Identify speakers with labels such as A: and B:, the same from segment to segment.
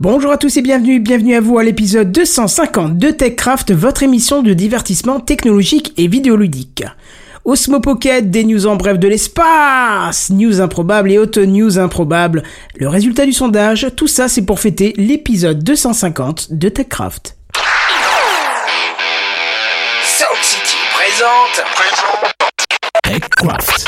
A: Bonjour à tous et bienvenue, bienvenue à vous à l'épisode 250 de TechCraft, votre émission de divertissement technologique et vidéoludique. Osmo Pocket, des news en bref de l'espace, news improbables et auto news improbables, le résultat du sondage, tout ça c'est pour fêter l'épisode 250 de TechCraft.
B: Sound City présente.
C: TechCraft.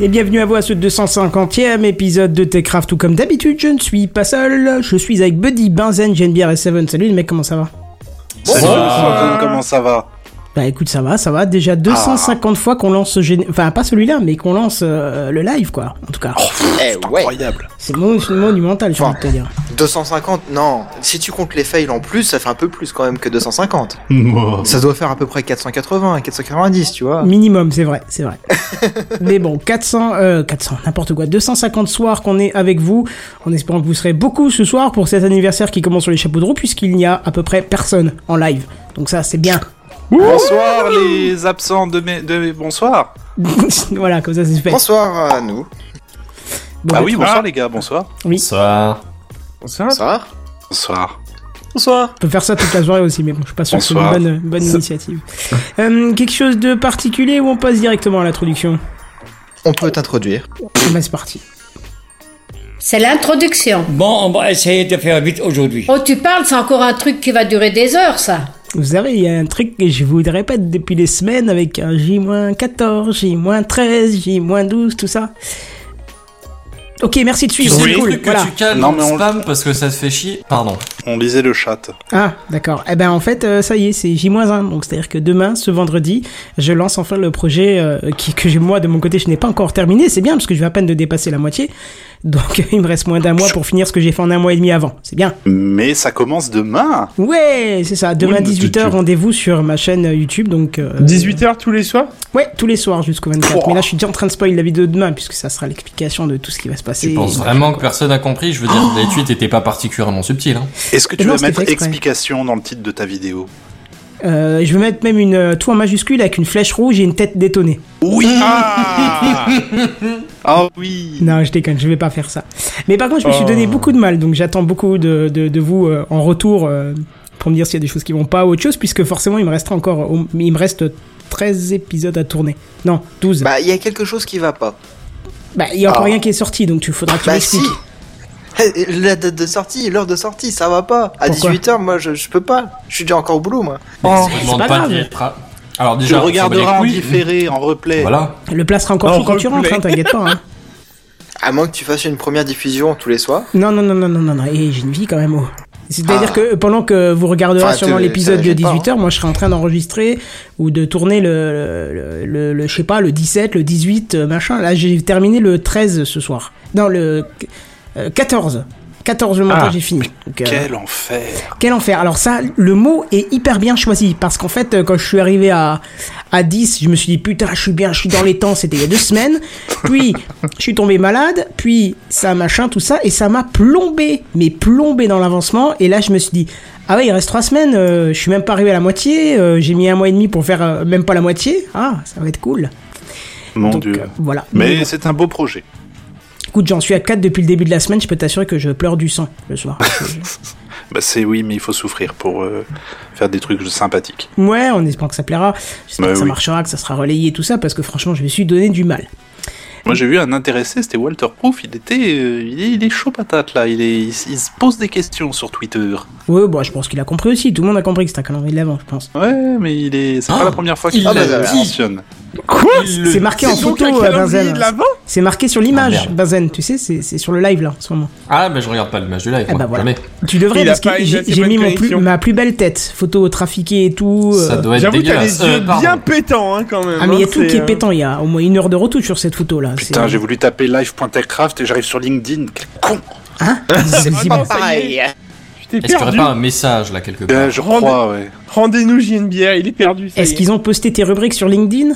A: Et bienvenue à vous à ce 250e épisode de TechCraft, tout comme d'habitude je ne suis pas seul, je suis avec Buddy, Benzen, Genebière et Seven, salut les mecs comment ça va
D: Salut,
E: Bonsoir.
D: Antoine, comment ça va
A: Bah écoute, ça va, ça va.
D: Ah.
A: Déjà 250 fois qu'on lance, ce géné- enfin pas celui-là, mais qu'on lance euh, le live quoi. En tout cas,
D: Oh.
E: Eh ouais,
D: Incroyable.
A: c'est mon- c'est monumental, j'ai
E: Enfin.
A: envie de te dire.
E: 250, non. Si tu comptes les fails en plus, ça fait un peu plus quand même que 250. Ça doit faire à peu près 480, 490, tu vois.
A: Minimum, c'est vrai, c'est vrai. mais bon, 400, euh, 400, n'importe quoi, 250 soirs qu'on est avec vous, en espérant que vous serez beaucoup ce soir pour cet anniversaire qui commence sur les chapeaux de roue, puisqu'il n'y a à peu près personne en live. Donc ça, c'est bien.
D: Bonsoir les absents de mes... de mes- Bonsoir.
A: voilà, comme ça, c'est fait.
E: Bonsoir à nous.
A: Bon,
D: Ah oui, bonsoir les gars, bonsoir.
C: Bonsoir.
E: Bonsoir.
D: Bonsoir.
E: Bonsoir.
A: On peut faire ça toute la soirée aussi, mais bon, je suis pas sûr que c'est une
D: Bonsoir.
A: bonne, une bonne initiative. Euh, quelque chose de particulier ou on passe directement à l'introduction
E: On peut t'introduire.
A: Ah bah, c'est parti.
F: C'est l'introduction.
G: Bon, on va essayer de faire vite aujourd'hui.
F: Oh, tu parles, c'est encore un truc qui va durer des heures, ça.
A: Vous savez, il y a un truc que je vous répète depuis des semaines avec un J-14, J-13, J-12, tout ça. Ok, merci de
C: Tu
A: suivre,
C: sais
A: c'est
C: le
A: cool.
C: truc que
A: Voilà.
C: tu calmes
D: Non,
C: dans le
D: mais on-
C: spam parce que ça te fait chier. Pardon.
D: On lisait le chat.
A: Ah, d'accord. Eh ben en fait, euh, ça y est, c'est J-1. Donc c'est-à-dire que demain, ce vendredi, je lance enfin le projet euh, qui, que j'ai moi de mon côté, je n'ai pas encore terminé. C'est bien parce que je vais à peine de dépasser la moitié. Donc il me reste moins d'un mois pour finir ce que j'ai fait en un mois et demi avant. C'est bien.
D: Mais ça commence demain.
A: Ouais, c'est ça. Demain
H: Oui, mais
A: 18h,
H: tu-
A: rendez-vous sur ma chaîne euh, YouTube. Donc euh,
H: 18h tous les soirs
A: Ouais, tous les soirs jusqu'au 24. Mais là, je suis déjà en train de spoiler la vidéo de demain puisque ça sera l'explication de tout ce qui va se passer.
C: Tu penses vraiment que personne n'a compris Je veux dire, les tweets étaient pas particulièrement subtils. Hein.
D: Est-ce que
A: Mais
D: tu
A: non,
D: vas
A: c'était
D: mettre
A: fait exprès.
D: explication dans le titre de ta vidéo
A: Euh, je vais mettre même une euh, tout en majuscule avec une flèche rouge et une tête détonnée.
D: Oui Ah, Ah oui
A: Non, je déconne, je vais pas faire ça. Mais par contre, je me suis
H: Oh.
A: donné beaucoup de mal, donc j'attends beaucoup de, de, de vous euh, en retour euh, pour me dire s'il y a des choses qui vont pas ou autre chose, puisque forcément, il me reste encore, au- il me reste 13 épisodes à tourner. Non, 12. Bah,
E: Bah, il y a quelque chose qui va pas.
A: il y a encore
E: Ah.
A: rien qui est sorti, donc tu faudra que tu
E: Bah si.
A: m'expliques.
E: La date de sortie, l'heure de sortie, ça va pas. À
A: Pourquoi Oh.
E: 18h, moi, je, je peux pas. Je suis déjà encore au boulot, moi.
C: Je
A: c'est
C: demande
A: pas grave.
C: d'y être. Alors
D: Tu
C: déjà,
D: le
C: on s'en bat
D: regarderas en
C: les couilles.
D: différé, en replay.
C: Voilà.
A: Le place sera encore
H: Non,
A: chaud quand tu
H: reculez.
A: rentres, hein, t'inquiète pas. Hein.
E: À moins que tu fasses une première diffusion tous les soirs.
A: Non, non, non, non, non, non, non. Et j'ai une vie quand même. oh. C'est-à-dire
E: Ah.
A: que pendant que vous regarderez
E: Enfin,
A: sûrement
E: tu-
A: l'épisode
E: ça
A: de
E: gêne pas, hein.
A: 18h, moi je serai en train d'enregistrer ou de tourner le, le, le- le- je sais pas, le 17, le 18, euh, machin. Là, j'ai terminé le 13 ce soir. Non, le euh, 14. 14 le montage
H: Ah.
A: j'ai fini. Donc, euh,
D: Quel enfer
A: quel enfer. Alors ça, le mot est hyper bien choisi parce qu'en fait, euh, quand je suis arrivé à, à 10, je me suis dit putain, je suis bien, je suis dans les temps, c'était il y a deux semaines. Puis, je suis tombé malade, puis ça, machin, tout ça, et ça m'a plombé, mais plombé dans l'avancement. Et là, je me suis dit, ah ouais, il reste trois semaines, euh, je suis même pas arrivé à la moitié, euh, j'ai mis un mois et demi pour faire euh, même pas la moitié. Ah, ça va être cool.
D: Mon
A: Donc,
D: dieu.
A: euh, voilà.
D: Mais c'est un beau projet.
A: Écoute, j'en suis à 4 depuis le début de la semaine, je peux t'assurer que je pleure du sang le soir.
D: Bah c'est oui, mais il faut souffrir pour euh, faire des trucs sympathiques.
A: Ouais, on espère que ça plaira, j'espère
D: Bah
A: que ça
D: oui.
A: marchera, que ça sera relayé et tout ça, parce que franchement, je me suis donné du mal.
D: Moi j'ai vu un intéressé, c'était Walter Proof, il était euh, il, est, il est chaud patate là, il, est, il, s- il se pose des questions sur Twitter.
A: Ouais, bon, je pense qu'il a compris aussi, tout le monde a compris que c'était un calendrier de l'avant, je pense.
D: Ouais, mais il est c'est
C: Ah,
D: pas la première fois qu'il
C: il
E: l'a
D: le
E: dit.
D: mentionne.
A: Quoi
C: Il le-
A: C'est marqué en
H: C'est donc
A: photo,
H: un
A: euh,
H: calendrier
A: Benzen.
H: de l'avant
A: C'est marqué sur l'image,
C: Ah, merde.
A: Benzen, tu sais, c'est c'est sur le live là, en ce moment.
C: Ah, mais je regarde pas l'image du live. ben
A: Eh
C: moi,
A: bah voilà.
C: Jamais.
A: Tu devrais,
H: Il a
A: parce que
H: pas une
A: j'ai
H: assez
A: j'ai
H: bonne
A: mis mon plus,
H: connexion.
A: ma plus belle tête, photo trafiquée et tout.
C: Ça
A: euh.
C: doit être
H: J'avoue, t'as
C: dégueulasse.
H: les yeux
C: Euh, pardon.
H: bien pétants, hein, quand même.
A: Ah, mais il y a
H: hein,
A: tout qui
H: c'est,
A: est
H: euh,
A: pétant, il y a au moins une heure de retour sur cette photo là.
D: Putain, j'ai voulu taper live.techcraft et j'arrive sur LinkedIn. Quel con
A: Hein
E: C'est pas
A: Visible.
E: pareil.
H: Je t'ai
C: Est-ce qu'il y aurait
H: perdu.
C: pas un message là quelque part
D: Euh, Je crois, ouais.
H: Rendez-nous JNBR, il est perdu. ça y
A: Est-ce
H: est.
A: qu'ils ont posté tes rubriques sur LinkedIn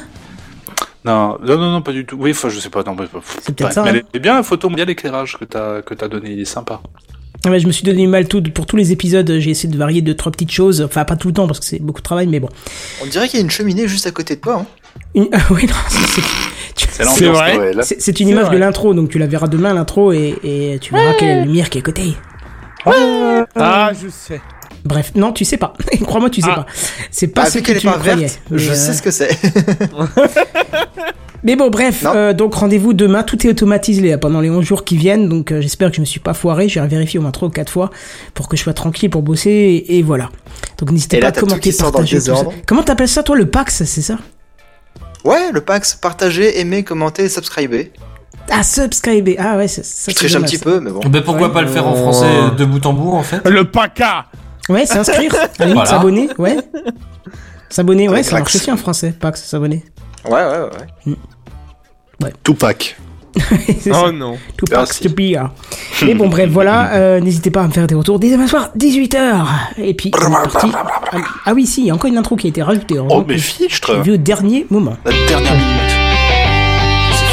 D: Non, non, non, non, pas du tout. Oui, enfin, je sais pas. Non, mais,
A: C'est peut-être ça,
D: mais
A: hein.
D: elle est bien la photo, bien l'éclairage que t'as que t'as donné, il est sympa.
A: Ah ouais, je me suis donné du mal tout pour tous les épisodes. euh, J'ai essayé de varier deux trois petites choses. Enfin, pas tout le temps parce que c'est beaucoup de travail, mais bon.
E: On dirait qu'il y a une cheminée juste à côté de toi. hein.
A: Une- Ah oui, non, c'est- c'est- tu-
D: C'est l'ambiance
H: vrai.
D: Noël.
A: c'est- c'est une image
H: vrai.
A: de l'intro, donc tu la verras demain l'intro et, et tu verras quelle est la lumière qui est à côté.
H: Ah, je sais.
A: Bref, non, tu sais pas. Crois-moi, tu sais
H: Ah.
A: pas. C'est pas
E: Ah,
A: ce
E: vu
A: que
E: qu'elle est
A: tu me
E: pas
A: croyais.
E: verte,
A: mais,
E: je
A: euh,
E: sais ce que c'est.
A: Mais bon, bref,
E: Non.
A: euh, donc rendez-vous demain. Tout est automatisé là, pendant les 11 jours qui viennent. Donc euh, j'espère que je me suis pas foiré. J'ai vérifié au moins 3 ou 4 fois pour que je sois tranquille pour bosser. Et, et voilà. Donc n'hésitez
E: Et
A: pas
E: là,
A: à
E: t'as tout
A: commenter,
E: qui sort dans le
A: partager. tout ça.
E: désordre.
A: Comment t'appelles ça, toi, le Pax, c'est ça
E: Ouais, le Pax, partagez, aimez, commentez, subscribez.
A: Ah, subscriber. Ah ouais, ça, ça c'est
E: Je triche un
A: dommage,
E: petit
A: ça.
E: peu, mais bon.
C: Ben pourquoi pas le faire en français euh, de bout en bout en fait
H: Le paca
A: Ouais, s'inscrire. à la limite,
C: Voilà.
A: S'abonner, ouais. S'abonner, ouais,
E: Avec
A: ça marche
E: l'axe.
A: aussi en français. Pax, s'abonner.
E: Ouais, ouais, ouais.
D: Tupac.
A: C'est ça.
H: Oh non.
A: Tout pas
D: Merci.
A: que pire. Mais bon, bref, voilà. euh, N'hésitez pas à me faire des retours dès demain soir, 18h. Et puis, on est parti. Ah, ah oui, si, il y a encore une intro qui a été rajoutée.
D: Oh,
A: heureusement
D: mais
A: que
D: fichtre
A: j'ai vu au dernier moment.
D: La dernière minute. C'est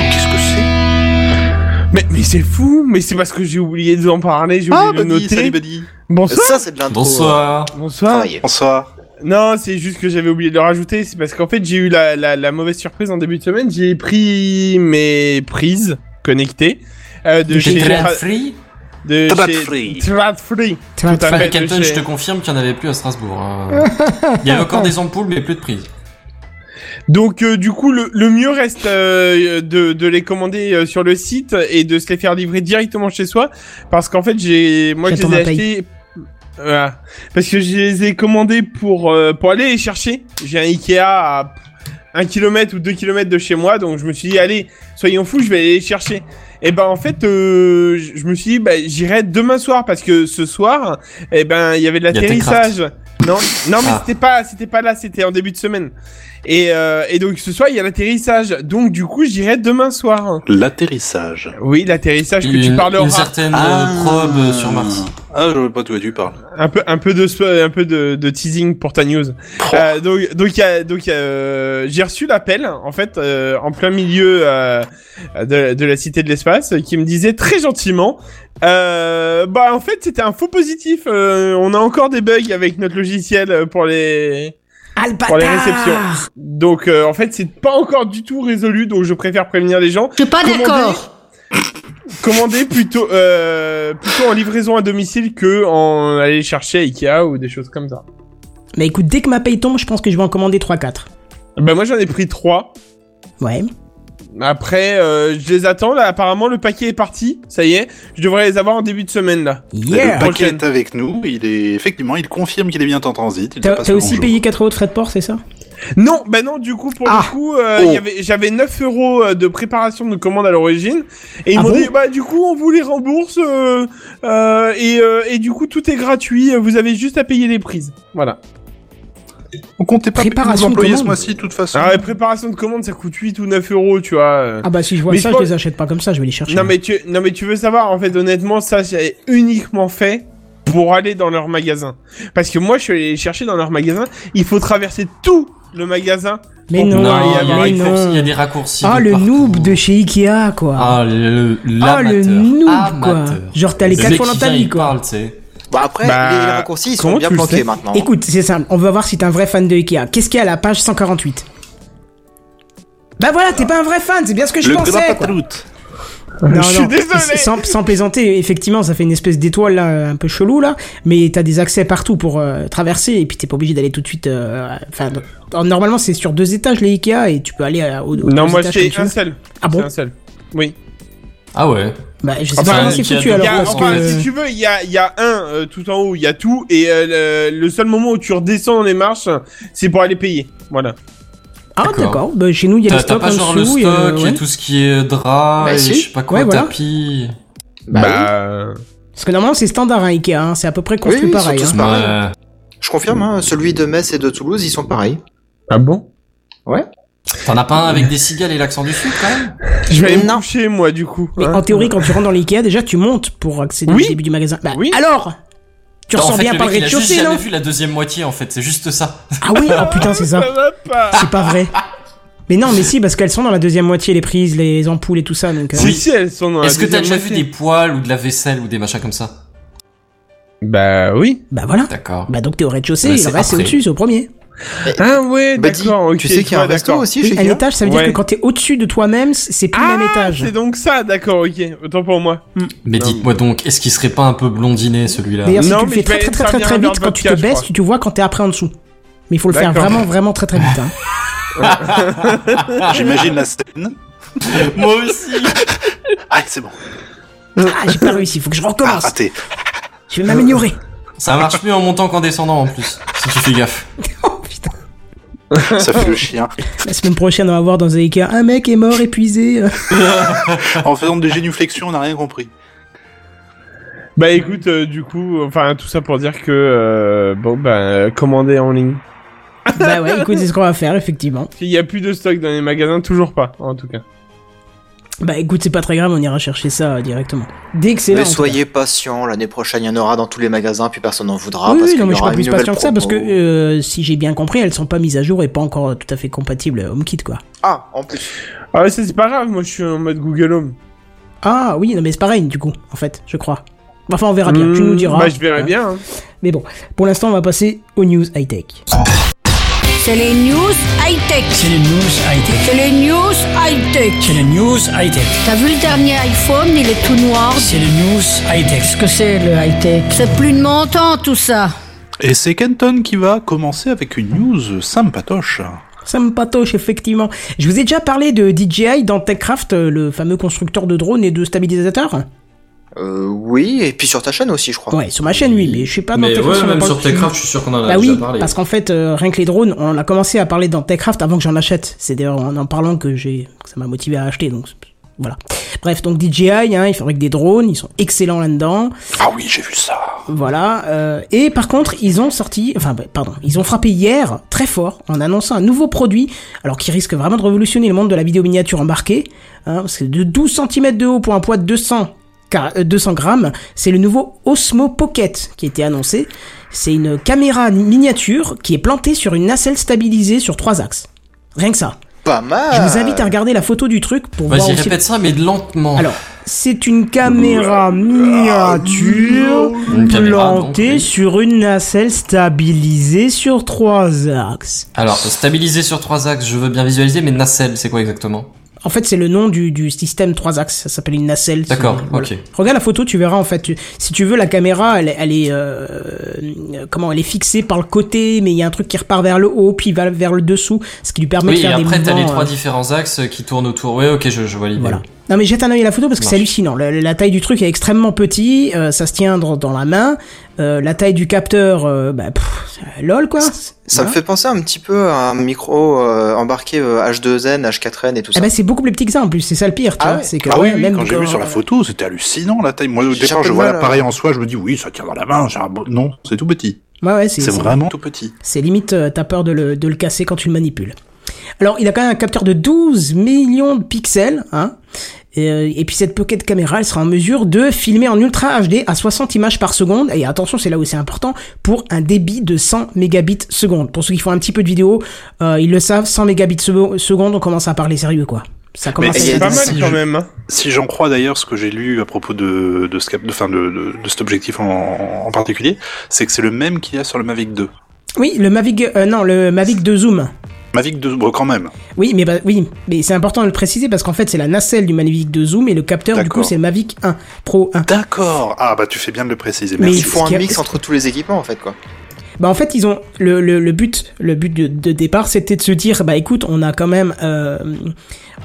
D: fou, mais qu'est-ce que c'est
H: Mais, mais c'est fou, mais c'est parce que j'ai oublié de vous en parler, j'ai oublié
D: Ah,
H: de le
D: Buddy, salut
H: noter.
D: Buddy.
H: Bonsoir.
E: Ça, c'est de l'intro. euh,
C: Bonsoir.
A: Euh,
H: Bonsoir.
E: Travailler.
D: Bonsoir.
H: Non, c'est juste que j'avais oublié de le rajouter, c'est parce qu'en fait j'ai eu la, la, la mauvaise surprise en début de semaine, j'ai pris mes prises connectées euh, de,
C: J'étais
H: chez,
C: très
H: Tra-
C: free.
H: de
D: Trad
H: chez-
D: Free.
H: Trad Free.
A: Tu vois,
H: Tout à
A: tu-
H: fait.
C: Mais Captain,
H: je
C: je
H: sais.
C: te confirme qu'il n'y en avait plus à Strasbourg. hein. Il y avait encore des ampoules, mais plus de prise.
H: Donc euh, du coup le, le mieux reste euh, de, de les commander euh, sur le site et de se les faire livrer directement chez soi parce qu'en fait j'ai moi je
A: J'attends
H: les ai
A: ma paye.
H: achetés Voilà. parce que je les ai commandés pour euh, pour aller les chercher. J'ai un Ikea à un kilomètre ou deux kilomètres de chez moi donc je me suis dit allez soyons fous je vais aller les chercher. Et ben en fait euh, je je me suis dit bah, j'irai demain soir parce que ce soir eh ben il y avait de
C: Il y a
H: l'atterrissage. Non non mais
C: Ah.
H: c'était pas c'était pas là c'était en début de semaine. Et, euh, et donc ce soir, il y a l'atterrissage. Donc du coup, j'irai demain soir.
D: L'atterrissage.
H: Oui, l'atterrissage que tu
C: Une, une
H: parleras.
C: certaine
D: Ah.
C: euh, probe sur Mars.
D: Ah, je vois pas de quoi tu parles.
H: Un peu, un peu de, spo- un peu de, de teasing pour ta news. Euh, donc, donc, il y a- donc, euh, j'ai reçu l'appel en fait euh, en plein milieu euh, de, de la cité de l'espace qui me disait très gentiment. Euh, bah en fait c'était un faux positif. Euh, on a encore des bugs avec notre logiciel pour les
A: Ah, le
H: Pour les
A: bâtard
H: réceptions. Donc euh, en fait, c'est pas encore du tout résolu, donc je préfère prévenir les gens.
F: Je
I: Ah,
F: suis pas
H: Commandez-
F: d'accord.
H: Commander plutôt, euh, plutôt en livraison à domicile que en aller chercher à Ikea ou des choses comme ça.
A: Mais écoute, dès que ma paye tombe, je pense que je vais en commander 3-4.
H: Ben moi j'en ai pris trois.
A: Ouais.
H: Après, euh, je les attends là. Apparemment, le paquet est parti. Ça y est, je devrais les avoir en début de semaine là.
D: Le
A: Yeah
D: paquet
H: Prochaine.
D: est avec nous. Il est effectivement, il confirme qu'il est bien en transit. il a
A: T'as
D: passé
A: t'as
D: le
A: aussi
D: bonjour.
H: hein.
A: payé 4 euros de frais de port, c'est ça
H: Non, bah non. Du coup, pour
A: Ah.
H: le coup, euh,
D: Oh.
H: il y avait- j'avais 9 euros euh, de préparation de commande à l'origine, et ils
A: Ah
H: m'ont
A: bon
H: dit bah du coup on vous les rembourse euh, euh, et euh, et du coup tout est gratuit. Vous avez juste à payer les prises. Voilà.
D: On comptait pas payer nos
A: Préparation de
D: employés ce
A: commande.
D: mois-ci, de toute façon.
H: Ah ouais, préparation de commande, ça coûte 8 ou 9 euros, tu vois. euh.
A: Ah bah si je vois
H: Mais
A: ça,
H: je
A: je
H: pense-
A: les achète pas comme ça, je vais les chercher.
H: non, mais tu, non, mais tu veux savoir, en fait, honnêtement, ça, j'ai uniquement fait pour aller dans leur magasin. Parce que moi, je suis allé les chercher dans leur magasin, il faut traverser tout le magasin.
A: Mais non,
H: Non, il y a
C: il y,
A: mais
C: a des raccourcis- il y a
A: non.
C: des raccourcis.
A: Ah,
C: de
A: le
C: partout.
A: noob de chez Ikea, quoi.
C: Ah, le,
A: Ah, le
C: l'amateur.
A: noob,
C: Amateur.
A: quoi. Genre, t'as les
C: Le
A: 4
C: mec
A: fois dans
C: qui
A: ta
C: vient,
A: vie,
C: il
A: quoi.
C: parle, tu sais.
E: Bon, après,
H: Bah,
E: les raccourcis, ils sont
H: comment
E: bien
H: tu le sais
E: planqués maintenant. hein.
A: Écoute, c'est simple, on va voir si t'es un vrai fan de Ikea. Qu'est-ce qu'il y a à la page 148 Bah voilà, t'es pas un vrai fan, c'est bien ce que je
D: Le
A: pensais. quoi.
D: grappatoute.
A: Non,
H: Je suis
A: non.
H: désolé.
A: S- Sans, sans plaisanter, effectivement, ça fait une espèce d'étoile là, euh, un peu chelou là, mais t'as des accès partout pour euh, traverser et puis t'es pas obligé d'aller tout de suite. euh, Enfin, no- normalement c'est sur deux étages les Ikea et tu peux aller euh, au, aux
H: Non,
A: deux
H: moi
A: étages
H: c'est
A: comme tu
H: un
A: veux.
H: seul.
A: Ah bon
H: C'est un seul. Oui.
C: Ah ouais.
A: Bah je sais
H: Enfin,
A: pas comment c'est
C: Ikea,
A: foutu
H: Il
A: alors
H: y a-
A: parce
H: enfin,
A: que.
H: si tu veux, il y a, il y a un euh, tout en haut, il y a tout, et euh, le, le seul moment où tu redescends dans les marches, c'est pour aller payer. Voilà.
A: Ah
C: D'accord.
A: d'accord. Bah, chez nous il y a
C: T'as
A: le
C: t'as
A: stock
C: pas
A: en
C: genre le
A: dessous. et, euh,
C: stock
A: ouais.
C: et tout ce qui est drap
E: Bah,
C: et
E: si.
C: je sais pas quoi,
A: Ouais, voilà.
C: tapis.
E: Bah,
H: Bah,
A: Parce que normalement c'est standard hein, Ikea, hein, c'est à peu près construit
E: oui,
A: pareil.
E: surtout
A: hein.
E: C'est pareil. Je confirme, hein, celui de Metz et de Toulouse, ils sont pareils.
H: Ah bon
C: T'en as pas un avec des cigales et l'accent du sud quand même
H: Je vais aller me
E: Non.
H: coucher, moi, du coup.
A: hein. Mais
H: hein.
A: en théorie quand tu rentres dans l'Ikea déjà tu montes pour accéder
H: Oui.
A: au début du magasin. Bah
H: Oui.
A: alors. Tu
C: Non, Bah, en
A: ressens
C: fait,
A: bien
C: le
A: par le
C: mec, il a juste
A: rez-de-chaussée,
C: jamais
A: non
C: vu la deuxième moitié en fait, c'est juste ça.
A: Ah oui, oh putain, c'est ça.
H: Ça va pas
A: C'est pas vrai. Mais non, mais si, parce qu'elles sont dans la deuxième moitié, les prises, les ampoules et tout ça. Donc, euh,
H: Si, si, elles sont dans la
C: Est-ce que t'as
H: deuxième
C: déjà vu
H: moitié.
C: des poils ou de la vaisselle ou des machins comme ça
H: Bah oui.
A: Bah voilà.
C: D'accord.
A: Bah donc t'es au rez-de-chaussée,
C: Mais
A: et le
C: c'est
A: reste c'est
C: après.
A: au-dessus, c'est au premier.
H: Ah
A: Eh,
H: ouais,
E: Bah, dis,
H: d'accord, ok.
E: tu sais qu'il y a un
H: vois,
E: resto
H: d'accord.
E: aussi
A: Oui,
E: chez
A: un
E: Ikea
A: étage, ça veut
H: Ouais.
A: dire que quand t'es au-dessus de toi-même, c'est plus
H: Ah,
A: le même étage.
H: C'est donc ça, d'accord, ok. Autant pour moi.
C: Mais
H: Non,
C: dites-moi donc, est-ce qu'il serait pas un peu blondiné celui-là
A: D'ailleurs, si
H: Non,
A: tu le
H: mais
A: fais
H: je
A: très
H: vais
A: très très
H: aller
A: très,
H: servir
A: très
H: un
A: vite
H: verre
A: quand
H: de
A: tu te
H: vodka, je
A: baisses,
H: crois.
A: tu te vois quand t'es après en dessous. Mais il faut le faire
H: D'accord.
A: vraiment vraiment très très vite. Hein.
D: J'imagine la scène.
C: Moi aussi
D: Ah, c'est bon.
A: Ah, j'ai pas réussi, faut que je
D: Ah,
A: recommence.
D: raté.
A: Je vais m'améliorer.
C: Ça marche mieux en montant qu'en descendant en plus, si tu fais gaffe.
A: Oh putain.
D: Ça fait le chien.
A: La semaine prochaine, on va voir dans un Ikea, un mec est mort épuisé. euh.
D: En faisant des génuflexions, on n'a rien compris.
H: Bah écoute, euh, du coup, enfin, tout ça pour dire que, euh, bon, bah, commander en ligne.
A: bah ouais, écoute, c'est ce qu'on va faire effectivement.
H: Il y a plus de stock dans les magasins, toujours pas, en tout cas.
A: Bah écoute, c'est pas très grave, on ira chercher ça euh, directement. Dès que c'est là.
E: Mais
A: en tout cas.
E: soyez patient, l'année prochaine il y en aura dans tous les magasins, puis personne n'en voudra.
A: oui,
E: parce
A: oui,
E: qu'il
A: non,
E: y
A: mais je suis
E: aura
A: pas
E: une
A: plus
E: nouvelle
A: patient que ça parce que
E: promo.
A: euh, si j'ai bien compris, elles sont pas mises à jour et pas encore euh, tout à fait compatibles euh, HomeKit quoi.
E: Ah, en plus.
H: Ah ouais, ça, c'est pas grave, moi je suis en mode Google Home.
A: Ah oui, non mais c'est pareil du coup, en fait, je crois. Enfin, on
E: Ah,
A: verra bien, tu
H: Hmm,
A: nous diras.
H: Bah je verrai
A: Hein.
H: bien. hein.
A: Mais bon, pour l'instant, on va passer aux news high-tech.
I: C'est les news high-tech.
J: C'est les news high-tech.
I: C'est les news high-tech.
J: C'est les news high-tech.
I: T'as vu le dernier iPhone, il est tout noir.
J: C'est les news high-tech.
I: que c'est le high-tech C'est plus de mon temps tout ça.
D: Et c'est Kenton qui va commencer avec une news sympatoche.
A: Ça me patoche, effectivement. Je vous ai déjà parlé de DJI dans TechCraft, euh, le fameux constructeur de drones et de stabilisateurs.
E: Euh, oui, et puis sur ta chaîne aussi, je crois.
A: Ouais, sur ma chaîne, oui, mais je sais pas dans
C: Mais
A: TechCraft.
C: ouais,
A: on en
C: même
A: parle
C: sur
A: plus.
C: Techcraft, je suis sûr qu'on en a
A: Bah
C: déjà
A: oui,
C: parlé.
A: parce qu'en fait, euh, rien que les drones, on a commencé à parler dans Techcraft avant que j'en achète. C'est d'ailleurs en en parlant que j'ai, que ça m'a motivé à acheter. Donc voilà. Bref, donc DJI, hein, ils fabriquent des drones, ils sont excellents là-dedans.
D: Ah oui, j'ai vu ça.
A: Voilà. euh, et par contre, ils ont sorti, enfin bah, pardon, ils ont frappé hier très fort en annonçant un nouveau produit, alors qui risque vraiment de révolutionner le monde de la vidéo miniature embarquée. Hein, parce que de 12 cm de haut pour un poids de 200. car- euh, 200 grammes, c'est le nouveau Osmo Pocket qui a été annoncé. C'est une caméra miniature qui est plantée sur une nacelle stabilisée sur trois axes. Rien que ça.
E: Pas mal.
A: Je vous invite à regarder la photo du truc pour voir
C: Vas-y,
A: aussi.
C: répète ça, mais lentement.
A: Alors, c'est une caméra miniature
C: Euh, Une caméra, donc,
A: plantée
C: oui.
A: sur une nacelle stabilisée sur trois axes.
C: Alors, stabiliser sur trois axes, je veux bien visualiser, mais nacelle, c'est quoi exactement
A: En fait, c'est le nom du, du système trois axes. Ça s'appelle une nacelle.
C: D'accord,
A: Voilà.
C: ok.
A: Regarde la photo, tu verras en fait. Tu- Si tu veux, la caméra, elle, est- elle est euh, euh, comment Elle est fixée par le côté, mais il y a un truc qui repart vers le haut, puis va vers le dessous, ce qui lui permet
C: Oui,
A: de
C: et
A: faire des
C: après, t'as les
A: mouvements,
C: trois
A: euh,
C: différents axes qui tournent autour. Ouais, ok, je, je vois l'idée.
A: Voilà. Non mais jette un œil à la photo parce que
C: Marche.
A: c'est hallucinant. La, la taille du truc est extrêmement petit, euh, ça se tient dans, dans la main. Euh, la taille du capteur, euh, bah, pff, euh, lol quoi.
E: Ça me
A: Voilà.
E: fait penser un petit peu à un micro euh, embarqué euh, H2N, H4N et tout
A: Eh
E: ça.
A: ben c'est beaucoup plus petit que ça en plus. C'est ça le pire. Tu
E: Ah
A: vois.
E: ouais.
A: C'est que
D: Ah oui,
A: ouais,
D: oui,
A: même
D: quand j'ai vu sur la photo, c'était hallucinant la taille. Moi, au
E: J'ai un
D: départ,
E: peu
D: je
E: de
D: vois
E: mal,
D: l'appareil
E: euh.
D: en soi, je me dis oui, ça tient dans la main. j'ai un bon- Non, c'est tout petit.
A: Ouais ouais. C'est
D: C'est
A: c'est-
D: vraiment tout petit.
A: C'est limite, euh, t'as peur de le, de le casser quand tu le manipules. Alors, il a quand même un capteur de 12 millions de pixels, hein. Et, euh, et puis cette pocket caméra, elle sera en mesure de filmer en ultra HD à 60 images par seconde. Et attention, c'est là où c'est important, pour un débit de 100 mégabits seconde. Pour ceux qui font un petit peu de vidéo, euh, ils le savent, 100 mégabits seconde, seconde, on commence à parler sérieux, quoi. Ça commence
E: Mais
A: à
E: il y
H: C'est
E: a
A: être-
H: pas
E: des
H: mal
D: signes.
H: quand même. hein.
D: Si j'en crois d'ailleurs ce que j'ai lu à propos de, de, ce cap- de, enfin, de, de- de cet objectif en, en particulier, c'est que c'est le même qu'il y a sur le Mavic 2.
A: Oui, le Mavic, euh, non, le Mavic de zoom.
D: Mavic 2, bon, quand même.
A: Oui, mais, bah, oui, mais c'est important de le préciser parce qu'en fait, c'est la nacelle du Mavic de zoom et le capteur, du coup,
D: D'accord.
A: c'est le Mavic 1 Pro 1.
D: D'accord. Ah, bah, tu fais bien de le préciser.
A: Mais
D: Merci.
E: Il faut
A: ce qui
E: un
A: a-
E: mix entre tous les équipements en fait quoi.
A: Bah en fait ils ont le, le, le but le but de, de départ c'était de se dire bah écoute on a quand même euh,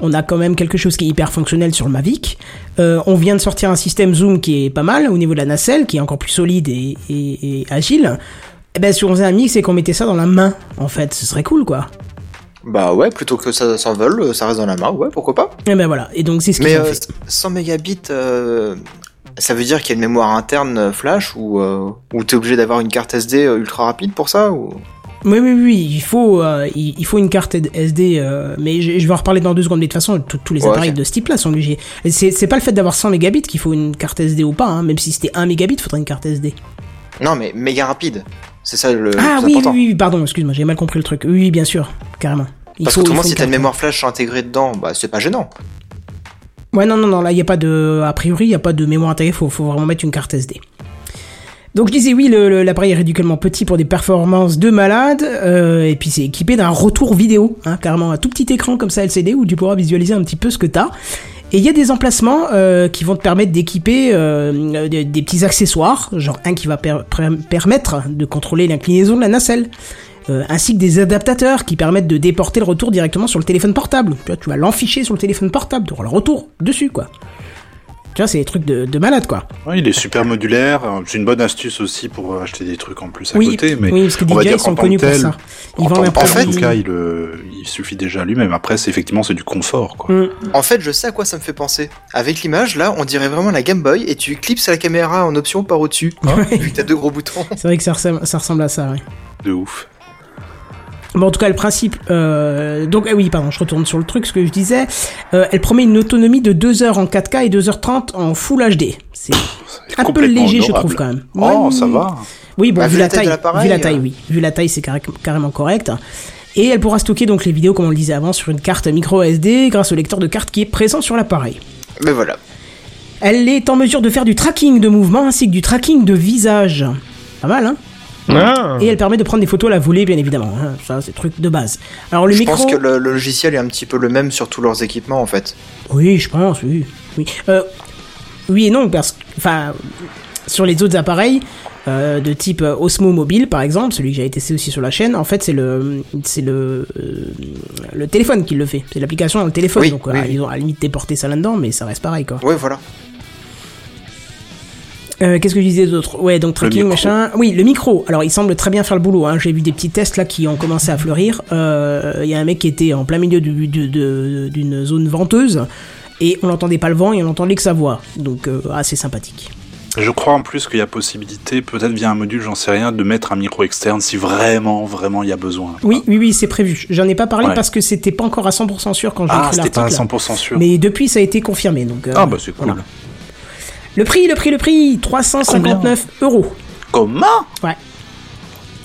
A: on a quand même quelque chose qui est hyper fonctionnel sur le Mavic Euh, on vient de sortir un système zoom qui est pas mal au niveau de la nacelle qui est encore plus solide et, et, et agile et ben si on faisait un mix et qu'on mettait ça dans la main en fait ce serait cool quoi
E: Bah ouais, plutôt que ça s'envole, euh, ça reste dans la main, ouais, pourquoi pas.
A: et ben voilà et donc c'est ce qu'ils
E: Mais
A: ont
E: euh,
A: fait
E: 100 mégabits, euh, ça veut dire qu'il y a une mémoire interne euh, flash ou euh, ou t'es obligé d'avoir une carte SD euh, ultra rapide pour ça ou
A: Oui, oui, oui, il faut, euh, il, il faut une carte SD, euh, mais je, je vais en reparler dans deux secondes. Mais de toute façon, tous- tous les
E: Ouais,
A: appareils
E: ok.
A: de ce type-là sont obligés. Et C'est c'est pas le fait d'avoir 100 mégabits qu'il faut une carte SD ou pas, hein. même si c'était 1 mégabit, il faudrait une carte SD.
E: Non mais méga rapide, Euh, c'est ça le
A: ah oui,
E: plus
A: oui,
E: important.
A: oui, pardon, excuse-moi, j'ai mal compris le truc. Oui, oui, bien sûr, carrément. Il
E: Parce
A: faut- il
E: qu'autrement,
A: faut
E: si
A: une
E: t'as une
A: carte.
E: mémoire flash intégrée dedans, bah c'est pas gênant.
A: Ouais, non, non, non, là, il n'y a pas de. A priori, il n'y a pas de mémoire intégrée, faut, faut vraiment mettre une carte SD. Donc, je disais, oui, le- le- l'appareil est ridiculement petit pour des performances de malade, euh, et puis c'est équipé d'un retour vidéo, hein, carrément un tout petit écran comme ça LCD où tu pourras visualiser un petit peu ce que t'as. Et il y a des emplacements euh, qui vont te permettre d'équiper euh, des, des petits accessoires, genre un qui va per- per- permettre de contrôler l'inclinaison de la nacelle. Euh, ainsi que des adaptateurs qui permettent de déporter le retour directement sur le téléphone portable. Tu vois, tu vas l'enficher sur le téléphone portable, tu auras le retour dessus, quoi. Tu vois, c'est des trucs de, de malade, quoi.
D: Ouais, il est super modulaire. euh, C'est une bonne astuce aussi pour euh, acheter des trucs en plus à
A: oui,
D: côté. Mais
A: oui, parce que
D: on va
A: DJ,
D: dire
A: ils
D: qu'en
A: sont
D: tant
A: connus
D: que
A: pour
D: tel,
A: ça. Ils
D: en, tant-
A: vendent un
D: en
A: produit...
D: tout cas, il, euh, il suffit déjà à lui-même. Après, c'est effectivement, c'est du confort. Quoi.
A: Mm.
E: En fait, je sais à quoi ça me fait penser. Avec l'image, là, on dirait vraiment la Game Boy et tu clipses la caméra en option par au-dessus. hein,
A: Ah Ouais.
E: vu que t'as deux gros boutons.
A: C'est vrai que ça ressemble, ça ressemble à ça, ouais.
D: De ouf.
A: Bon, en tout cas, le principe. euh, donc, ah oui, pardon, je retourne sur le truc, ce que je disais. Euh, elle promet une autonomie de 2 heures en 4K et 2h30 en Full HD. C'est
D: C'est
A: un peu
D: complètement
A: léger, je
D: honorable.
A: trouve, quand même.
D: Oh,
A: Ouais,
D: ça
A: oui,
D: va.
A: Oui, bon,
E: Bah,
A: vu, la taille,
E: de l'appareil,
A: vu la taille,
E: euh.
A: oui. Vu la taille, c'est carré- carrément correct. Et elle pourra stocker donc les vidéos, comme on le disait avant, sur une carte micro SD grâce au lecteur de carte qui est présent sur l'appareil.
E: Mais voilà.
A: Elle est en mesure de faire du tracking de mouvement ainsi que du tracking de visage. Pas mal, hein
H: Ah.
A: Et elle permet de prendre des photos à la volée, bien évidemment. hein. Ça, c'est le truc de base. Alors le
E: je
A: micro.
E: pense que le, le logiciel est un petit peu le même sur tous leurs équipements, en fait.
A: Oui, je pense, oui. Oui, Euh, oui et non, parce que. Enfin, sur les autres appareils, euh, de type euh, Osmo Mobile, par exemple, celui que j'avais testé aussi sur la chaîne, en fait, c'est le, c'est le, euh, le téléphone qui le fait. C'est l'application dans le téléphone.
E: Oui,
A: donc, euh,
E: oui, oui.
A: ils ont à la limite déporté ça là-dedans, mais ça reste pareil, quoi.
E: Ouais, voilà.
A: Euh, Qu'est-ce que je disais d'autre Ouais, donc tracking,
D: micro.
A: machin. Oui, le micro. Alors, il semble très bien faire le boulot. Hein. J'ai vu des petits tests là qui ont commencé à fleurir. Euh, Il y a un mec qui était en plein milieu du- du- de- d'une zone venteuse et on n'entendait pas le vent et on n'entendait que sa voix. Donc, euh, assez sympathique.
D: Je crois en plus qu'il y a possibilité, peut-être via un module, j'en sais rien, de mettre un micro externe si vraiment, vraiment il y a besoin.
A: Oui, oui, oui, c'est prévu. J'en ai pas parlé
D: Ouais.
A: parce que c'était pas encore à 100% sûr quand j'ai
D: Ah,
A: écrit l'article.
D: c'était pas à
A: là.
D: 100% sûr.
A: Mais depuis, ça a été confirmé. Donc, euh,
D: Ah, bah c'est cool.
A: voilà. Le prix, le prix, le prix 359 euros.
D: Comment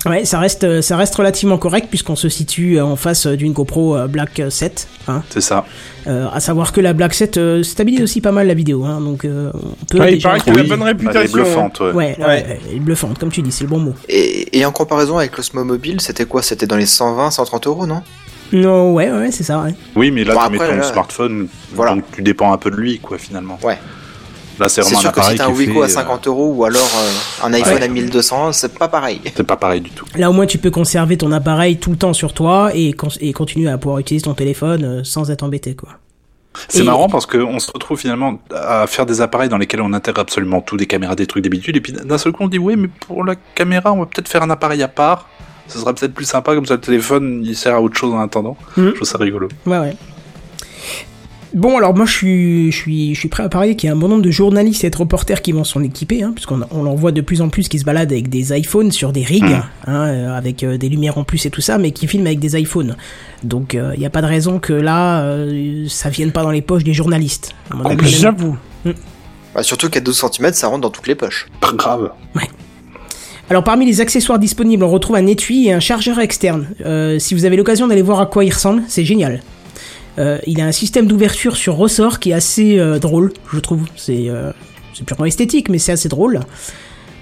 A: Ouais, ça reste, ça reste relativement correct puisqu'on se situe euh, en face euh, d'une GoPro euh, Black 7. Hein.
D: C'est ça.
A: Euh, à savoir que la Black 7 euh, stabilise aussi pas mal la vidéo, hein, donc euh, on
E: Ah,
A: peut
H: Ouais, il
A: déjà.
H: paraît qu'elle a bonne réputation. hein.
D: Elle est bluffante, ouais.
A: euh, Ouais, ouais,
H: Ouais.
A: ouais, elle est bluffante, comme tu dis, c'est le bon mot.
E: Et, et en comparaison avec l'Osmo Mobile, c'était quoi C'était dans les 120, 130 euros, non
A: Non, ouais, ouais, c'est ça. ouais.
D: Oui, mais là,
E: Bon,
D: tu mets
E: après,
D: ton
E: là,
D: smartphone,
E: voilà.
D: donc tu dépends un peu de lui, quoi, finalement.
E: Ouais.
D: Là, c'est
E: C'est
D: vraiment un
E: sûr que si
D: appareil
E: t'as un
D: qui est
E: Wiko
D: fait, euh,
E: à 50 euros ou alors euh, un iPhone
A: Ouais.
E: à 1200, c'est pas pareil.
D: euh, C'est pas pareil du tout.
A: Là, au moins, tu peux conserver ton appareil tout le temps sur toi et, cons- et continuer à pouvoir utiliser ton téléphone euh, sans être embêté, quoi.
D: C'est
A: Et-
D: marrant parce qu'on se retrouve finalement à faire des appareils dans lesquels on intègre absolument tout, des caméras, des trucs d'habitude, et puis d'un seul coup on dit ouais mais pour la caméra on va peut-être faire un appareil à part, ce sera peut-être plus sympa comme ça le téléphone il sert à autre chose en attendant,
A: Mhm.
D: je trouve ça rigolo.
A: Ouais, ouais. Bon, alors moi, je suis, je suis, je suis prêt à parier qu'il y a un bon nombre de journalistes et de reporters qui vont s'en équiper, hein, puisqu'on on en voit de plus en plus qui se baladent avec des iPhones sur des rigs, hein, euh, avec euh, des lumières en plus et tout ça, mais qui filment avec des iPhones. Donc, euh, il n'y a pas de raison que là, euh, ça vienne pas dans les poches des journalistes. à
C: Ah,
A: mon avis, même-
H: J'avoue.
E: Bah, surtout qu'à 12 cm, ça rentre dans toutes les poches.
D: Pas grave.
A: Alors parmi les accessoires disponibles, on retrouve un étui et un chargeur externe. Euh, si vous avez l'occasion d'aller voir à quoi il ressemble, c'est génial. Euh, il a un système d'ouverture sur ressort qui est assez euh, drôle, je trouve. C'est euh, c'est purement esthétique, mais c'est assez drôle.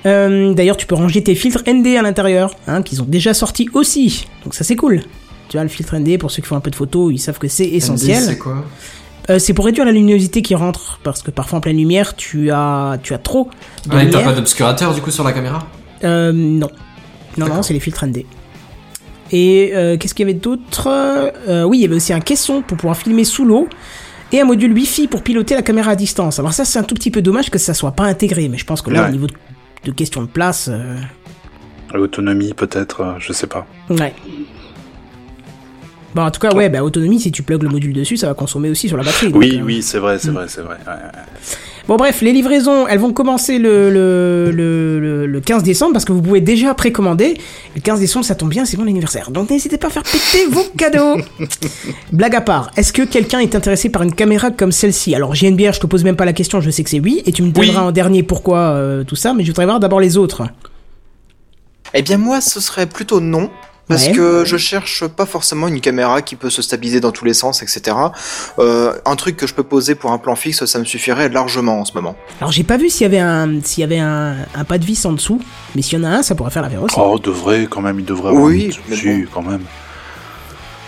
A: Euh, D'ailleurs, tu peux ranger tes filtres ND à l'intérieur, hein, qu'ils ont déjà sortis aussi. Donc ça c'est cool. Tu vois, le filtre ND, pour ceux qui font un peu de photos, ils savent que c'est essentiel.
C: c'est quoi
A: Euh, C'est pour réduire la luminosité qui rentre, parce que parfois en pleine lumière, tu as, tu as trop de
C: Ah, et t'as
A: lumière.
C: pas d'obscurateur du coup sur la caméra
A: Euh, non. Non, non, c'est les filtres ND. Et euh, qu'est-ce qu'il y avait d'autre Euh, Oui, il y avait aussi un caisson pour pouvoir filmer sous l'eau et un module Wi-Fi pour piloter la caméra à distance. Alors ça, c'est un tout petit peu dommage que ça soit pas intégré, mais je pense que là,
D: Ouais.
A: au niveau de, de question de place, euh,
D: Autonomie, peut-être, euh, je sais pas.
A: ouais. Bon, en tout cas, ouais, bah, autonomie, si tu plugues le module dessus, ça va consommer aussi sur la batterie. donc,
D: Oui,
A: euh,
D: oui, c'est vrai, c'est vrai, c'est vrai. ouais, ouais.
A: Bon bref, les livraisons, elles vont commencer le, le, le, le- le 15 décembre parce que vous pouvez déjà précommander. Le 15 décembre, ça tombe bien, c'est mon anniversaire. Donc n'hésitez pas à faire péter vos cadeaux. Blague à part, est-ce que quelqu'un est intéressé par une caméra comme celle-ci Alors JNBR, je te pose même pas la question, je sais que c'est oui, et tu me donneras en dernier pourquoi euh, tout ça, mais je voudrais voir d'abord les autres.
E: Eh bien moi, ce serait plutôt non. Parce
A: Ouais.
E: que je cherche pas forcément une caméra qui peut se stabiliser dans tous les sens, etc. Euh, un truc que je peux poser pour un plan fixe, ça me suffirait largement en ce moment.
A: Alors j'ai pas vu s'il y avait un s'il y avait un, un pas de vis en dessous, mais s'il y en a un, ça pourrait faire l'affaire aussi.
D: Oh, devrait quand même, il devrait
E: Oui,
D: avoir une-
E: mais
D: si, quand même.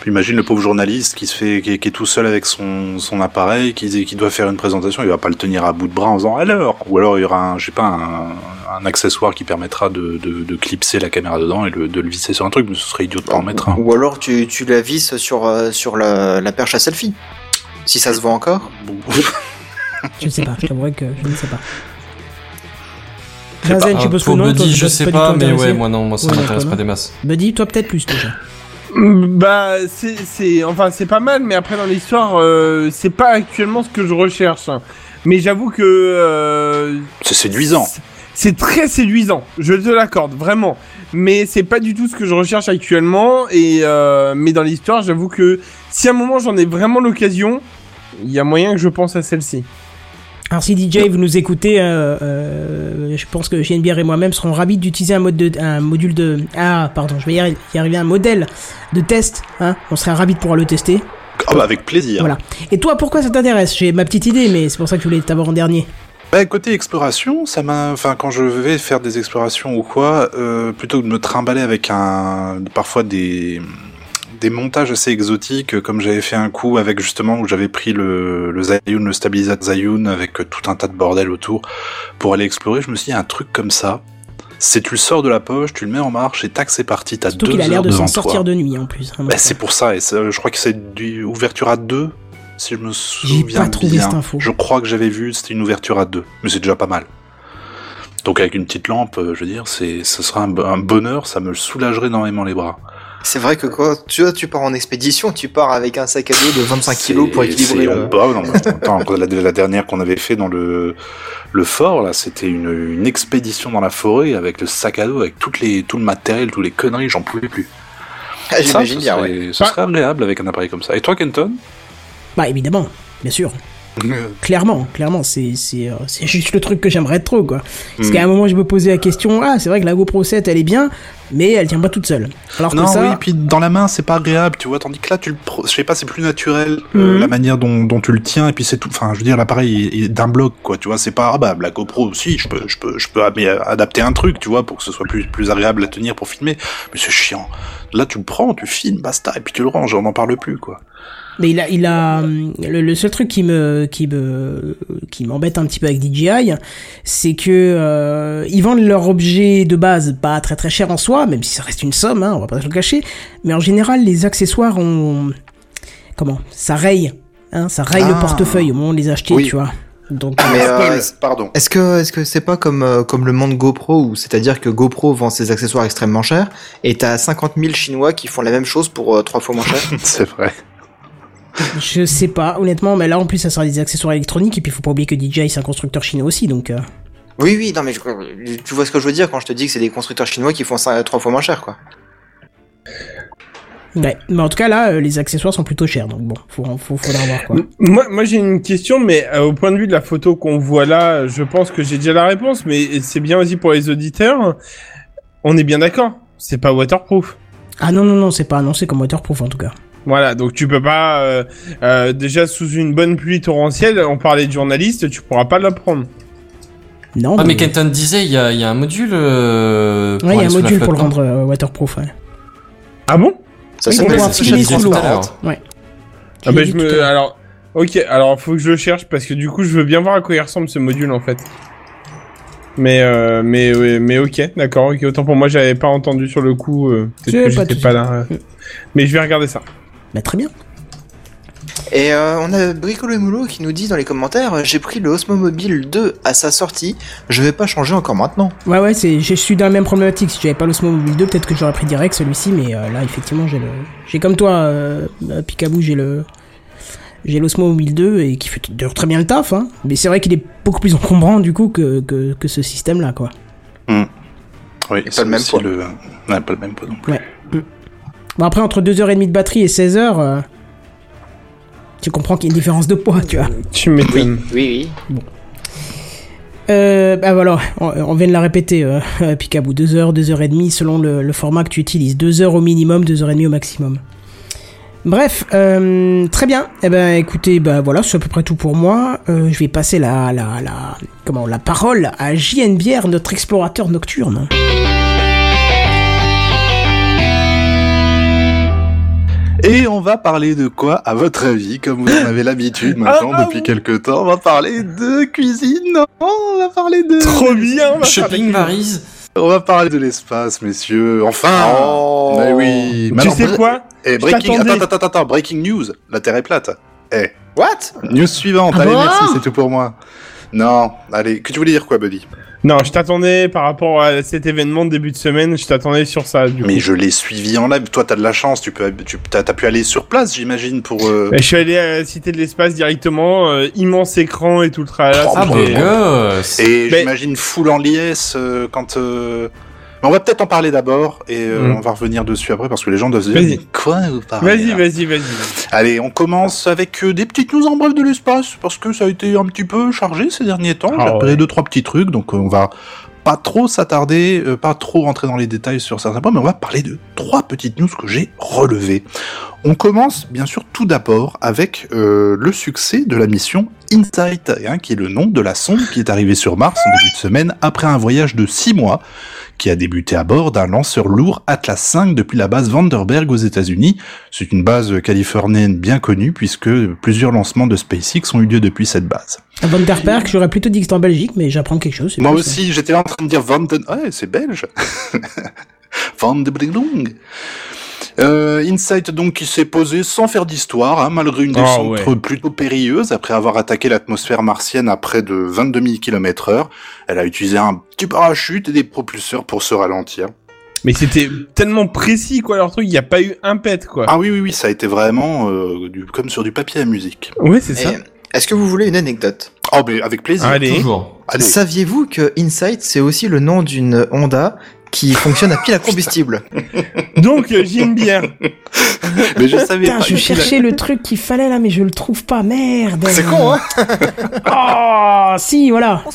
D: Puis imagine le pauvre journaliste qui se fait, qui, est- qui est tout seul avec son, son appareil, qui, qui doit faire une présentation, il va pas le tenir à bout de bras en disant alors, ou alors il y aura un, je sais pas, un, un accessoire qui permettra de, de, de clipser la caméra dedans et le- de le visser sur un truc, mais ce serait idiot de pas en mettre un.
E: Ou alors tu, tu la visses sur, euh, sur la, la perche à selfie. Si ça se voit encore.
A: Je ne sais pas, je t'avouerai que je ne sais pas.
D: sais pas.
A: Jazen,
C: Ah,
A: tu bosses
C: Pour
A: le nom, toi,
C: Buddy,
A: tu
C: je
A: bosses
C: sais
A: du
C: pas,
A: tout
C: mais
A: intéressé
C: ouais, moi non, moi ça
A: Ouais,
C: m'intéresse
A: toi,
C: pas
A: non.
C: des masses.
A: Buddy, toi peut-être plus déjà.
H: Mm, Bah, c'est, c'est, enfin, c'est pas mal, mais après dans l'histoire, euh, c'est pas actuellement ce que je recherche. hein. Mais j'avoue que euh,
D: C'est séduisant.
H: c'est- C'est très séduisant, je te l'accorde vraiment. Mais c'est pas du tout ce que je recherche actuellement. Et euh, mais dans l'histoire, j'avoue que si à un moment j'en ai vraiment l'occasion, il y a moyen que je pense à celle-ci.
A: Alors si DJ vous nous écoutez, euh, euh, je pense que JNBR et moi-même serons ravis d'utiliser un mode de, un module de, ah pardon, je vais y arri- y arriver, un modèle de test. Hein, on serait ravis de pouvoir le tester.
D: Ah bah avec plaisir.
A: Voilà. Et toi, pourquoi ça t'intéresse J'ai ma petite idée, mais c'est pour ça que je voulais t'avoir en dernier.
D: Bah, côté exploration, ça m'a, enfin, quand je vais faire des explorations ou quoi, euh, plutôt que de me trimballer avec un, parfois des, des montages assez exotiques, euh, comme j'avais fait un coup avec justement où j'avais pris le, le Zayun, le stabilisateur Zayun avec euh, tout un tas de bordel autour pour aller explorer, je me suis dit un truc comme ça. C'est tu le sors de la poche, tu le mets en marche et tac, c'est parti, t'as
A: Surtout
D: deux
A: qu'il a l'air
D: heures
A: de
D: devant
A: s'en
D: toi.
A: sortir de nuit en plus. hein, donc,
D: Bah, c'est pour ça, et ça, je crois que c'est du ouverture à deux, si je me
A: J'ai
D: souviens
A: pas trouvé
D: bien.
A: cette info.
D: Je crois que j'avais vu, c'était une ouverture à deux, mais c'est déjà pas mal. Donc avec une petite lampe, euh, je veux dire, c'est, ce sera un, bo- un bonheur, ça me soulagerait énormément les bras.
E: C'est vrai que quand tu, tu pars en expédition, tu pars avec un sac à dos de 25 kilos pour
D: C'est- c'est-
E: équilibrer euh.
D: on-
E: le...
D: bah, non, mais attends, la, la dernière qu'on avait fait dans le, le fort, là, c'était une, une expédition dans la forêt avec le sac à dos, avec toutes les, tout le matériel, toutes les conneries, j'en pouvais plus.
E: Ah,
D: Ça,
E: J'imagine
D: ce
E: bien,
D: serait-
E: ouais.
D: ce serait agréable avec un appareil comme ça. Et toi, Kenton
A: Bah évidemment, bien sûr. Clairement, clairement, c'est c'est euh, c'est juste le truc que j'aimerais trop quoi. Parce
D: Mm.
A: qu'à un moment je me posais la question, ah c'est vrai que la GoPro 7 elle est bien, mais elle tient pas toute seule. Alors que
D: Non,
A: ça,
D: oui, puis dans la main, c'est pas agréable, tu vois, tandis que là, tu le pro- je sais pas, c'est plus naturel, euh,
A: Mhm.
D: la manière dont, dont tu le tiens, et puis c'est tout, enfin, je veux dire, l'appareil est, est d'un bloc, quoi, tu vois, c'est pas, ah bah, la GoPro aussi, je peux, je peux, je peux am- adapter un truc, tu vois, pour que ce soit plus, plus agréable à tenir pour filmer, mais c'est chiant. Là, tu le prends, tu filmes, basta, et puis tu le ranges, on n'en parle plus, quoi.
A: mais il a il a hum, le, le seul truc qui me qui me qui m'embête un petit peu avec DJI, c'est que euh, ils vendent leur objet de base pas très très cher en soi, même si ça reste une somme, hein, on va pas se le cacher. Mais en général les accessoires ont comment ça raye, hein, ça raye le
E: Ah.
A: portefeuille au moment de les acheter,
E: Oui.
A: tu vois. Donc
E: Mais,
A: euh,
E: euh,
D: Pardon.
E: Est-ce que est-ce que c'est pas comme euh, comme le monde GoPro où c'est-à-dire que GoPro vend ses accessoires extrêmement chers et t'as 50 000 Chinois qui font la même chose pour euh, trois fois moins cher
D: c'est vrai.
A: Je sais pas, honnêtement, mais là en plus ça sera des accessoires électroniques et puis faut pas oublier que DJI c'est un constructeur chinois aussi donc. euh,
E: Oui oui non mais je- tu vois ce que je veux dire quand je te dis que c'est des constructeurs chinois qui font ça euh, trois fois moins cher quoi.
A: Ouais, mais en tout cas là euh, les accessoires sont plutôt chers donc bon, faut, faut, faudra voir quoi.
H: M- Moi, moi j'ai une question, mais euh, au point de vue de la photo qu'on voit là, je pense que j'ai déjà la réponse, mais c'est bien aussi pour les auditeurs. On est bien d'accord, c'est pas waterproof.
A: Ah non, non, non, c'est pas annoncé comme waterproof en tout cas.
H: Voilà, donc tu peux pas euh, euh, déjà sous une bonne pluie torrentielle, on parlait de journaliste, tu pourras pas la prendre.
A: Non,
C: Ah,
A: mais-
C: mais Kenton disait, il y a, il y a un module. euh, pour
A: Ouais, il y a
C: aller
A: un
C: sous la
A: module pour
C: flotte,
A: le
C: non
A: rendre euh, waterproof, ouais.
H: Ah bon
E: Ça
A: Oui,
E: s'appelle
A: pour
E: la
A: un filet
E: fourchette
A: sous l'eau.
E: transparente.
A: Ouais.
H: Ah
A: Je
H: bah
A: l'ai
H: je
A: dit tout à
H: me...
A: l'heure.
H: Alors, ok, alors faut que je le cherche parce que du coup je veux bien voir à quoi il ressemble ce module en fait. Mais euh, mais ouais, mais ok, d'accord, ok, autant pour moi j'avais pas entendu sur le coup, euh, peut-être
A: C'est
H: que
A: pas
H: j'étais
A: de
H: pas là. euh. Mais je vais regarder ça.
A: Bah, très bien.
E: Et euh, on a Bricolo et Moulot qui nous dit dans les commentaires euh, J'ai pris le Osmomobile 2 à sa sortie, je vais pas changer encore maintenant.
A: Ouais, ouais, c'est, je suis dans la même problématique. Si j'avais pas l'Osmo Mobile 2, peut-être que j'aurais pris direct celui-ci, mais euh, là, effectivement, j'ai le, j'ai comme toi, euh, euh, Picaboo, j'ai le, j'ai l'Osmo Mobile 2 et qui fait d'ailleurs très bien le taf, hein. Mais c'est vrai qu'il est beaucoup plus encombrant, du coup, que, que, que ce système-là, quoi.
D: Oui,
E: pas
D: c'est
E: le même
D: aussi
E: poids.
D: Le... Ouais, pas le même poids non plus.
A: Bon, après, entre 2h30 de batterie et 16h, euh, tu comprends qu'il y a une différence de poids, tu vois.
H: Tu m'étonnes.
E: oui.
A: Euh, bah voilà, on, on vient de la répéter, euh, euh, Picaboo. 2 heures, 2 heures et demie, selon le, le format que tu utilises. 2 heures au minimum, 2 heures et demie au maximum. Bref, euh, très bien. Eh ben, écoutez, bah voilà, c'est à peu près tout pour moi. Euh, je vais passer la, la, la, comment, la parole à JNBR, notre explorateur nocturne.
D: Et on va parler de quoi, à votre avis, comme vous en avez l'habitude
H: Ah,
D: maintenant depuis quelques temps On va parler de cuisine, non on va parler de...
H: Trop bien on va faire
C: Shopping,
H: des-
C: varise.
D: On va parler de l'espace, messieurs, enfin
H: Ah.
E: Oh.
D: Mais oui
H: Tu
D: Maintenant,
H: sais
D: bre-
H: quoi
D: eh, breaking...
H: t'attendais.
D: attends, attends, attends, attends, breaking news La Terre est plate Eh,
E: What
D: news suivante,
F: Ah
D: allez,
F: bon
D: merci, c'est tout pour moi Non, allez, que tu voulais dire quoi, Buddy
H: Non, je t'attendais par rapport à cet événement de début de semaine, je t'attendais sur ça du coup.
D: Mais je l'ai suivi en live, toi t'as de la chance, tu peux, tu, t'as, t'as pu aller sur place, j'imagine, pour... euh,
H: Bah, Je suis allé à la Cité de l'Espace directement, euh, immense écran et tout le tralala.
D: Oh,
C: Ah, beau
H: c'était-
C: gosse.
D: Et
H: Mais-
D: j'imagine full en liesse euh, quand. euh, Mais on va peut-être en parler d'abord et euh,
H: Mhm.
D: on va revenir dessus après parce que les gens doivent se dire
H: Vas-y.
D: mais quoi vous parlez
H: Vas-y,
D: là
H: vas-y, vas-y.
D: Allez, on commence avec euh, des petites news en bref de l'espace parce que ça a été un petit peu chargé ces derniers temps.
H: Ah
D: J'ai repéré
H: ouais.
D: deux trois petits trucs donc euh, on va pas trop s'attarder, euh, pas trop rentrer dans les détails sur certains points, mais on va parler de trois petites news que j'ai relevées. On commence bien sûr tout d'abord avec euh, le succès de la mission Insight, hein, qui est le nom de la sonde qui est arrivée sur Mars en début de semaine après un voyage de six mois qui a débuté à bord d'un lanceur lourd Atlas V depuis la base Vandenberg aux États-Unis. C'est une base californienne bien connue puisque plusieurs lancements de SpaceX ont eu lieu depuis cette base.
A: À Van Der Park, j'aurais plutôt dit que c'était en Belgique, mais j'apprends quelque chose. c'est
D: Moi
A: cool,
D: aussi, j'étais là en train de dire Vanden... Ouais, c'est belge. Vandenberg. Euh, Insight donc qui s'est posé sans faire d'histoire, hein, malgré une
H: Ah
D: descente
H: ouais.
D: plutôt périlleuse, après avoir attaqué l'atmosphère martienne à près de 22 000 km heure. Elle a utilisé un petit parachute et des propulseurs pour se ralentir.
H: Mais c'était tellement précis, quoi, leur truc, il n'y a pas eu un pet, quoi.
D: Ah oui, oui, oui, ça a été vraiment euh, du, comme sur du papier à musique.
H: Ouais, c'est
E: Et
H: ça.
E: Est-ce que vous voulez une anecdote
D: Oh, mais avec plaisir.
H: Allez.
C: Toujours.
D: Allez.
E: Saviez-vous que Insight c'est aussi le nom d'une Honda qui fonctionne à pile à combustible
H: Donc, euh, j'ai une bière.
D: Mais je savais
A: Putain,
D: pas.
A: je cherchais le truc qu'il fallait là, mais je le trouve pas, merde
E: C'est con, hein
A: Ah, si, voilà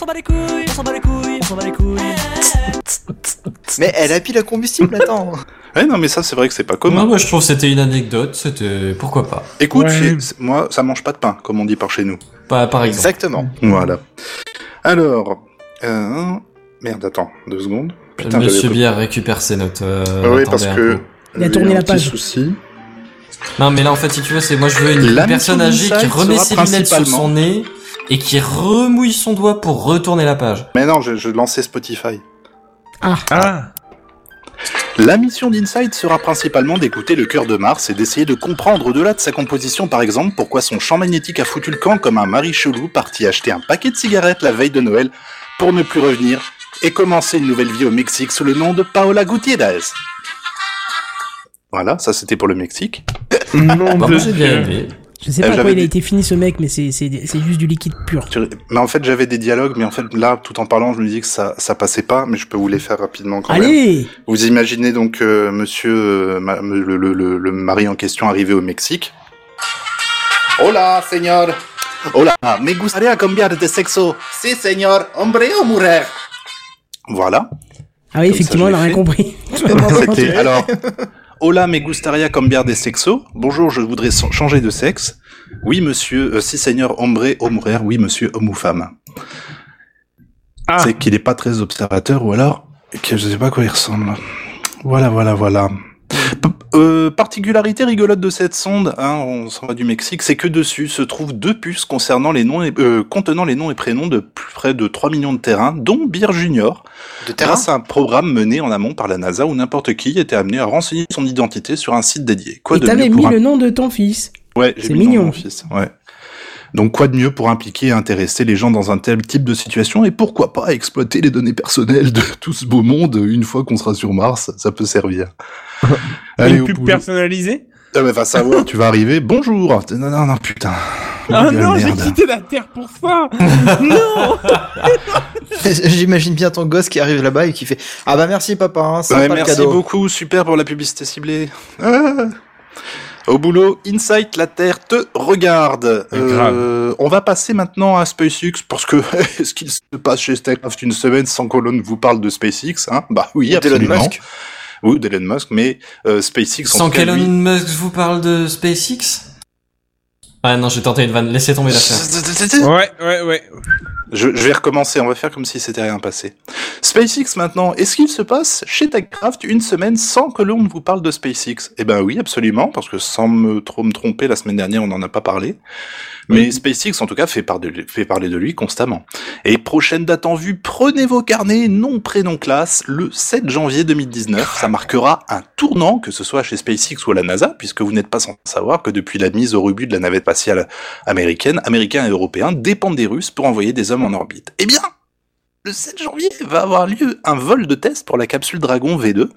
E: Mais elle a pile à combustible, attends
D: Ouais, non, mais ça, c'est vrai que c'est pas commun.
C: Non, moi je trouve que c'était une anecdote, c'était pourquoi pas.
D: Écoute,
H: Ouais.
D: c'est- c'est- moi, ça mange pas de pain, comme on dit par chez nous.
C: Pas par exemple.
E: Exactement.
D: Voilà. Alors, euh, merde, attends, deux secondes. Putain,
C: Monsieur
D: j'avais-
C: Bière récupère ses notes.
D: Ah
C: euh,
D: oui,
C: attendez
D: parce
C: un
D: que.
C: peu.
A: Il a
D: j'ai
A: tourné
D: un
A: la
D: petit
A: page.
D: Souci.
C: Non, mais là en fait, si tu veux, c'est moi je veux une
D: La
C: personne âgée
D: mission
C: qui
D: Insight
C: remet
D: sera
C: ses lunettes sur
D: principalement-
C: son nez et qui remouille son doigt pour retourner la page.
D: Mais non, je, je lançais Spotify.
A: Ah,
H: Ah.
D: La mission d'Insight sera principalement d'écouter le cœur de Mars et d'essayer de comprendre au-delà de sa composition, par exemple, pourquoi son champ magnétique a foutu le camp comme un mari chelou parti acheter un paquet de cigarettes la veille de Noël pour ne plus revenir et commencer une nouvelle vie au Mexique sous le nom de Paola Gutiérrez. Voilà, ça c'était pour le Mexique.
H: Non,
C: Bon,
H: de...
C: Bah, moi, j'ai bien aimé.
A: je sais
D: Euh,
A: pas à quoi
D: j'avais
A: il a
D: dit-
A: été fini ce mec, mais c'est c'est- c'est juste du liquide pur.
D: Tu- Mais en fait, j'avais des dialogues, mais en fait, là, tout en parlant, je me dis que ça, ça passait pas, mais je peux vous les faire rapidement quand même.
A: Allez
D: Vous imaginez donc euh, monsieur, euh, ma- le, le- le- le mari en question arrivé au Mexique. Hola, señor. Hola, me gustaría cambiar de sexo. Sí, señor, hombre o mujer.
A: Ah
D: Voilà.
A: oui,
D: Comme ça,
A: effectivement,
D: je
A: elle
D: l'ai
A: a rien
D: fait.
A: compris.
D: C'était alors. Hola, me gustaría cambiar de sexo. Bonjour, je voudrais so- changer de sexe. Oui, monsieur. Euh, si, señor, hombre o mujer. Oui, monsieur, homme ou femme.
H: Ah.
D: C'est qu'il n'est pas très observateur ou alors que je sais pas à quoi il ressemble. Voilà, voilà, voilà. P- euh, particularité rigolote de cette sonde, hein, on s'en va du Mexique, c'est que dessus se trouvent deux puces concernant les noms et- euh, contenant les noms et prénoms de plus- près de 3 millions de terrains, dont Beer Junior.
E: De
D: Grâce à un programme mené en amont par la NASA où n'importe qui était amené à renseigner son identité sur un site dédié. Quoi
A: Et
D: de mieux
A: t'avais
D: pour
A: mis
D: un-
A: le nom de ton fils.
D: Ouais, j'ai
A: C'est
D: mis le nom de
A: mignon.
D: mon fils, ouais. Donc quoi de mieux pour impliquer et intéresser les gens dans un tel type de situation et pourquoi pas exploiter les données personnelles de tout ce beau monde une fois qu'on sera sur Mars, ça peut servir. Allez,
H: Une
D: au
H: pub
D: boulot.
H: personnalisée
D: Ah bah, va savoir, tu vas arriver. Bonjour. Non non non putain.
H: Ah
D: Gueule,
H: non, j'ai
D: merde.
H: quitté la Terre pour ça Non
D: Hein
E: J'imagine bien ton gosse qui arrive là-bas et qui fait Ah bah merci papa, hein, sympa
D: Ouais,
E: le
D: merci
E: cadeau.
D: beaucoup, super pour la publicité ciblée. Ah. Au boulot, Insight, la Terre te regarde. Euh,
H: Mais grave.
D: on va passer maintenant à SpaceX parce que est-ce qu'il se passe chez Starcraft une semaine sans que l'on vous parle de SpaceX hein Bah oui,
E: Ou d'Elon
D: absolument.
E: Musk.
D: Oui, d'Elon Musk, mais euh, SpaceX en
C: Sans
D: tout cas,
C: qu'Elon
D: lui-
C: Musk vous parle de SpaceX Ah non, j'ai tenté une vanne, laissez tomber l'affaire.
H: Ouais, ouais, ouais.
D: Je, je vais recommencer, on va faire comme si c'était rien passé. SpaceX maintenant, est-ce qu'il se passe chez TechCraft une semaine sans que l'on ne vous parle de SpaceX Eh ben oui, absolument, parce que sans me, trop me tromper, la semaine dernière on n'en a pas parlé. Mais SpaceX en tout cas fait, par de, fait parler de lui constamment. Et prochaine date en vue, prenez vos carnets, nom, prénom, classe, le 7 janvier 2019. Ça marquera un tournant, que ce soit chez SpaceX ou à la NASA, puisque vous n'êtes pas sans savoir que depuis la mise au rubut de la navette spatiale américaines, américains et européens dépendent des Russes pour envoyer des hommes en orbite. Eh bien, le 7 janvier va avoir lieu un vol de test pour la capsule Dragon V2,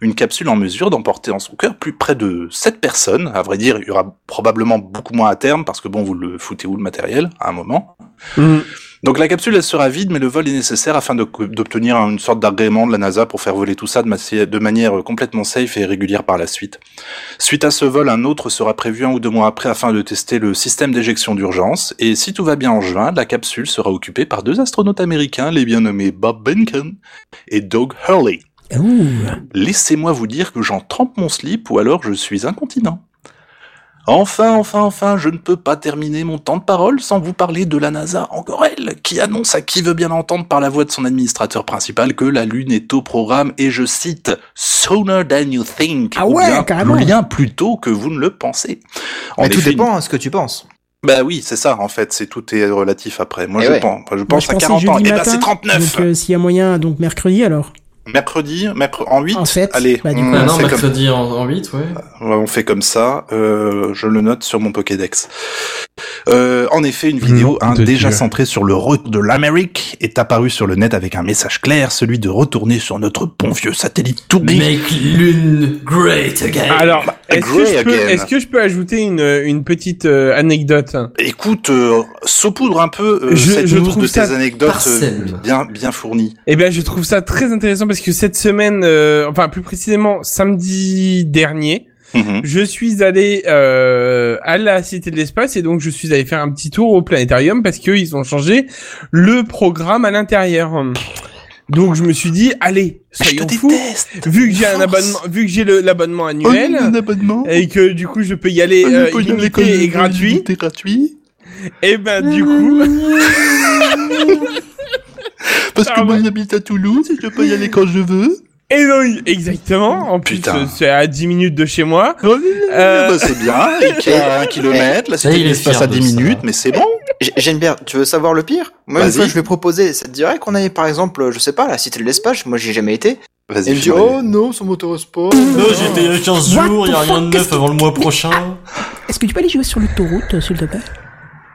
D: une capsule en mesure d'emporter en son cœur plus près de 7 personnes. À vrai dire, il y aura probablement beaucoup moins à terme parce que bon, vous le foutez où le matériel à un moment.
H: Mm.
D: Donc la capsule elle sera vide, mais le vol est nécessaire afin de- d'obtenir une sorte d'agrément de la NASA pour faire voler tout ça de, massi- de manière euh, complètement safe et régulière par la suite. Suite à ce vol, un autre sera prévu un ou deux mois après afin de tester le système d'éjection d'urgence. Et si tout va bien en juin, la capsule sera occupée par deux astronautes américains, les bien nommés Bob Behnken et Doug Hurley.
A: Ouh.
D: Laissez-moi vous dire que j'en trempe mon slip ou alors je suis incontinent. Enfin, enfin, enfin, je ne peux pas terminer mon temps de parole sans vous parler de la NASA, encore elle, qui annonce à qui veut bien l'entendre par la voix de son administrateur principal que la Lune est au programme et je cite Sooner than you think.
A: Ah
D: ou
A: ouais,
D: bien,
A: carrément.
D: bien plus tôt que vous ne le pensez. En
E: Mais tout
D: effet,
E: dépend hein, ce que tu penses.
D: Bah oui, c'est ça, en fait, c'est tout est relatif après. Moi,
E: Eh
D: je,
E: ouais.
D: pense, je
A: Moi,
D: pense
A: je
D: à
A: pensais
D: 40 ans.
A: jeudi
D: Et bah,
A: matin,
D: c'est 39.
A: Donc, euh, s'il y a moyen, donc mercredi alors.
D: Mercredi, mercredi, en 8.
A: En sept.
D: Allez, Hum.
A: Bah, du
D: on,
A: coup,
C: Ah non,
D: fait comme
C: mercredi en, en 8, ouais.
D: Ouais, on fait comme ça, euh, je le note sur mon Pokédex. Euh, en effet, une vidéo
H: Nom
D: hein,
H: de
D: déjà
H: Dieu.
D: centrée sur le retour de l'Amérique est apparue sur le net avec un message clair, celui de retourner sur notre bon vieux satellite tourné.
C: Make Lune great again.
H: Alors, est-ce que,
D: Agree
H: je peux,
D: again.
H: est-ce que je peux ajouter une, une petite euh, anecdote
D: Écoute, euh, saupoudre un peu euh,
H: Je-
D: cette
H: je
D: news
H: trouve
D: de
H: ça
D: tes anecdotes euh,
C: parcelle.
D: bien, bien fournies.
H: Eh bien, je trouve ça très intéressant parce que cette semaine, euh, enfin plus précisément samedi dernier,
D: Mhm.
H: je suis allé euh, à la Cité de l'Espace et donc je suis allé faire un petit tour au planétarium parce qu'ils ont changé le programme à l'intérieur. Donc je me suis dit, allez,
D: Mais je te
H: soyons fous.
D: déteste
H: Vu que j'ai un
D: Force.
H: abonnement, vu que j'ai le- l'abonnement annuel
D: Un abonnement
H: et que du coup je peux y aller
D: Un
H: euh,
D: abonnement à l'école
H: illimité et gratuit,
D: illimité gratuit
H: et ben du coup.
D: Parce que
H: Pardon.
D: moi j'habite à Toulouse et je peux y aller quand je veux.
H: Et non, exactement. En plus,
D: Putain.
H: euh, c'est à 10 minutes de chez moi. Euh,
D: Ah bah, c'est bien, Ikea à 1 km, la
C: Ça,
D: cité
C: il
D: de
C: est
D: l'espace
C: fier
D: à
C: de
D: 10
C: ça.
D: minutes, mais c'est bon.
E: J- Geneviève, tu veux savoir le pire Moi, une
D: Vas-y.
E: fois, je lui ai proposé, ça te dirait qu'on aille par exemple, je sais pas, à la cité de l'espace, moi j'y ai jamais été.
D: Vas-y,
E: Et elle me dit
D: Fiorelli.
E: Oh non, ça m'intéresse pas.
C: Non, j'étais il y a 15
A: What
C: jours,
A: the
C: y a rien
A: fuck,
C: de
A: qu'est-ce
C: neuf
A: que-
C: avant le mois prochain.
A: Est-ce que tu peux aller jouer sur l'autoroute, euh, s'il te plaît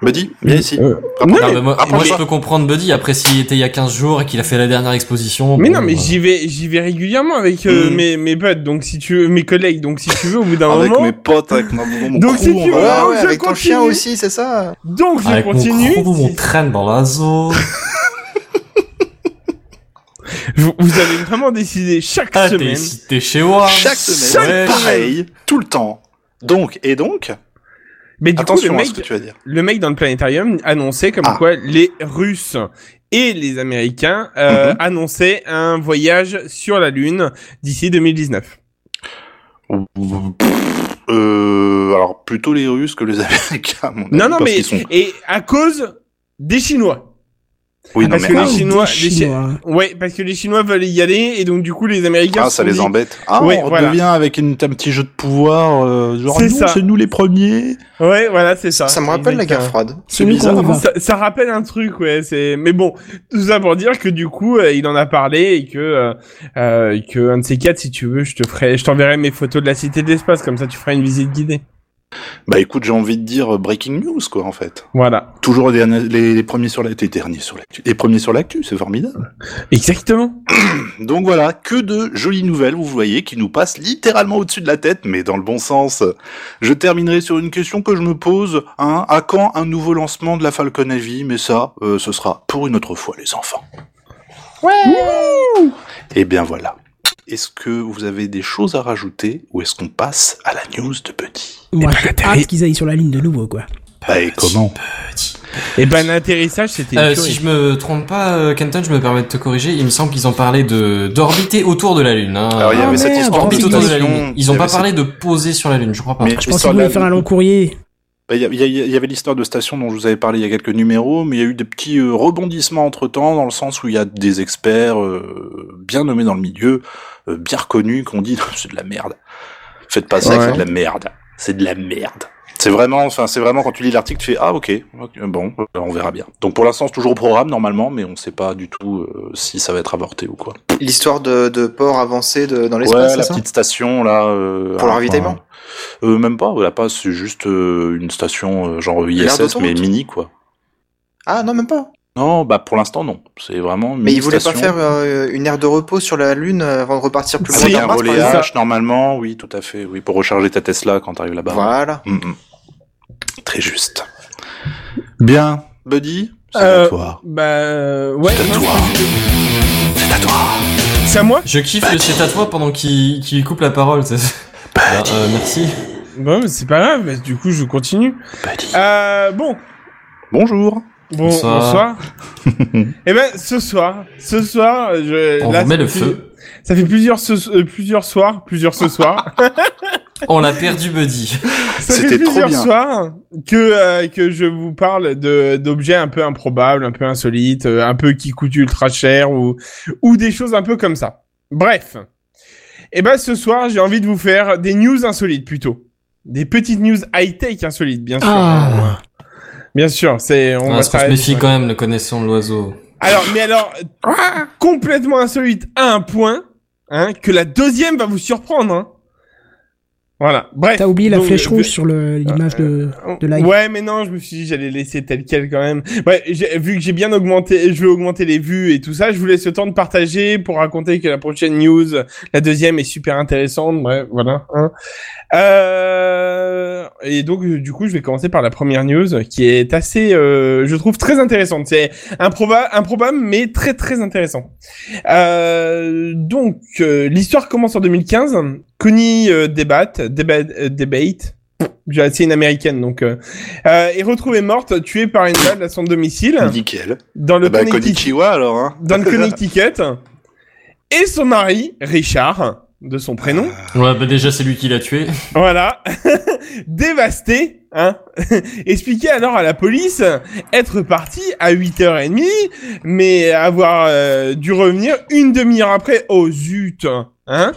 D: Buddy, viens ici.
H: Euh,
D: Rapproche-
H: non,
C: Ah, bah, moi,
D: rapproche-toi.
C: moi, je peux comprendre Buddy, après s'il était il y a 15 jours et qu'il a fait la dernière exposition.
H: Mais
C: bon,
H: non, mais
C: euh,
H: j'y vais, j'y vais régulièrement avec euh,
D: Oh, Mm.
H: mes mes potes. Donc si tu veux, mes collègues. Donc si tu veux, au bout d'un
D: Avec
H: moment.
D: mes potes, avec mon, mon
H: Donc,
D: crew,
H: si
D: on
H: tu
D: va-
H: veux,
E: Ah ouais,
H: je
E: avec ton
H: continue.
E: chien aussi, c'est ça
H: Donc je
C: Avec
H: continue.
C: mon crew, on traîne dans la zone.
H: Vous, vous avez vraiment décidé chaque
C: Ah, t'es
H: semaine.
C: ici, t'es chez
H: Ah
C: moi.
D: Chaque semaine,
C: Ouais.
D: pareil, tout le temps. Donc, et donc,
H: Mais du coup,
D: attention
H: le
D: à
H: mec,
D: ce que tu vas dire.
H: le mec dans le planétarium annonçait comme
D: Ah.
H: quoi les Russes et les Américains
D: Mm-hmm.
H: euh, annonçaient un voyage sur la Lune d'ici 2019.
D: Euh, alors, plutôt les Russes que les Américains, à mon avis,
H: Non, non,
D: parce
H: mais
D: qu'ils sont-
H: et à cause des Chinois.
D: Oui, non,
H: parce
D: mais
H: que
D: ah,
H: les
A: Oh,
H: Chinois,
A: des
H: les Chi-
A: Chinois.
H: ouais, parce que les Chinois veulent y aller et donc du coup les Américains.
D: Ah,
H: se
D: ça
H: sont
D: les
H: dit-
D: embête. Ah,
H: Ouais,
D: on
H: voilà.
D: devient avec une, un petit jeu de pouvoir, euh, genre,
H: C'est
D: nous,
H: ça.
D: c'est nous les premiers.
H: Ouais, voilà, c'est ça.
E: Ça me rappelle la guerre
H: Exactement.
E: froide.
A: C'est nous qu'on y va.
H: Ça, ça rappelle un truc, ouais. C'est mais bon, tout ça pour dire que du coup, euh, il en a parlé et que euh, euh, que un de ces quatre, si tu veux, je te ferai, je t'enverrai mes photos de la cité de l'espace, comme ça, tu feras une visite guidée.
D: Bah écoute, j'ai envie de dire euh, breaking news, quoi, en fait.
H: Voilà.
D: Toujours les, derniers- les, les premiers sur l'actu, les derniers sur l'actu, les premiers sur l'actu, c'est formidable.
H: Exactement.
D: Donc voilà, que de jolies nouvelles, vous voyez, qui nous passent littéralement au-dessus de la tête, mais dans le bon sens. Je terminerai sur une question que je me pose, hein, à quand un nouveau lancement de la Falcon Heavy Mais ça, euh, ce sera pour une autre fois, les enfants. Ouais Et bien voilà. Est-ce que vous avez des choses à rajouter, ou est-ce qu'on passe à la news de Petit
A: Moi, j'ai hâte qu'ils aillent sur la ligne de nouveau, quoi.
D: Bah et comment
H: Et ben l'atterrissage, c'était.
C: Euh,
H: une
C: si
H: tuerie.
C: je me trompe pas, euh, Kenton, je me permets de te corriger. Il me semble qu'ils ont parlé de d'orbiter autour de la Lune. hein.
D: Alors il y
A: Ah,
D: avait cette
A: merde,
D: histoire
A: orbite
C: Orbiter
A: Orbiter
C: autour de la
D: d'orbite.
C: Lune.
D: Il y
C: Ils ont pas
D: avait
C: parlé
D: cette-
C: de poser sur la Lune. Je crois pas.
D: Mais-
A: Je
D: Et
A: pensais
D: sur
A: qu'ils voulaient
D: la-
A: faire un long courrier.
D: Bah, Il y, a- il y a- il y avait l'histoire de station dont je vous avais parlé il y a quelques numéros, mais il y a eu des petits euh, rebondissements entre temps, dans le sens où il y a des experts euh, bien nommés dans le milieu, euh, bien reconnus, qui ont dit c'est de la merde. Faites pas ça,
E: Ouais.
D: c'est de la merde. C'est de la merde. C'est vraiment, enfin, c'est vraiment quand tu lis l'article, tu fais ah ok, ok, bon, euh, on verra bien. Donc pour l'instant c'est toujours au programme normalement, mais on sait pas du tout euh, si ça va être avorté ou quoi.
E: L'histoire de, de port avancé de- dans
D: Ouais,
E: l'espace,
D: la
E: c'est ça
D: petite station là. euh,
E: Pour le
D: enfin,
E: ravitaillement
D: euh, Même pas, voilà pas, c'est juste euh, une station euh, genre
E: L'aire
D: ISS mais
E: d'autoroute
D: mini quoi.
E: Ah non, même pas.
D: Non, bah pour l'instant non. C'est vraiment.
E: Mais
D: une
E: ils voulaient pas
D: station.
E: faire euh, une aire de repos sur la Lune euh, avant de repartir plus loin
D: avec
E: vers
D: un
E: Mars, par
D: relais
E: exemple
D: H, normalement, oui, tout à fait, oui, pour recharger ta Tesla quand t'arrives là-bas.
E: Voilà.
D: Mm, mm. Très juste. Bien, Buddy, c'est
H: Euh,
D: à toi.
H: Bah euh, ouais.
D: C'est à
H: non,
D: toi. C'est à toi.
H: C'est à moi.
C: Je kiffe le c'est à toi pendant qu'il qu'il coupe la parole. c'est- Ben, euh, merci.
H: Bon, mais c'est pas grave. mais du coup, je continue.
D: Buddy.
H: Euh, bon.
D: Bonjour.
H: Bon,
C: Bonsoir.
H: bonsoir. Eh ben, ce soir, ce soir, je,
C: On
H: là,
C: vous met le
H: ça fait-
C: feu.
H: Ça fait plusieurs, ce- euh, plusieurs soirs, plusieurs ce soir.
C: On a perdu Buddy.
H: ça fait
D: C'était trop
H: plusieurs
D: bien.
H: soirs que euh, que je vous parle de d'objets un peu improbables, un peu insolites, euh, un peu qui coûtent ultra cher ou ou des choses un peu comme ça. Bref. Et ben, ce soir, j'ai envie de vous faire des news insolites plutôt, des petites news high tech insolites, bien sûr.
A: Ah.
H: Bien sûr, c'est on
C: On,
H: va
C: se
H: s'arrêter-
C: méfie quand même, le connaissant de l'oiseau.
H: Alors, mais alors, complètement insolite à un point, hein, que la deuxième va vous surprendre, hein. Voilà. Bref.
A: T'as oublié la
H: Donc,
A: flèche
H: euh,
A: rouge sur le- l'image de, de la
H: Ouais, mais non, je me suis dit, j'allais laisser tel quel quand même. Ouais, j'ai- vu que j'ai bien augmenté, je veux augmenter les vues et tout ça, je vous laisse le temps de partager pour raconter que la prochaine news, la deuxième est super intéressante. Bref, voilà. hein. Euh, et donc, euh, du coup, je vais commencer par la première news euh, qui est assez, euh, je trouve, très intéressante. C'est improba improbable, mais très, très intéressant. Euh, donc, euh, l'histoire commence en 2015. Connie euh, Debat, Debat, euh, Debate, j'ai- c'est une américaine, donc, euh, euh, est retrouvée morte, tuée par une balle à son domicile,
D: Nickel.
H: dans le
D: bah,
H: Connecticut
D: Konichiwa alors, hein.
H: dans le Connecticut. Et son mari, Richard, de son prénom,
C: Ouais, bah déjà c'est lui qui l'a tué.
H: voilà, dévasté, hein, expliquait alors à la police être parti à 8h30, mais avoir euh, dû revenir une demi-heure après, oh zut, hein,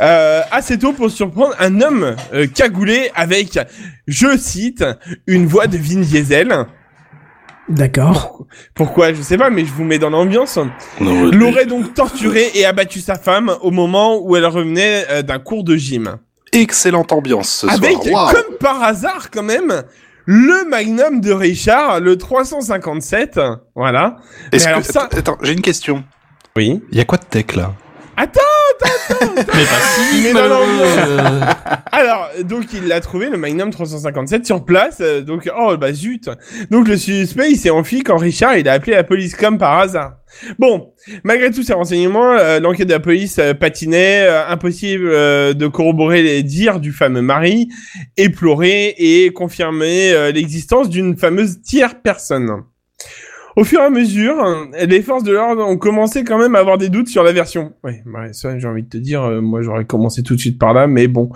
H: euh, assez tôt pour surprendre un homme euh, cagoulé avec, je cite, une voix de Vin Diesel.
A: D'accord.
H: Pourquoi, je sais pas, mais je vous mets dans l'ambiance.
D: Non,
H: l'aurait donc torturé et abattu sa femme au moment où elle revenait euh, d'un cours de gym.
D: Excellente ambiance ce
H: Avec,
D: soir. Waouh.
H: comme par hasard quand même, le magnum de Richard, le 357. Voilà.
D: Est-ce
H: Mais
D: que-
H: alors ça-
D: Attends, attends, j'ai une question.
H: Oui.
D: Il y a quoi de tech là
C: Mais pas si
H: Mais non,
C: malheureux.
H: non,
C: euh,
H: Alors, donc il l'a trouvé, le Magnum 357, sur place. euh, donc, oh bah zut. Donc le suspect, il s'est enfui quand Richard, il a appelé la police comme par hasard. Bon, malgré tous ces renseignements, euh, l'enquête de la police euh, patinait. euh, impossible euh, de corroborer les dires du fameux mari, éplorer et confirmer euh, l'existence d'une fameuse tiers personne. au fur et à mesure, hein, les forces de l'ordre ont commencé quand même à avoir des doutes sur la version. Ouais, ouais, ça j'ai envie de te dire, euh, moi j'aurais commencé tout de suite par là, mais bon.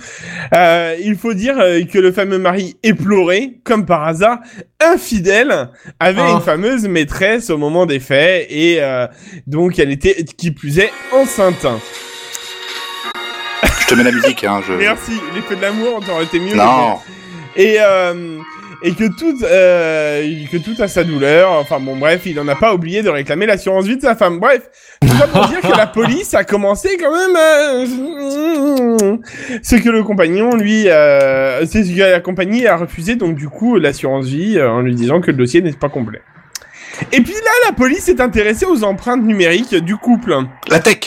H: Euh, il faut dire euh, que le fameux mari éploré, comme par hasard, infidèle, avait
C: Oh.
H: une fameuse maîtresse au moment des faits, et euh, donc elle était, qui plus est, enceinte.
D: Je te mets la musique, hein. Je...
H: Merci, l'effet de l'amour, t'aurais été mieux.
D: Non.
H: et euh, et que tout euh, que tout a sa douleur. Enfin bon, bref, il n'en a pas oublié de réclamer l'assurance vie de sa femme. Bref, tout ça pour dire que la police a commencé quand même. euh, ce que le compagnon, lui, euh, c'est ce que la compagnie a refusé donc du coup l'assurance vie euh, en lui disant que le dossier n'est pas complet. Et puis là, la police est intéressée aux empreintes numériques du couple.
D: La tech.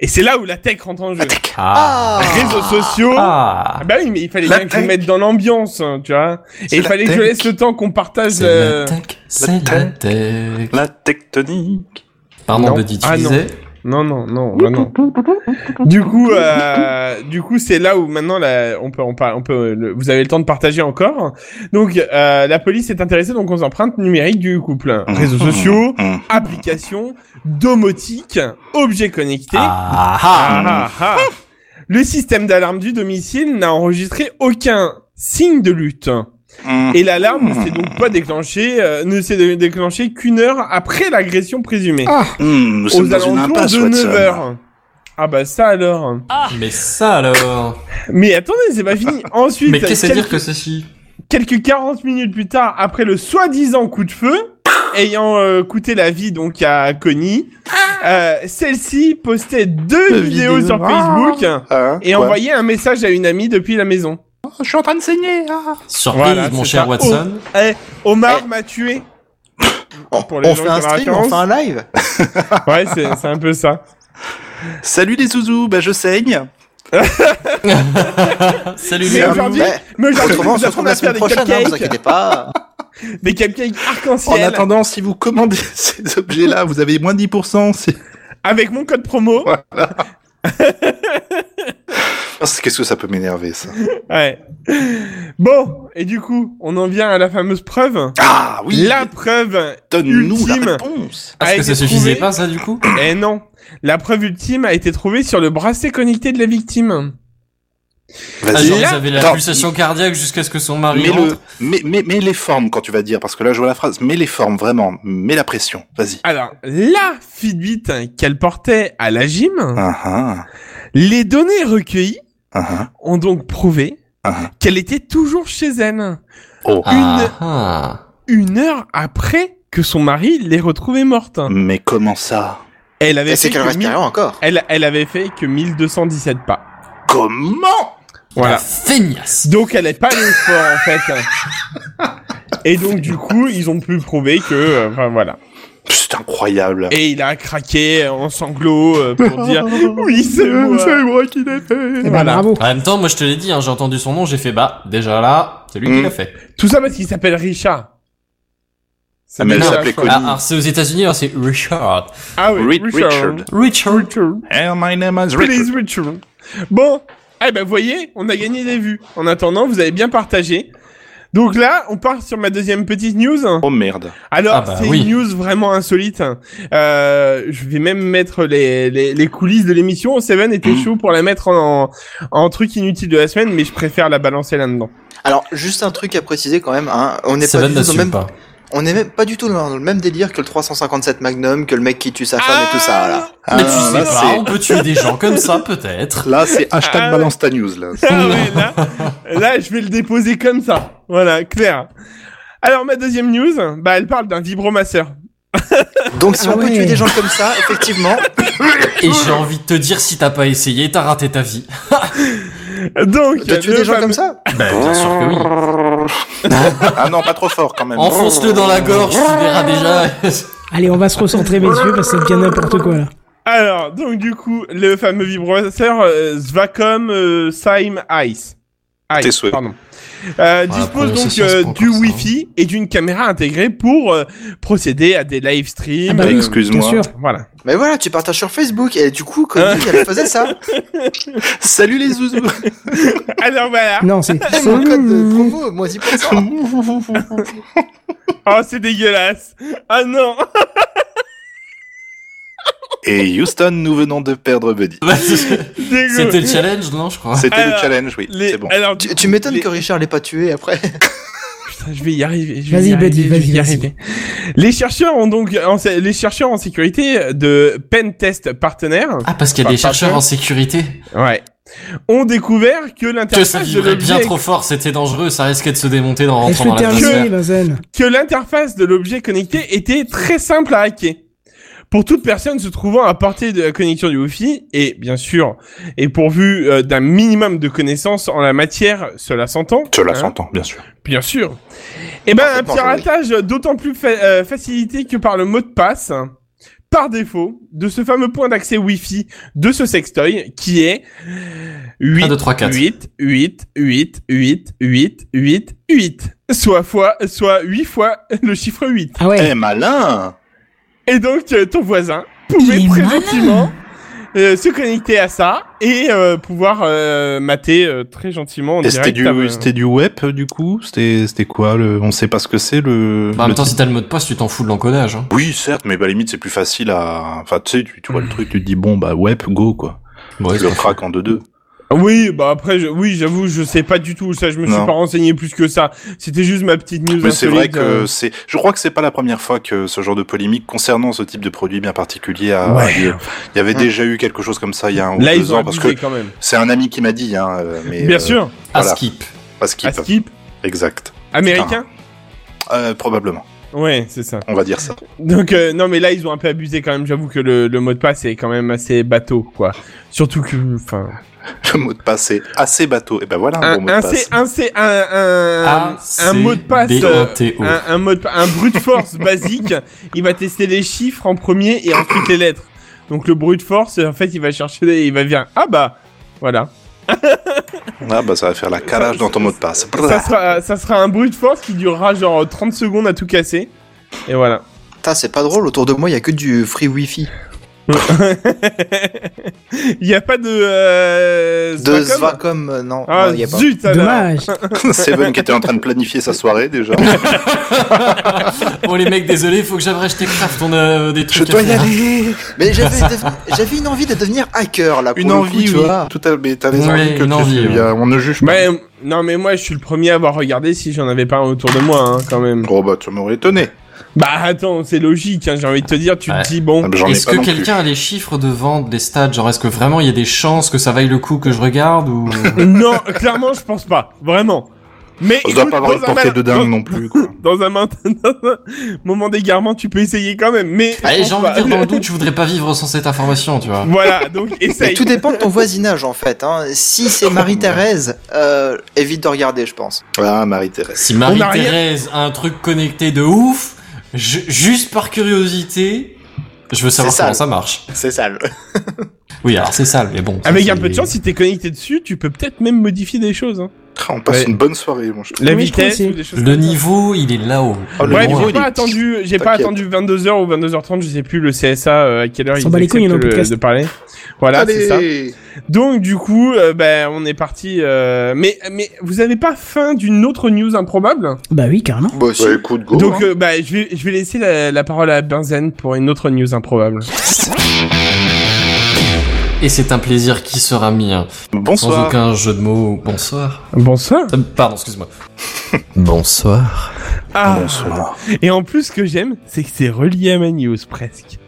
H: Et c'est là où la tech rentre en jeu.
C: Ah.
H: Réseaux sociaux. Ah bah oui, mais il fallait
D: La
H: bien que je
D: tech.
H: mette dans l'ambiance, hein, tu vois.
D: C'est
H: Et il
D: la
H: fallait que je
D: tech.
H: laisse le temps qu'on partage.
C: C'est
H: euh,
C: la tech, c'est
D: la
C: la tech.
D: La tectonique.
C: Pardon,
H: Non.
C: Buddy, tu
H: Ah, non.
C: disais
H: Non, non, non, bah non. Du coup, euh, du coup, c'est là où maintenant, là, on peut, on, par- on peut, le- vous avez le temps de partager encore. Donc, euh, la police est intéressée donc aux empreintes numériques du couple,
D: Ah.
H: réseaux sociaux,
D: Mmh.
H: applications, domotique, objets connectés.
C: Ah, ah.
H: Ah, ah, ah. Le système d'alarme du domicile n'a enregistré aucun signe de lutte.
D: Mmh.
H: Et l'alarme ne s'est donc pas déclenchée, euh, ne s'est dé- déclenchée qu'une heure après l'agression présumée.
A: Ah,
D: Mmh, nous sommes
H: aux
D: dans une
H: alentours
D: impasse,
H: de
D: Watson.
H: 9h. Ah bah ça alors.
C: Mais ça alors
H: Mais attendez, c'est pas fini. Ensuite,
C: Ah. Mais qu'est-ce à
H: quelques-
C: dire que ceci
H: quelques 40 minutes plus tard, après le soi-disant coup de feu, ayant euh, coûté la vie donc à Connie, euh, celle-ci postait deux
E: Deux
H: vidéos,
E: vidéos.
H: sur Facebook
D: Hein,
H: et
D: quoi
H: envoyait un message à une amie depuis la maison.
D: Je suis en train de saigner. ah.
C: Surprise,
H: Voilà,
C: mon
H: c'est
C: cher
H: ça.
C: Watson.
H: Eh, Omar m'a tué.
E: On,
H: Pour les
E: on fait
H: gens qui ont
E: un
H: la
E: stream,
H: référence.
E: on fait un live.
H: Ouais, c'est c'est un peu ça.
D: Salut les zouzous, bah je saigne.
C: Salut
H: Mais
C: les
E: un-
H: aujourd'hui,
E: Ouais.
H: mais aujourd'hui,
E: Autrement, on
H: nous
E: se retrouve
H: apprendons
E: la
H: à faire
E: semaine
H: des
E: prochaine, hein, vous
H: cupcakes,
E: inquiéteks pas.
H: des cupcakes
D: En
H: arc-en-ciel
D: attendant, si vous commandez ces objets-là, vous avez moins 10%. c'est-
H: avec mon code promo.
D: Parce que Oh, Qu'est-ce que ça peut m'énerver, ça
H: Ouais. Bon, et du coup, on en vient à la fameuse preuve.
D: Ah oui
H: la preuve
D: Donne-nous la
H: ultime.
D: réponse
C: Parce
H: a
C: que
H: été
C: ça suffisait
H: trouvée-
C: pas ça du coup
H: Eh non, la preuve ultime a été trouvée sur le bracelet connecté de la victime.
C: Ah,
D: Vas-y.
C: genre,
H: là-
C: vous avez la
D: Attends.
C: pulsation cardiaque jusqu'à ce que son mari
D: Mets, le,
C: rentre.
D: mets, mets- mets les formes quand tu vas dire, parce que là je vois la phrase. Mets les formes, vraiment. Mets la pression. Vas-y.
H: Alors, la Fitbit qu'elle portait à la gym,
D: Ah ah,
H: les données recueillies
D: ah ah.
H: ont donc prouvé
D: Ah.
H: qu'elle était toujours chez elle,
D: Oh,
C: Ah, ah.
H: une heure après que son mari l'ait retrouvée morte.
D: mais comment ça
H: Elle avait,
E: Et c'est
H: fait
E: qu'elle
H: que
E: reste
H: mille-
E: carrément encore.
H: elle, elle avait fait que 1217 pas.
D: Comment
H: Voilà.
C: La feignasse.
H: Donc elle est pas allée au sport en fait. Et donc du coup, ils ont pu prouver que, euh, enfin voilà.
D: C'est incroyable.
H: Et il a craqué en sanglots euh, pour dire oui c'est moi.
D: qui l'ai fait.
A: Eh ben,
H: Voilà.
A: bravo.
C: En même temps, moi je te l'ai dit, hein, j'ai entendu son nom, j'ai fait bah, déjà là, c'est lui
D: Mm.
H: Mmh.
C: qui l'a fait.
H: Tout ça parce qu'il s'appelle Richard.
D: Ah, mais elle
H: Richard,
D: s'appelait
H: je crois.
D: Connie.
C: Ah, alors c'est aux États-Unis, alors c'est Richard.
H: Ah oui,
D: Ri-
H: Richard.
D: Richard.
C: Richard.
H: Richard.
D: And my name is Richard.
H: Please Richard. Bon, eh ben vous voyez, on a gagné des vues. En attendant, vous avez bien partagé. Donc là, on part sur ma deuxième petite news.
D: Oh merde.
H: Alors,
C: Ah bah
H: c'est
C: oui.
H: une news vraiment insolite. hein. Euh, je vais même mettre les, les, les coulisses de l'émission. Seven était
D: Mhm.
H: chaud pour la mettre en, en truc inutile de la semaine, mais je préfère la balancer là-dedans.
E: Alors, juste un truc à préciser quand même. hein, On n'est pas,
C: Seven
E: du tout dans le
C: n'assume
E: même-
C: pas.
E: on est même pas du tout dans le même délire que le 357 Magnum, que le mec qui tue sa femme et tout ça. Là,
C: Mais tu
E: bah,
D: Ah,
C: sais
D: là,
C: pas, on
D: c'est-
C: peut tuer des gens comme ça peut-être.
D: Là, c'est hashtag
H: Ah,
D: balance ta news, là.
H: Ah ouais, là, là, je vais le déposer comme ça. Voilà, clair. Alors, ma deuxième news, bah, elle parle d'un vibromasseur.
E: Donc, si
A: Ah
E: on peut
A: ouais.
E: tuer des gens comme ça, effectivement,
C: Et j'ai envie de te dire, si t'as pas essayé, t'as raté ta vie.
H: Donc,
E: de tuer
H: le
E: des gens
H: fameux-
E: comme ça.
C: Bah, bien sûr que oui.
D: Ah non, pas trop fort, quand même.
C: Enfonce-le dans la gorge, tu verras déjà.
A: Allez, on va se recentrer, messieurs, parce que ça devient n'importe quoi, là.
H: Alors, donc, du coup, le fameux vibromasseur euh, Svacom euh, Sime Ice. Aïe,
D: Tes souhaits.
H: Pardon. Euh,
A: Ah,
E: Voilà,
H: dispose donc
E: prononciation,
H: euh,
E: c'est pas
H: du
E: encore ça,
A: hein
H: Wi-Fi et d'une caméra intégrée pour euh, procéder à des live streams.
A: Ah bah
D: Bah,
H: Euh,
A: oui, bien
D: Excuse-moi.
A: sûr.
H: Voilà.
E: Mais voilà, tu partages sur Facebook et du coup, comme lui, elle faisait ça.
D: Salut les zouzous
H: Alors voilà.
A: Non, c'est.
E: Et mon code de promo, moins 10%.
H: Oh, c'est dégueulasse. Ah non.
D: Et Houston, nous venons de perdre Buddy.
C: Bah, c'est-
H: Dégueu.
C: C'était le challenge, non, je crois.
D: C'était le
H: Alors,
D: challenge, oui.
H: Les-
D: C'est bon.
H: Alors,
E: tu tu m'étonnes
H: les-
E: que Richard l'ait pas tué après.
H: Putain, je vais y arriver. je vais
A: Vas-y,
H: y
A: Buddy,
H: arriver,
A: vas-y,
H: je vais y
A: vas-y.
H: arriver. Les chercheurs ont donc, en, sé- les chercheurs en sécurité de Pentest Partenaire,
C: Ah, parce qu'il y a
H: Pas-
C: des
H: pas
C: chercheurs
H: sûr.
C: en sécurité.
H: ouais, ont découvert que
E: Ah,
C: Que ça
H: l'interface de
C: vibrait bien
H: l'objet,
C: trop fort, c'était dangereux, ça risquait de se démonter dans
A: Est-ce
C: rentrant dans
A: que t'es
C: la
A: un
C: atmosphère.
A: Bazen
H: que l'interface de l'objet connecté était très simple à hacker. Pour toute personne se trouvant à portée de la connexion du Wi-Fi, et bien sûr, et pourvu euh, d'un minimum de connaissances en la matière, cela s'entend.
D: Cela
H: hein.
D: s'entend, bien sûr.
H: Bien sûr. Eh ben, un
E: Parfaitement,
H: piratage d'autant plus fa- euh, facilité que par le mot de passe, hein, par défaut, de ce fameux point d'accès Wi-Fi de ce sextoy, qui est 8,
C: 1, 2, 3, 4.
H: 8, 8, 8, 8, 8, 8, 8. Soit fois, soit 8 fois le chiffre 8.
A: Ah
D: Eh
A: ouais.
D: malin
H: Et donc, euh, ton voisin pouvait très gentiment euh, se connecter à ça et euh, pouvoir euh, mater euh, très gentiment en
D: Et C'était
H: direct.
D: du,
H: à-
D: c'était du web euh, du coup C'était c'était quoi le... On sait pas ce que c'est le.
C: Bah, en
D: le
C: même temps,
D: truc
C: si t'as le mot de passe, tu t'en fous de l'encodage. hein.
D: Oui, certes, mais bah, à la limite, c'est plus facile à. Enfin, tu sais, tu, tu vois le truc, tu te dis, bon, bah, web, go, quoi.
C: Ouais,
D: je le craque en 2-2.
H: Oui, bah après, je, oui, j'avoue, je sais pas du tout. Ça, je me suis
D: Non.
H: pas renseigné plus que ça. C'était juste ma petite news.
D: Mais c'est
H: insolite,
D: vrai que
H: euh.
D: c'est. Je crois que c'est pas la première fois que ce genre de polémique concernant ce type de produit bien particulier a
H: Ouais.
D: a lieu. Il y avait
E: Mm.
D: déjà eu quelque chose comme ça il y a un ou
H: là,
D: deux
H: ils ont
D: ans, parce que
H: abusé quand même.
D: c'est un ami qui m'a dit, hein. euh, Mais,
H: Bien
D: euh,
H: sûr,
C: à
H: Ah,
D: voilà.
C: skip.
D: Pas skip.
H: à skip,
D: Exact.
H: américain.
D: Euh, probablement.
H: Ouais, c'est ça.
D: On va dire ça.
H: Donc euh, non, mais là, ils ont un peu abusé quand même. J'avoue que le, le mot de passe est quand même assez bateau, quoi. Surtout que, enfin,
D: Le mot de passe est assez bateau. Et ben voilà un,
H: un,
D: bon mot
H: un,
D: de passe.
H: c'est- un, c'est- un, un,
C: A,
H: un
C: C,
H: mot de passe.
C: D,
H: euh,
C: A, T, O.
H: un, un mot de pa- un brute force basique, il va tester les chiffres en premier et ensuite les lettres. Donc le brute force, en fait, il va chercher, les- il va dire ah bah voilà.
D: Ah bah ça va faire la calage dans ton mot de passe.
H: Ça sera, ça sera un brute force qui durera genre 30 secondes à tout casser. Et voilà.
E: Putain, c'est pas drôle, autour de moi, il y a que du free Wi-Fi.
H: Il n'y a pas de. Euh,
E: De
H: Swacom
E: Svacom, euh, non,
H: Ah
E: non, il y a pas.
H: zut alors.
A: Dommage.
D: Seven qui était en train de planifier sa soirée déjà.
C: Bon, Oh, les mecs, désolé, faut que j'aille acheter Craft, on a euh, des
D: Je
C: trucs
D: dois
C: à
D: y
C: faire.
D: aller.
E: Mais j'avais dev- j'avais une envie de devenir hacker là. Pour
D: Une
E: le coup,
D: envie,
E: tu
D: oui.
E: vois.
D: Tout à mais t'as les
C: Ouais,
D: envies que
C: une
D: tu
C: envie,
D: il y a- On ne juge pas.
H: Ouais, non mais moi je suis le premier à avoir regardé si j'en avais pas un autour de moi hein, quand même.
D: Oh bah tu m'aurais étonné.
H: Bah attends, c'est logique, hein, j'ai envie de te dire, tu
C: Ouais.
H: te dis bon.
D: Ah, bah, J'en ai
C: Est-ce
D: pas
C: que
D: non plus.
C: quelqu'un a les chiffres de vente des stades Genre, est-ce que vraiment il y a des chances que ça vaille le coup que je regarde ou
H: non, clairement, je pense pas. Vraiment. Mais
D: On se doit
H: écoute,
D: pas avoir une
H: dans un
D: portée
H: mal-
D: de dingue non plus. quoi.
H: Dans, dans un, main- dans un moment d'égarement, tu peux essayer quand même. Mais je
C: Allez,
H: pense
C: j'ai envie de
H: pas.
C: dire dans le doute, je voudrais pas vivre sans cette information, tu vois.
H: Voilà, donc essaye.
E: Mais tout dépend de ton voisinage en fait. Hein. Si c'est Marie-Thérèse, euh, évite de regarder, je pense.
D: Ah Marie-Thérèse.
C: Si
H: rien-
C: Marie-Thérèse a un truc connecté de ouf, je- juste par curiosité, je veux savoir
E: C'est sale.
C: comment ça marche.
E: C'est sale.
C: Oui, alors c'est sale, mais
D: Ah,
C: bon. ça,
H: Avec
C: c'est-
H: un peu de chance, si t'es connecté dessus, tu peux peut-être même modifier des choses. hein.
D: Ah, On passe
H: Ouais.
D: une bonne soirée. Moi, je trouve.
H: La
A: Oui, je crois
H: vitesse
A: aussi.
H: ou des choses
C: Le
H: comme ça.
C: niveau, il est là-haut.
D: Oh, le
H: Ouais,
D: niveau,
H: mais j'ai
D: il est
H: pas attendu, j'ai pas
D: T'inquiète.
H: attendu 22h ou 22h30, je sais plus le CSA euh, à quelle heure
A: S'en
H: ils
A: bat les couilles, il
H: acceptent
A: y en a un
H: le-
A: podcast.
H: de parler. Voilà, c'est ça.
D: Allez.
H: Donc du coup, euh, ben on est parti. euh, Mais mais vous avez pas faim d'une autre news improbable
A: Bah oui, carrément.
E: Bah, si.
D: Bah, écoute, go.
H: Donc,
D: hein.
H: euh, bah, je vais, je vais laisser la, la parole à Benzen pour une autre news improbable.
C: Et c'est un plaisir qui sera mien. Sans
D: Bonsoir.
C: aucun jeu de mots. Bonsoir.
H: Bonsoir.
C: Euh, Pardon, excuse-moi. Bonsoir.
H: Ah,
D: Bonsoir.
H: et en plus, ce que j'aime, c'est que c'est relié à ma news presque.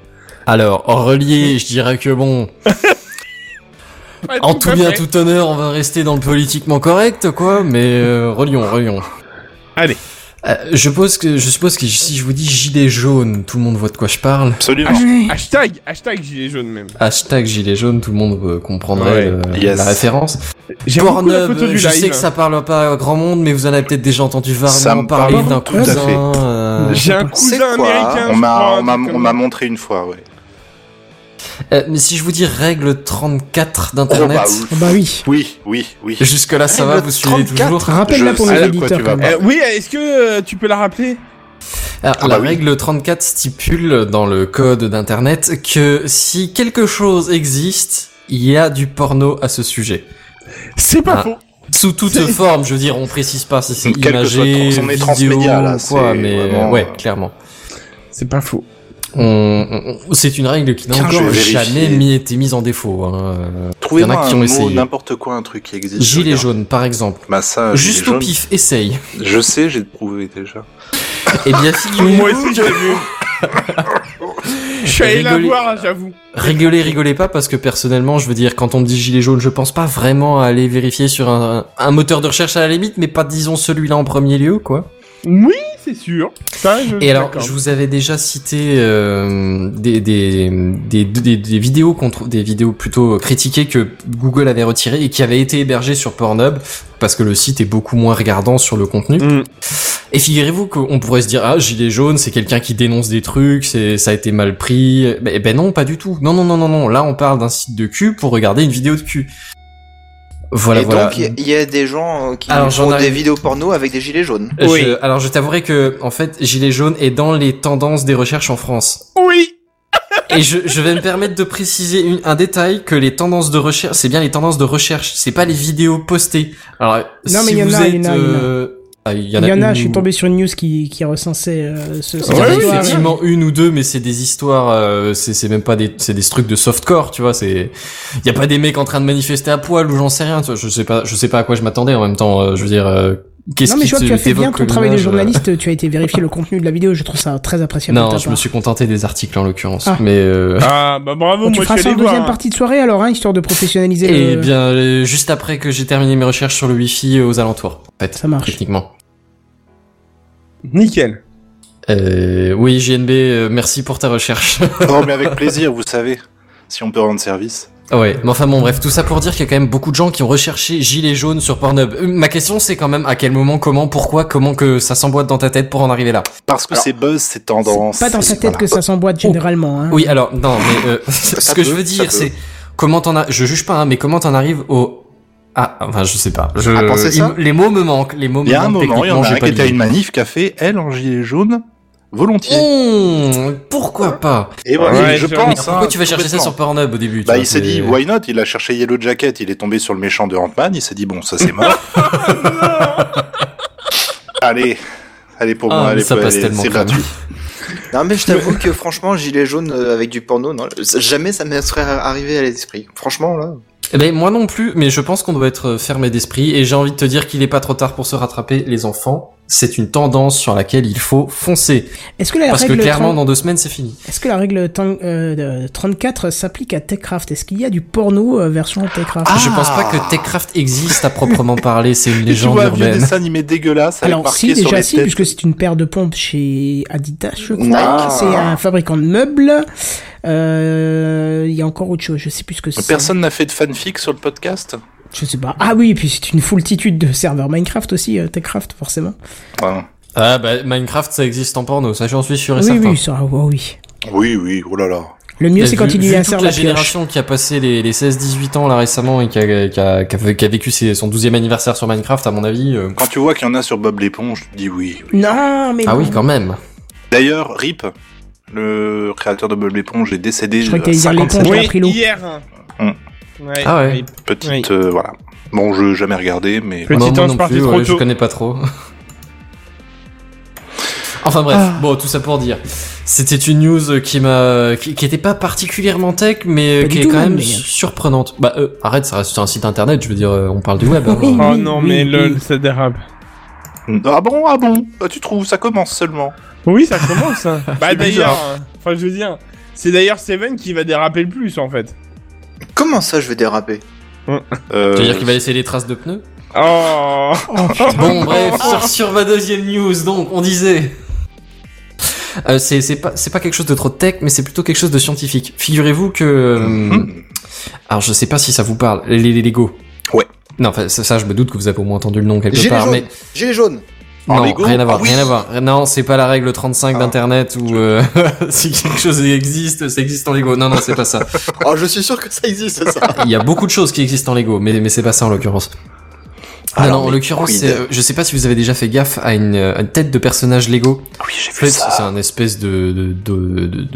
C: Alors, en relié, je dirais que bon, en tout bien, tout honneur, on va rester dans le politiquement correct, quoi, mais euh, relions, relions.
H: Allez.
C: Euh, je, pose que, je suppose que si je vous dis gilet jaune, tout le monde voit de quoi je parle.
D: Absolument.
H: Hashtag, hashtag gilet jaune même.
C: Hashtag gilet jaune, tout le monde euh, comprendrait
H: Ouais.
C: euh,
D: Yes.
C: la référence.
H: J'aime beaucoup la
C: Pornhub,
H: photo du
C: je
H: live.
C: sais que ça parle pas à grand monde, mais vous en avez peut-être déjà entendu
D: Ça
C: vaguement
D: me
C: parler
D: parle
C: d'un
D: tout à
C: cousin.
D: fait.
C: euh,
H: J'ai un
E: C'est
H: cousin
E: quoi
H: américain.
D: hein On
H: je
D: m'a
H: crois,
D: on m'a
H: un truc
D: on
H: comme
D: m'a
H: ça.
D: montré une fois, ouais.
C: Euh, mais si je vous dis règle 34 d'internet.
D: Oh,
A: bah, oui.
D: Oui, oui, oui.
C: Jusque là ça va,
E: Règle
C: vous suivez
E: 34.
C: toujours.
A: Rappelle-la
D: Je
A: pour
D: sais Eh,
A: nos
D: de quoi
A: auditeurs.
D: tu vas
A: quand même.
H: Euh, oui, est-ce que euh, tu peux la rappeler
C: Alors,
D: Ah
C: la
D: bah oui.
C: règle 34 stipule dans le code d'internet que si quelque chose existe, il y a du porno à ce sujet.
H: C'est pas
C: Ah.
H: faux.
C: Sous toute
H: C'est-
C: forme, je veux dire, on précise pas si c'est
D: Quel que soit
C: imagé,
D: trans- on est
C: vidéo
D: transmédia, là,
C: ou quoi,
D: c'est
C: mais
D: vraiment,
C: ouais,
D: euh,
C: clairement.
H: C'est pas faux.
C: On, on- c'est une règle qui n'a
D: Tiens, je vais
C: encore
D: vérifier.
C: jamais mis, été mise en défaut. Hein.
D: Trouvez-moi
C: Il y en a qui
D: un
C: ont
D: mot,
C: essayé.
D: n'importe quoi, un truc qui existe.
C: Gilet
D: regarde.
C: jaune, par exemple.
D: Bah ça, gilet
C: Juste au
D: jaune,
C: pif, essaye.
D: Je sais, j'ai trouvé déjà.
C: Eh bien,
H: Moi
C: figurez-vous
H: aussi, je l'ai vu. Je suis allé la
C: Rigoler.
H: voir, j'avoue.
C: Rigolez, rigolez pas, parce que personnellement, je veux dire, quand on me dit gilet jaune, je pense pas vraiment à aller vérifier sur un, un moteur de recherche à la limite, mais pas disons celui-là en premier lieu, quoi.
H: Oui, c'est sûr. Ça, je
C: Et alors,
H: d'accord.
C: je vous avais déjà cité euh, des, des, des, des, des vidéos contre des vidéos plutôt critiquées que Google avait retirées et qui avaient été hébergées sur Pornhub parce que le site est beaucoup moins regardant sur le contenu.
H: Mm.
C: Et figurez-vous qu'on pourrait se dire ah gilet jaune c'est quelqu'un qui dénonce des trucs c'est ça a été mal pris ben, ben non pas du tout non non non non non là on parle d'un site de cul pour regarder une vidéo de cul voilà
E: et
C: voilà
E: donc, il y a des gens euh, qui
C: Alors, j'en
E: font des
C: arrive-
E: vidéos porno avec des gilets jaunes.
C: Je-
H: Oui.
C: alors je t'avouerai que en fait gilet jaune est dans les tendances des recherches en France
H: Oui.
C: et je, je vais me permettre de préciser une- un détail que les tendances de recherche c'est bien les tendances de recherche c'est pas les vidéos postées alors
A: Non,
C: si
A: mais il y en
C: vous
A: a, il y
C: êtes,
A: en a, il y en a.
C: euh, ah, il y en
A: Il
C: a,
A: y en a,
C: une
A: je suis
C: ou-
A: tombé sur une news qui, qui recensait euh, ce, cette
C: Il y en a
H: Ouais,
A: histoire.
C: Ah effectivement une ou deux, mais c'est des histoires, euh, c'est c'est même pas des, c'est des trucs de softcore, tu vois. C'est, il y a pas des mecs en train de manifester à poil ou j'en sais rien. Tu vois, je sais pas, je sais pas à quoi je m'attendais en même temps. euh, je veux dire, euh, qu'est-ce
A: Non, mais
C: qui
A: je vois
C: te
A: que tu as fait bien
C: t'évoque
A: ton
C: comme
A: travail de
C: image, euh,
A: journaliste. Tu as été vérifier le contenu de la vidéo. Je trouve ça très appréciable. de
C: Non,
A: ta
C: je
A: part.
C: me suis contenté des articles en l'occurrence,
A: Ah.
C: mais. euh,
H: Ah, bah bravo,
A: Bon, tu
H: moi je
A: feras
H: suis
A: ça en
H: allé
A: deuxième
H: voir.
A: partie de soirée alors, hein, histoire de professionnaliser
C: Et
A: le...
C: bien, euh, juste après que j'ai terminé mes recherches sur le wifi euh, aux alentours, en fait.
A: Ça marche.
C: Techniquement.
H: Nickel.
C: Euh, oui, JNB, euh, merci pour ta recherche.
D: non, mais avec plaisir, vous savez, si on peut rendre service.
C: Ah Ouais, mais enfin bon, bref, tout ça pour dire qu'il y a quand même beaucoup de gens qui ont recherché gilet jaune sur Pornhub. Euh, Ma question c'est quand même à quel moment, comment, pourquoi, comment que ça s'emboîte dans ta tête pour en arriver là.
D: Parce que c'est buzz, c'est tendance.
A: Pas dans sa tête
D: voilà.
A: que ça s'emboîte généralement. Hein.
C: Oh. Oui, alors non, mais euh, ce que
D: peut,
C: je veux
D: ça
C: dire
D: peut.
C: c'est comment t'en as, je juge pas, hein, mais comment t'en arrives au ah, enfin je sais pas. Je...
E: À penser
C: il-
E: ça
C: les mots me manquent, les mots
D: Il y a
C: me
D: un
C: manquent.
D: moment, il y en
C: techniquement,
D: a
C: j'ai
D: un qui
C: pas
D: était à
C: d'idée.
D: une manif qui a fait, elle, en gilet jaune, volontiers.
C: Mmh, pourquoi pas
D: Et voilà,
H: Ouais,
D: je
H: je-
D: pense.
C: Mais Pourquoi
D: hein,
C: tu vas chercher ça
D: complètement.
C: sur Pornhub au début tu
D: Bah,
C: vois,
D: il s'est
C: c'est-
D: dit, why not Il a cherché Yellow Jacket, il est tombé sur le méchant de Ant-Man, il s'est dit, bon, ça c'est mort. allez, allez pour
C: Ah,
D: moi,
C: mais
D: allez,
C: ça
D: pour-
C: passe
D: allez,
C: tellement
D: c'est
C: crème.
D: gratuit.
E: Non, mais je t'avoue que franchement, gilet jaune euh, avec du porno, non, ça- jamais ça me serait arrivé à l'esprit. Franchement, là.
C: Eh ben moi non plus, mais je pense qu'on doit être euh, fermé d'esprit et j'ai envie de te dire qu'il est pas trop tard pour se rattraper, les enfants. C'est une tendance sur laquelle il faut foncer
A: Est-ce que la
C: parce que
A: règle,
C: clairement
A: 30
C: dans deux semaines c'est fini.
A: Est-ce que la règle tan- euh, de 34 s'applique à Techcraft Est-ce qu'il y a du porno euh, version Techcraft
C: Je pense pas que Techcraft existe à proprement parler, c'est une
D: Et Ah. tu
C: légende
D: vois un vieux
C: urbaine.
D: dessin animé dégueulasse avec
A: Alors si,
D: marqué sur
A: déjà
D: les
A: si,
D: têtes.
A: puisque c'est une paire de pompes chez Adidas, je crois.
E: Ah.
A: C'est un fabricant de meubles. Euh, Il y a encore autre chose, je sais plus ce que c'est.
D: Personne n'a fait de fanfic sur le podcast
A: Je sais pas. Ah oui, et puis c'est une foultitude de serveurs Minecraft aussi, euh, Techcraft forcément.
D: Enfin,
C: Ah bah Minecraft ça existe en porno, ça j'en suis sûr et
A: oui,
C: certain.
A: oui, ça, oh oui.
D: Oui, oui, oh là là.
A: Le mieux,
C: Mais
A: c'est quand
C: vu-
A: il y
C: vu
A: a un
C: toute
A: serveur
C: la génération qui a passé les, les 16-18 ans là récemment et qui a, qui a, qui a- qui a vécu ses- son 12e anniversaire sur Minecraft à mon avis. euh,
D: Quand tu vois qu'il y en a sur Bob l'éponge, tu te dis oui. oui.
A: Non, mais
C: Ah
A: non.
C: oui quand même.
D: D'ailleurs, Rip, le créateur de Bob l'éponge, est décédé.
A: Je crois que
D: à
A: t'allais dire
D: 57
A: l'éponge.
D: ans.
A: a pris l'eau.
H: hier.
D: Hum.
H: Ouais.
C: Ah ouais.
H: Oui.
D: Petite, euh, voilà. Bon, je n'ai jamais regardé, mais
H: Petit
C: Non, moi
H: ange
C: non
H: parti
C: plus,
H: trop
C: ouais, Je
H: tôt.
C: connais pas trop. Enfin bref, bon tout ça pour dire, c'était une news qui m'a, qui, qui était pas particulièrement tech, mais
A: Pas du
C: qui est
A: tout,
C: quand même
A: mais-
C: surprenante. Bah euh, arrête, ça reste un site internet, je veux dire, euh, on parle du web. hein.
A: Oui.
H: Oh non,
A: Oui,
H: mais
A: oui.
H: lol, ça dérape.
D: Ah bon, ah bon Ah, Tu trouves, ça commence seulement.
H: Oui, ça commence. hein. bah
D: C'est bizarre.
H: d'ailleurs, euh, enfin je veux dire, c'est d'ailleurs Seven qui va déraper le plus en fait.
E: Comment ça, je vais déraper
D: Euh,
C: Tu veux dire qu'il va laisser les traces de pneus
H: Oh.
C: Bon bref, sur, sur ma deuxième news, donc on disait. Euh, c'est c'est pas c'est pas quelque chose de trop tech, mais c'est plutôt quelque chose de scientifique. Figurez-vous que euh,
D: Mhm.
C: alors je sais pas si ça vous parle les, les Lego.
D: Ouais.
C: Non, enfin, ça, ça, je me doute que vous avez au moins entendu le nom quelque
E: Gilet
C: part,
E: jaune.
C: mais
E: Gilet jaune
D: En
C: non,
D: Lego
C: rien à voir,
D: Ah oui. Ah.
C: rien à voir. Non, c'est pas la règle 35 d'Internet où euh, si quelque chose existe, ça existe en Lego. Non, non, c'est pas ça.
E: Oh, je suis sûr que ça existe, ça.
C: Il y a beaucoup de choses qui existent en Lego, mais, mais c'est pas ça en l'occurrence. Ah
E: Alors,
C: non, en
E: mais
C: l'occurrence,
E: quid
C: c'est, euh, je sais pas si vous avez déjà fait gaffe à une, euh, une tête de personnage Lego.
D: Ah Oui, j'ai
C: En fait,
D: vu ça.
C: c'est un espèce de de, de, de, de-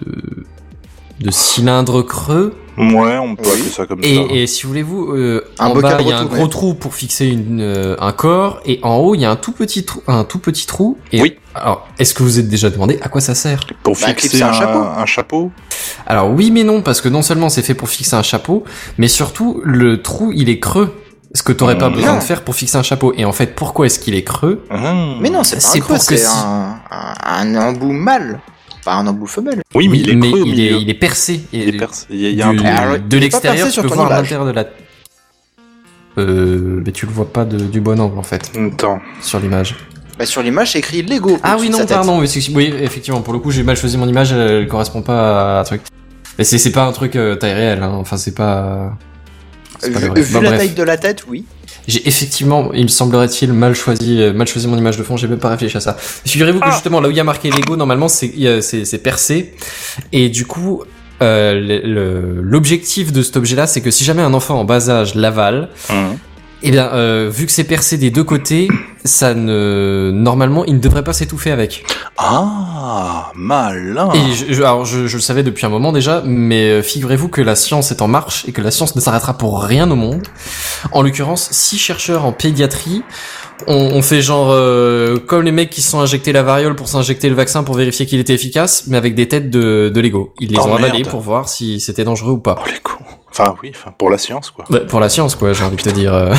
C: de cylindre creux.
D: Ouais, on peut
E: Oui.
D: appeler ça comme ça.
C: Et, et si voulez-vous, euh,
E: Un
C: en
E: bocal
C: bas il y a un
E: retourné.
C: gros trou pour fixer une, euh, un corps, et en haut il y a un tout petit trou, un tout petit trou. Et
D: Oui.
C: Alors, est-ce que vous êtes déjà demandé à quoi ça sert
D: Pour
E: Bah,
D: fixer
E: clipser
D: un,
E: un chapeau.
D: un chapeau.
C: Alors oui mais non parce que non seulement c'est fait pour fixer un chapeau, mais surtout le trou il est creux. Ce que t'aurais pas
D: Mmh.
C: besoin de faire pour fixer un chapeau. Et en fait pourquoi est-ce qu'il est creux
D: Hum.
E: Mais non, c'est pas
C: C'est
E: un creux,
C: pour que
E: c'est
C: si-
E: un, un, un embout mâle. Pas un embout femelle.
D: Oui, mais il est creux au
C: il est,
D: milieu.
C: il est percé.
D: Il est percé. Il y a- il y a un
C: du-
D: trou.
E: Alors, Ah il est
C: de
E: pas
C: l'extérieur
E: percé
C: tu
E: sur
C: peux
E: ton
C: voir
E: image.
C: l'intérieur de la. Euh, mais tu le vois pas de- du bon angle en fait
D: Attends.
C: sur l'image.
E: Bah, sur l'image, c'est écrit Lego.
C: Ah
E: au-dessus
C: oui
E: de
C: non
E: sa tête.
C: pardon oui, c'est- oui effectivement pour le coup j'ai mal choisi mon image elle, elle correspond pas à un truc. Mais c'est c'est pas un truc euh, taille réelle hein. enfin c'est pas. c'est pas
E: Vu,
C: vrai.
E: vu
C: Bah,
E: la
C: bref.
E: taille de la tête, oui.
C: J'ai effectivement, il me semblerait-il, mal choisi, euh, mal choisi mon image de fond. J'ai même pas réfléchi à ça. Figurez-vous que justement, là où il y a marqué Lego, normalement, c'est il y a- c'est c'est percé. Et du coup, euh, le- le- l'objectif de cet objet-là, c'est que si jamais un enfant en bas âge l'avale,
D: Hum.
C: eh bien, euh, vu que c'est percé des deux côtés, ça ne, normalement, il ne devrait pas s'étouffer avec.
D: Ah, malin.
C: Et je, je- alors, je, je le savais depuis un moment déjà, mais euh, figurez-vous que la science est en marche et que la science ne s'arrêtera pour rien au monde. En l'occurrence, six chercheurs en pédiatrie on, on fait genre euh, comme les mecs qui se sont injectés la variole pour s'injecter le vaccin pour vérifier qu'il était efficace, mais avec des têtes de, de Lego. Ils les
D: Oh,
C: ont avalés
D: merde.
C: pour voir si c'était dangereux ou pas.
D: Oh les cons. Enfin oui, enfin, pour la science quoi.
C: Bah, pour la science, quoi, j'ai envie de te dire. euh.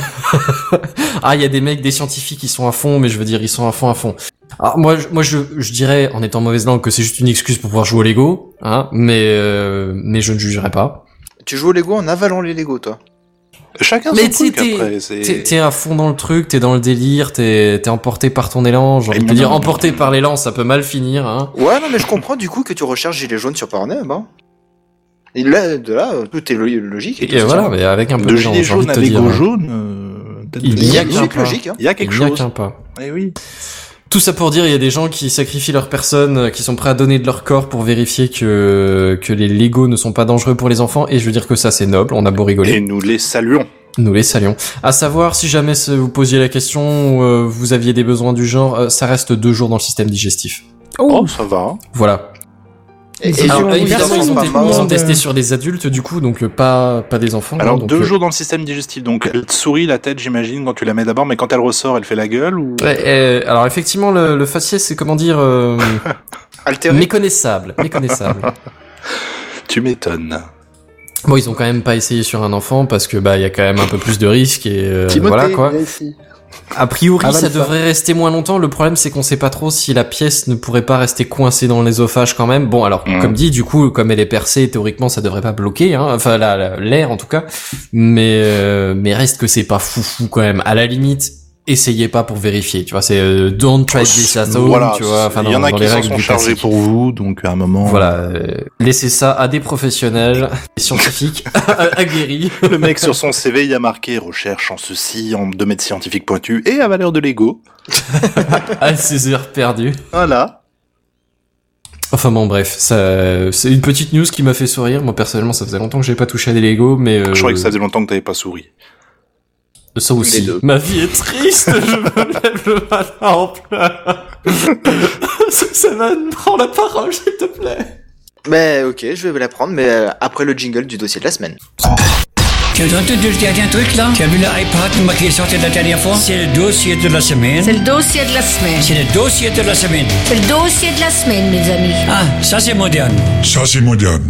C: ah, il y a des mecs, des scientifiques qui sont à fond, mais je veux dire, ils sont à fond, à fond. Alors, moi, je, moi, je, je dirais, en étant mauvaise langue, que c'est juste une excuse pour pouvoir jouer au Lego, hein, mais, euh, mais je ne jugerai pas.
E: Tu joues au Lego en avalant les Lego, toi.
D: Chacun
C: Mais
D: son truc
C: t'es-
D: après.
C: T'es
D: C'est
C: t'es à fond dans le truc, t'es dans le délire, t'es t'es emporté par ton élan, j'ai envie
D: Et
C: de te
D: non,
C: dire,
D: non, non,
C: emporté par l'élan, ça peut mal finir, hein.
E: Ouais, non, mais je comprends du coup que tu recherches Gilet jaune sur Pornhub. Hein. Et là, de là, euh, tout est lo- logique.
C: Et,
E: tout se
C: voilà,
E: tient.
C: mais avec un peu
D: de
C: de gens,
D: gilet
C: j'ai envie
D: jaune
C: de
D: à
C: te dire.
D: Lego
C: hein.
D: jaune. euh,
C: Il
E: Il y a
C: qu'un
E: une
C: pas.
E: logique, logique, hein.
D: Il y a
C: Il
D: quelque
C: n'y a
D: chose.
C: qu'un pas.
D: Eh oui.
C: Tout ça pour dire, il y a des gens qui sacrifient leur personne, euh, qui sont prêts à donner de leur corps pour vérifier que, que les Lego ne sont pas dangereux pour les enfants, et je veux dire que ça c'est noble, on a beau rigoler.
D: Et nous les saluons.
C: Nous les saluons. À savoir, si jamais ce- vous posiez la question, ou, euh, vous aviez des besoins du genre, euh, ça reste deux jours dans le système digestif.
D: Oh, ça va. hein.
C: Voilà.
E: Et,
A: Mais
E: et
A: alors,
E: si on-
A: évidemment,
E: ils sont
C: ils ont,
E: pas
C: te-
E: morts.
C: ils ont
A: morts.
C: testé
E: euh,
C: sur des adultes, du coup, donc euh, pas, pas des enfants.
D: Alors
C: hein, donc,
D: deux
C: euh,
D: jours dans le système digestif. Donc elle te sourit la tête, j'imagine, quand tu la mets d'abord, mais quand elle ressort, elle fait la gueule ou.
C: Ouais, euh, alors effectivement, le, le faciès, c'est comment dire, euh,
E: altérés.
C: méconnaissable, méconnaissable.
D: Tu m'étonnes.
C: Bon, ils ont quand même pas essayé sur un enfant parce que bah il y a quand même un peu plus de risques et euh, voilà quoi. A priori,
E: Avale
C: ça
E: ça.
C: devrait rester moins longtemps. Le problème, c'est qu'on sait pas trop si la pièce ne pourrait pas rester coincée dans l'ésophage quand même. Bon, alors
D: Mm.
C: comme dit, du coup, comme elle est percée, théoriquement, ça devrait pas bloquer. Hein. Enfin, la- la- l'air en tout cas. Mais euh, mais reste que c'est pas foufou quand même. À la limite, essayez pas pour vérifier. Tu vois, c'est euh, don't try this at home.
D: Voilà,
C: tu vois, enfin,
D: il y
C: dans-
D: en a
C: dans
D: qui
C: les
D: s'en
C: règles
D: sont
C: du
D: chargés
C: classique.
D: pour vous, donc à un moment.
C: Voilà, euh, laissez ça à des professionnels, des scientifiques aguerris.
D: Le mec sur son CV, il y a marqué recherche en ceci, en domaine scientifique pointu et à valeur de l'ego.
C: à ses heures perdues.
D: Voilà.
C: Enfin bon, bref, ça, c'est une petite news qui m'a fait sourire. Moi personnellement, ça faisait longtemps que j'ai pas touché à des Lego, mais euh,
D: Je croyais que ça faisait longtemps que t'avais pas souri.
C: ça aussi.
E: Les deux.
C: Ma vie est triste. je me lève le matin en pleurs. Savane, prends la parole, s'il te plaît.
E: Mais Ben, ok, je vais la prendre, mais euh, après le jingle du dossier de la semaine.
J: Tu as entendu le dernier truc là Tu as vu l'iPad qui est sorti la dernière fois C'est le dossier de la
I: C'est
J: semaine.
I: le dossier de la semaine.
J: C'est le dossier de la semaine.
I: C'est le dossier de la semaine, mes amis.
J: Ah, ça c'est moderne.
K: Ça, c'est moderne.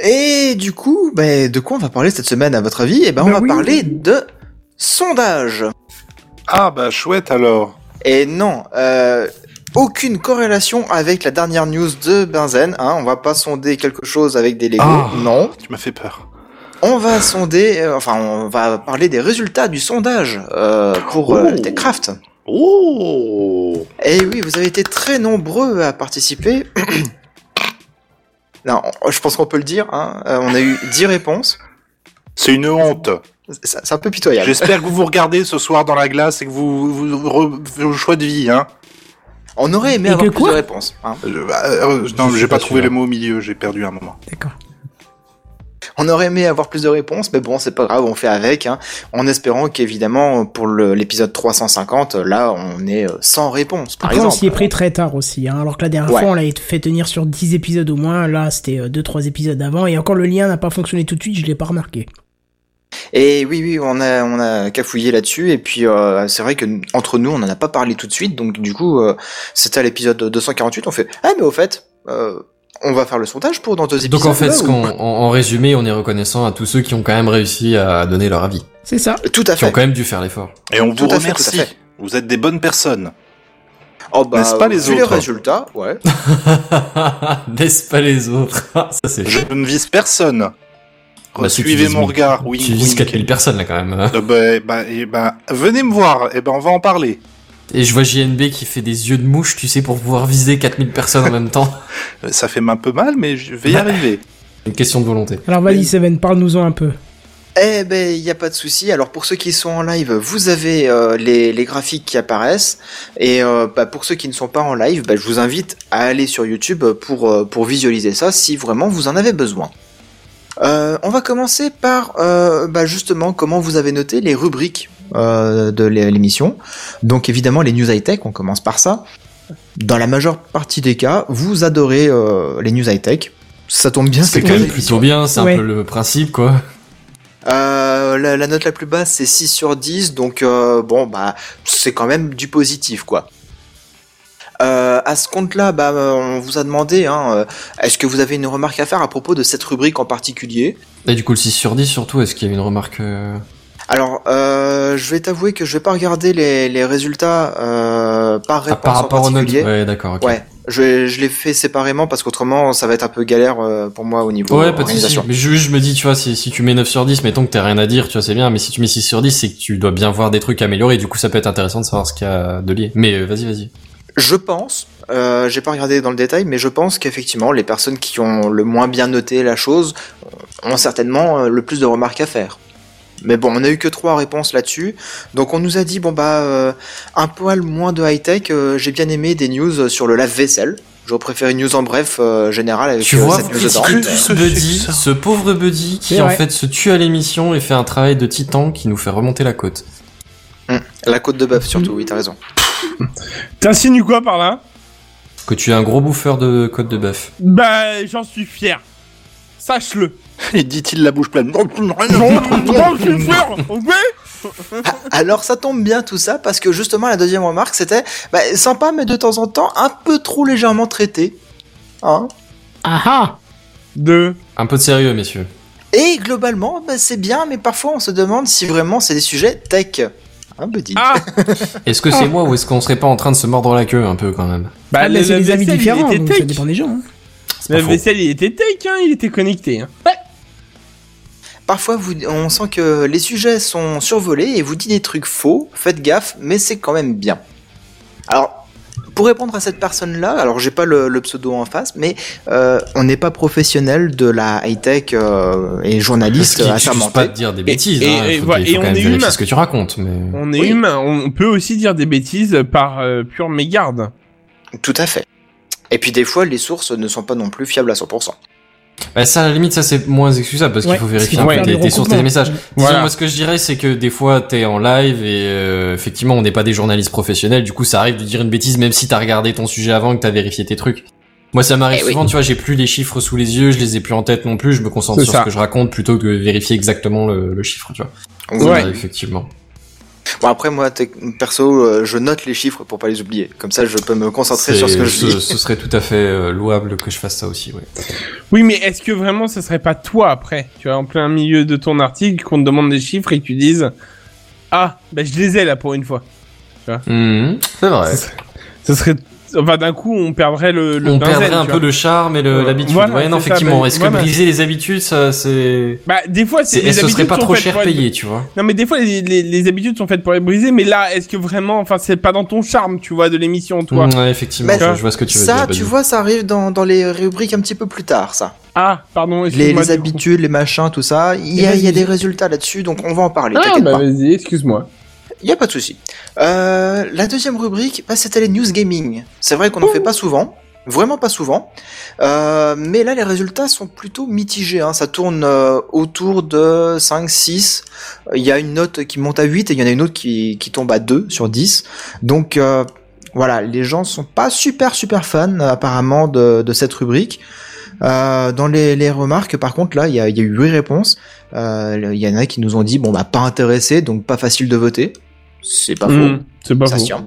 E: Et du coup, ben de quoi on va parler cette semaine à votre avis Eh ben on va parler de sondage.
D: Ah bah chouette alors.
E: Et non, euh, aucune corrélation avec la dernière news de Benzen. Hein, on va pas sonder quelque chose avec des Lego.
D: Ah.
E: Non.
D: Tu m'as fait peur.
E: On va sonder, euh, enfin on va parler des résultats du sondage euh, pour euh,
D: Oh.
E: Techcraft.
D: Oh
E: Eh oui, vous avez été très nombreux à participer. non, je pense qu'on peut le dire. Hein. euh, on a eu 10 réponses.
D: C'est une honte.
E: C'est c'est un peu pitoyable.
D: J'espère que vous vous regardez ce soir dans la glace et que vous, vous, vous re- faites le choix de vie, hein.
E: On aurait aimé
A: Et
E: avoir
A: que
E: plus de
A: quoi
E: réponses. hein.
D: Je- bah, euh,
C: Je
D: non,
C: suis
D: j'ai pas
C: pas
D: trouvé le
C: sûr.
D: mot au milieu, j'ai perdu un moment.
A: D'accord.
E: On aurait aimé avoir plus de réponses, mais bon, c'est pas grave, on fait avec, hein, en espérant qu'évidemment, pour le- l'épisode 350, là, on est euh, sans réponse, par
A: Après, on s'y est
E: exemple.
A: pris très tard aussi, hein, alors que la dernière
E: Ouais.
A: fois, on l'a fait tenir sur 10 épisodes au moins. Là, c'était 2-3 épisodes avant, et encore le lien n'a pas fonctionné tout de suite, je l'ai pas remarqué.
E: Et oui, oui, on a, on a cafouillé là-dessus, et puis euh, c'est vrai que entre nous, on n'en a pas parlé tout de suite, donc du coup, euh, c'était à l'épisode 248, on fait « Ah, mais au fait, euh, on va faire le sondage pour dans deux épisodes ?»
C: Donc en fait,
E: là,
C: ce
E: ou-
C: qu'on, en, en résumé, on est reconnaissant à tous ceux qui ont quand même réussi à donner leur avis,
A: C'est ça.
E: Tout à
C: qui ont
E: fait.
C: quand même dû faire l'effort.
D: Et on
E: Tout
D: vous
E: à fait, tout à
D: remercie.
E: fait.
D: Vous êtes des bonnes personnes.
E: Oh, bah,
D: N'est-ce pas, les
E: vu
D: autres
E: les résultats, ouais.
C: Laisse pas les autres. Ça c'est.
D: Je ne vise personne.
C: Bah, si, tu
D: Suivez
C: vises
D: mon
C: mille-
D: regard, oui. Euh, bah, eh
C: tu vises 4000 personnes là quand même.
D: venez me voir, et ben on va en parler.
C: Et je vois JNB qui fait des yeux de mouche, tu sais, pour pouvoir viser 4000 personnes en même temps.
D: Euh, Ça fait un peu mal, mais je vais y arriver.
C: Une question de volonté.
A: Alors vas-y, Seven, parle-nous-en un peu.
E: Eh ben, il n'y a pas de souci. Alors pour ceux qui sont en live, vous avez euh, les, les graphiques qui apparaissent. Et euh, bah, pour ceux qui ne sont pas en live, bah, je vous invite à aller sur YouTube pour, euh, pour visualiser ça si vraiment vous en avez besoin. Euh, on va commencer par euh, bah, justement comment vous avez noté les rubriques euh, de l'é- l'émission. Donc évidemment les news high-tech, on commence par ça. Dans la majeure partie des cas, vous adorez euh, les news high-tech. Ça tombe bien,
C: C'est
E: le
C: quand
E: cas
C: même
E: de l'émission.
C: plutôt bien, c'est
A: Ouais.
C: un peu le principe quoi.
E: Euh, la, la note la plus basse c'est 6 sur 10, donc euh, bon bah c'est quand même du positif quoi. Euh, à ce compte-là, bah, euh, on vous a demandé, hein, euh, est-ce que vous avez une remarque à faire à propos de cette rubrique en particulier
C: Et du coup, le 6 sur 10 surtout, est-ce qu'il y a une remarque euh,
E: Alors, euh, je vais t'avouer que je vais pas regarder les, les résultats euh, par
C: ah,
E: réponse
C: par
E: en
C: rapport aux notes
E: particulier.
C: Ouais, d'accord, ok.
E: Ouais, je, je les fais séparément parce qu'autrement ça va être un peu galère euh, pour moi au niveau
C: Ouais, pas de soucis.
E: organisation.
C: Mais juste, je me dis, tu vois, si, si tu mets 9 sur 10, mettons que t'as rien à dire, tu vois, c'est bien, mais si tu mets 6 sur 10, c'est que tu dois bien voir des trucs améliorés, du coup, ça peut être intéressant de savoir ce qu'il y a de lié. Mais euh, vas-y, vas-y.
E: Je pense, euh, j'ai pas regardé dans le détail, mais je pense qu'effectivement, les personnes qui ont le moins bien noté la chose ont certainement euh, le plus de remarques à faire. Mais bon, on a eu que trois réponses là-dessus, donc on nous a dit bon bah euh, un poil moins de high tech. j'ai bien aimé des news sur le lave-vaisselle. J'aurais préféré une news en bref euh, générale avec
C: Tu
E: euh,
C: vois,
E: cette news
C: petit
E: dedans.
D: que-
C: Brutus
D: ce
C: Buddy,
D: succès.
C: ce pauvre Buddy qui
A: C'est
C: en
A: vrai.
C: fait se tue à l'émission et fait un travail de titan qui nous fait remonter la côte.
E: La côte de bœuf surtout, oui, t'as raison.
H: T'insinues quoi par là
C: Que tu es un gros bouffeur de côte de bœuf.
H: Bah, j'en suis fier. Sache-le.
D: Et dit-il la bouche pleine.
C: Oh,
H: J'en suis fier, ok
E: Alors ça tombe bien tout ça parce que justement la deuxième remarque c'était bah, sympa mais de temps en temps un peu trop légèrement traité. Hein
A: Ah ah
H: Deux.
C: Un peu de sérieux, messieurs.
E: Et globalement, bah, c'est bien, mais parfois on se demande si vraiment c'est des sujets tech. Hein, Buddy
H: Ah
C: Est-ce que
A: Oh.
C: c'est moi ou est-ce qu'on serait pas en train de se mordre la queue un peu quand même
H: Bah,
A: Ah, mais c'est des avis
H: lave-vaisselle, il
A: différents,
H: était
A: donc ça
H: tech.
A: dépend des gens. hein.
C: C'est
H: Le
C: pas faux.
H: vaisselle, il était tech, hein, il était connecté. Hein.
E: Parfois, vous- on sent que les sujets sont survolés et vous dit des trucs faux. Faites gaffe, mais c'est quand même bien. Alors, pour répondre à cette personne-là, alors j'ai pas le, le pseudo en face, mais euh, on n'est pas professionnel de la high-tech euh, et
C: Parce
E: journaliste
C: qu'il t'excuse
E: assermenté.
C: pas de dire des bêtises,
H: et-
C: hein,
H: et-
C: il faut,
H: voilà,
C: il faut
H: et
C: quand
H: on
C: même
H: est
C: vérifier
H: humain.
C: ce que tu racontes, mais...
H: On est humain, on peut aussi dire des bêtises par euh, pure mégarde.
E: Tout à fait. Et puis des fois, les sources ne sont pas non plus fiables à 100%.
C: Bah ça, à la limite, ça c'est moins excusable parce qu'il
A: Ouais,
C: faut
A: parce
C: vérifier
A: qu'il
C: un
A: faut
C: peu
A: faire
C: tes,
A: des
C: tes sources, tes
A: recoupements.
C: messages. Disons,
H: Voilà.
C: moi ce que je dirais, c'est que des fois t'es en live et euh, effectivement on n'est pas des journalistes professionnels, du coup ça arrive de dire une bêtise même si t'as regardé ton sujet avant et que t'as vérifié tes trucs. Moi ça m'arrive
E: Eh oui.
C: souvent, tu vois, j'ai plus les chiffres sous les yeux, je les ai plus en tête non plus, je me concentre
H: C'est
C: sur
H: ça.
C: ce que je raconte plutôt que de vérifier exactement le, le chiffre, tu vois.
E: Vous
H: Ouais.
C: Ça, effectivement.
E: Bon après moi tec- perso euh, je note les chiffres pour pas les oublier. Comme ça je peux me concentrer
C: C'est-
E: sur ce que je
C: ce,
E: dis.
C: ce serait tout à fait euh, louable que je fasse ça aussi, ouais.
H: Oui, mais est-ce que vraiment ce serait pas toi après Tu vois, en plein milieu de ton article, qu'on te demande des chiffres et que tu dises Ah, bah je les ai là pour une fois.
C: Mhm, c'est vrai.
H: Ce serait. Enfin, d'un coup, on perdrait le. le
C: on
H: benzène,
C: perdrait un
H: tu
C: peu
H: vois.
C: le charme et le-
H: Voilà.
C: l'habitude.
H: Voilà,
C: ouais, non,
H: c'est ça,
C: effectivement.
H: bah,
C: Est-ce que
H: voilà.
C: briser les habitudes, ça, c'est...
H: Bah, des fois, c'est.
C: c'est-
H: les
C: Est-ce que ce serait
H: habitudes
C: pas
H: sont
C: trop
H: faites
C: cher
H: pour être-
C: payé, tu vois
H: Non, mais des fois, les, les, les habitudes sont faites pour les briser, mais là, est-ce que vraiment. Enfin, c'est pas dans ton charme, tu vois, de l'émission, toi.
C: Mm, ouais, effectivement,
E: Mais
C: je, je vois ce que tu veux
E: Ça
C: dire.
E: tu
C: Badou.
E: vois ça arrive dans, dans les rubriques un petit peu plus tard ça.
H: Ah, pardon,
E: Les, les
H: excuse-moi. du coup.
E: habitudes, les machins, tout ça. Il y a,
H: vas-y,
E: il y a des
H: vas-y.
E: résultats là-dessus, donc on va en parler.
H: Ah,
E: t'inquiète
H: bah
E: pas.
H: vas-y, excuse-moi.
E: Il n'y a pas de souci. Euh, la deuxième rubrique, bah, c'était les news gaming. C'est vrai qu'on n'en fait pas souvent, vraiment pas souvent. Euh, mais là, les résultats sont plutôt mitigés. hein. Ça tourne euh, autour de 5, 6. Il y a une note qui monte à 8 et il y en a une autre qui, qui tombe à 2 sur 10. Donc euh, voilà, les gens sont pas super super fans euh, apparemment de, de cette rubrique. Euh, dans les, les remarques, par contre, là, il y a, il y a eu 8 réponses. Euh, Il y en a qui nous ont dit, bon, bah, pas intéressé, donc pas facile de voter. C'est pas faux.
H: Hmm, C'est
D: Bah
H: pas
E: Ça
H: faux.
E: se tient.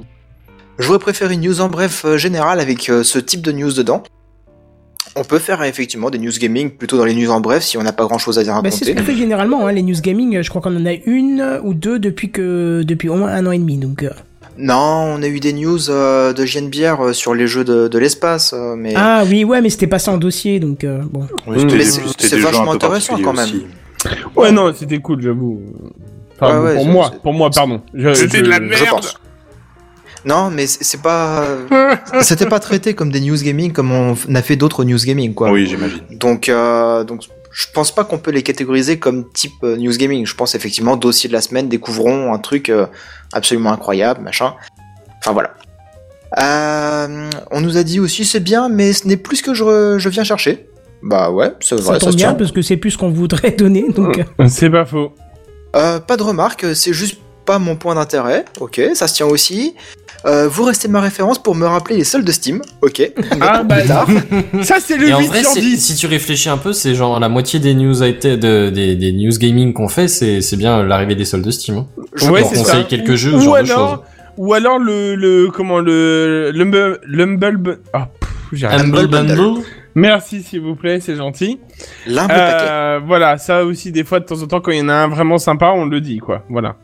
E: J'aurais préféré une news en bref euh, générale avec euh, ce type de news dedans. On peut faire euh, effectivement des news gaming plutôt dans les news en bref si on n'a pas grand chose à dire
A: Bah, c'est ce
E: raconter.
A: qu'on fait généralement, hein, les news gaming. euh, Je crois qu'on en a une euh, ou deux depuis que depuis au moins un an et demi. Donc, euh.
E: non, on a eu des news euh, de JNBR euh, sur les jeux de, de l'espace, euh, mais
A: ah oui, ouais, mais c'était pas ça en dossier, donc euh, bon.
D: Oui, c'était
H: Mais
D: des-
E: c'est-
D: c'était
E: c'est
D: des gens un
E: vachement
D: peu
E: intéressant
D: particuliers
E: quand même.
D: aussi.
H: Ouais, non, c'était cool, j'avoue. Enfin,
E: Ouais, ouais,
H: pour
E: c'est-
H: moi,
E: c'est-
H: pour moi, pardon. Je-
D: C'était
H: je-
D: de la
E: je
D: merde.
E: pense. Non, mais c'est c'est pas, c'était pas traité comme des news gaming comme on f- a fait d'autres news gaming quoi.
D: Oui, j'imagine.
E: Donc, euh, donc je pense pas qu'on peut les catégoriser comme type euh, news gaming. Je pense effectivement dossier de la semaine, découvrons un truc euh, absolument incroyable, machin. Enfin voilà. Euh, on nous a dit aussi c'est bien, mais ce n'est plus ce que je, je viens chercher. Bah ouais, c'est
A: Ça
E: vrai, ça
A: tombe
E: se
A: bien
E: tient.
A: parce que c'est plus ce qu'on voudrait donner, donc. euh,
H: C'est pas faux.
E: Euh, pas de remarque, c'est juste pas mon point d'intérêt. Ok, ça se tient aussi. Euh, vous restez ma référence pour me rappeler les soldes de Steam. Ok.
H: Ah, bah,
E: Plus tard.
H: ça, c'est
C: Et
H: le
C: en
H: 8
C: vrai,
H: sur
C: c'est-
H: 10.
C: si tu réfléchis un peu, c'est genre la moitié des news IT de- des, des news gaming qu'on fait, c'est c'est bien l'arrivée des soldes de Steam. hein.
E: Je
H: Ouais,
C: Pour
E: pense.
H: c'est
C: conseiller
H: ça.
C: quelques jeux,
H: Ou
C: ce genre de
H: alors,
C: choses.
H: ou alors le, le, comment, le, l'humble, l'humble, bu- ah, pff, j'ai rien.
C: Humble
E: Bundle.
C: Bundle.
H: Merci, s'il vous plaît, c'est gentil.
E: L'humble paquet.
H: Euh, voilà, ça aussi, des fois, de temps en temps, quand il y en a un vraiment sympa, on le dit, quoi. Voilà.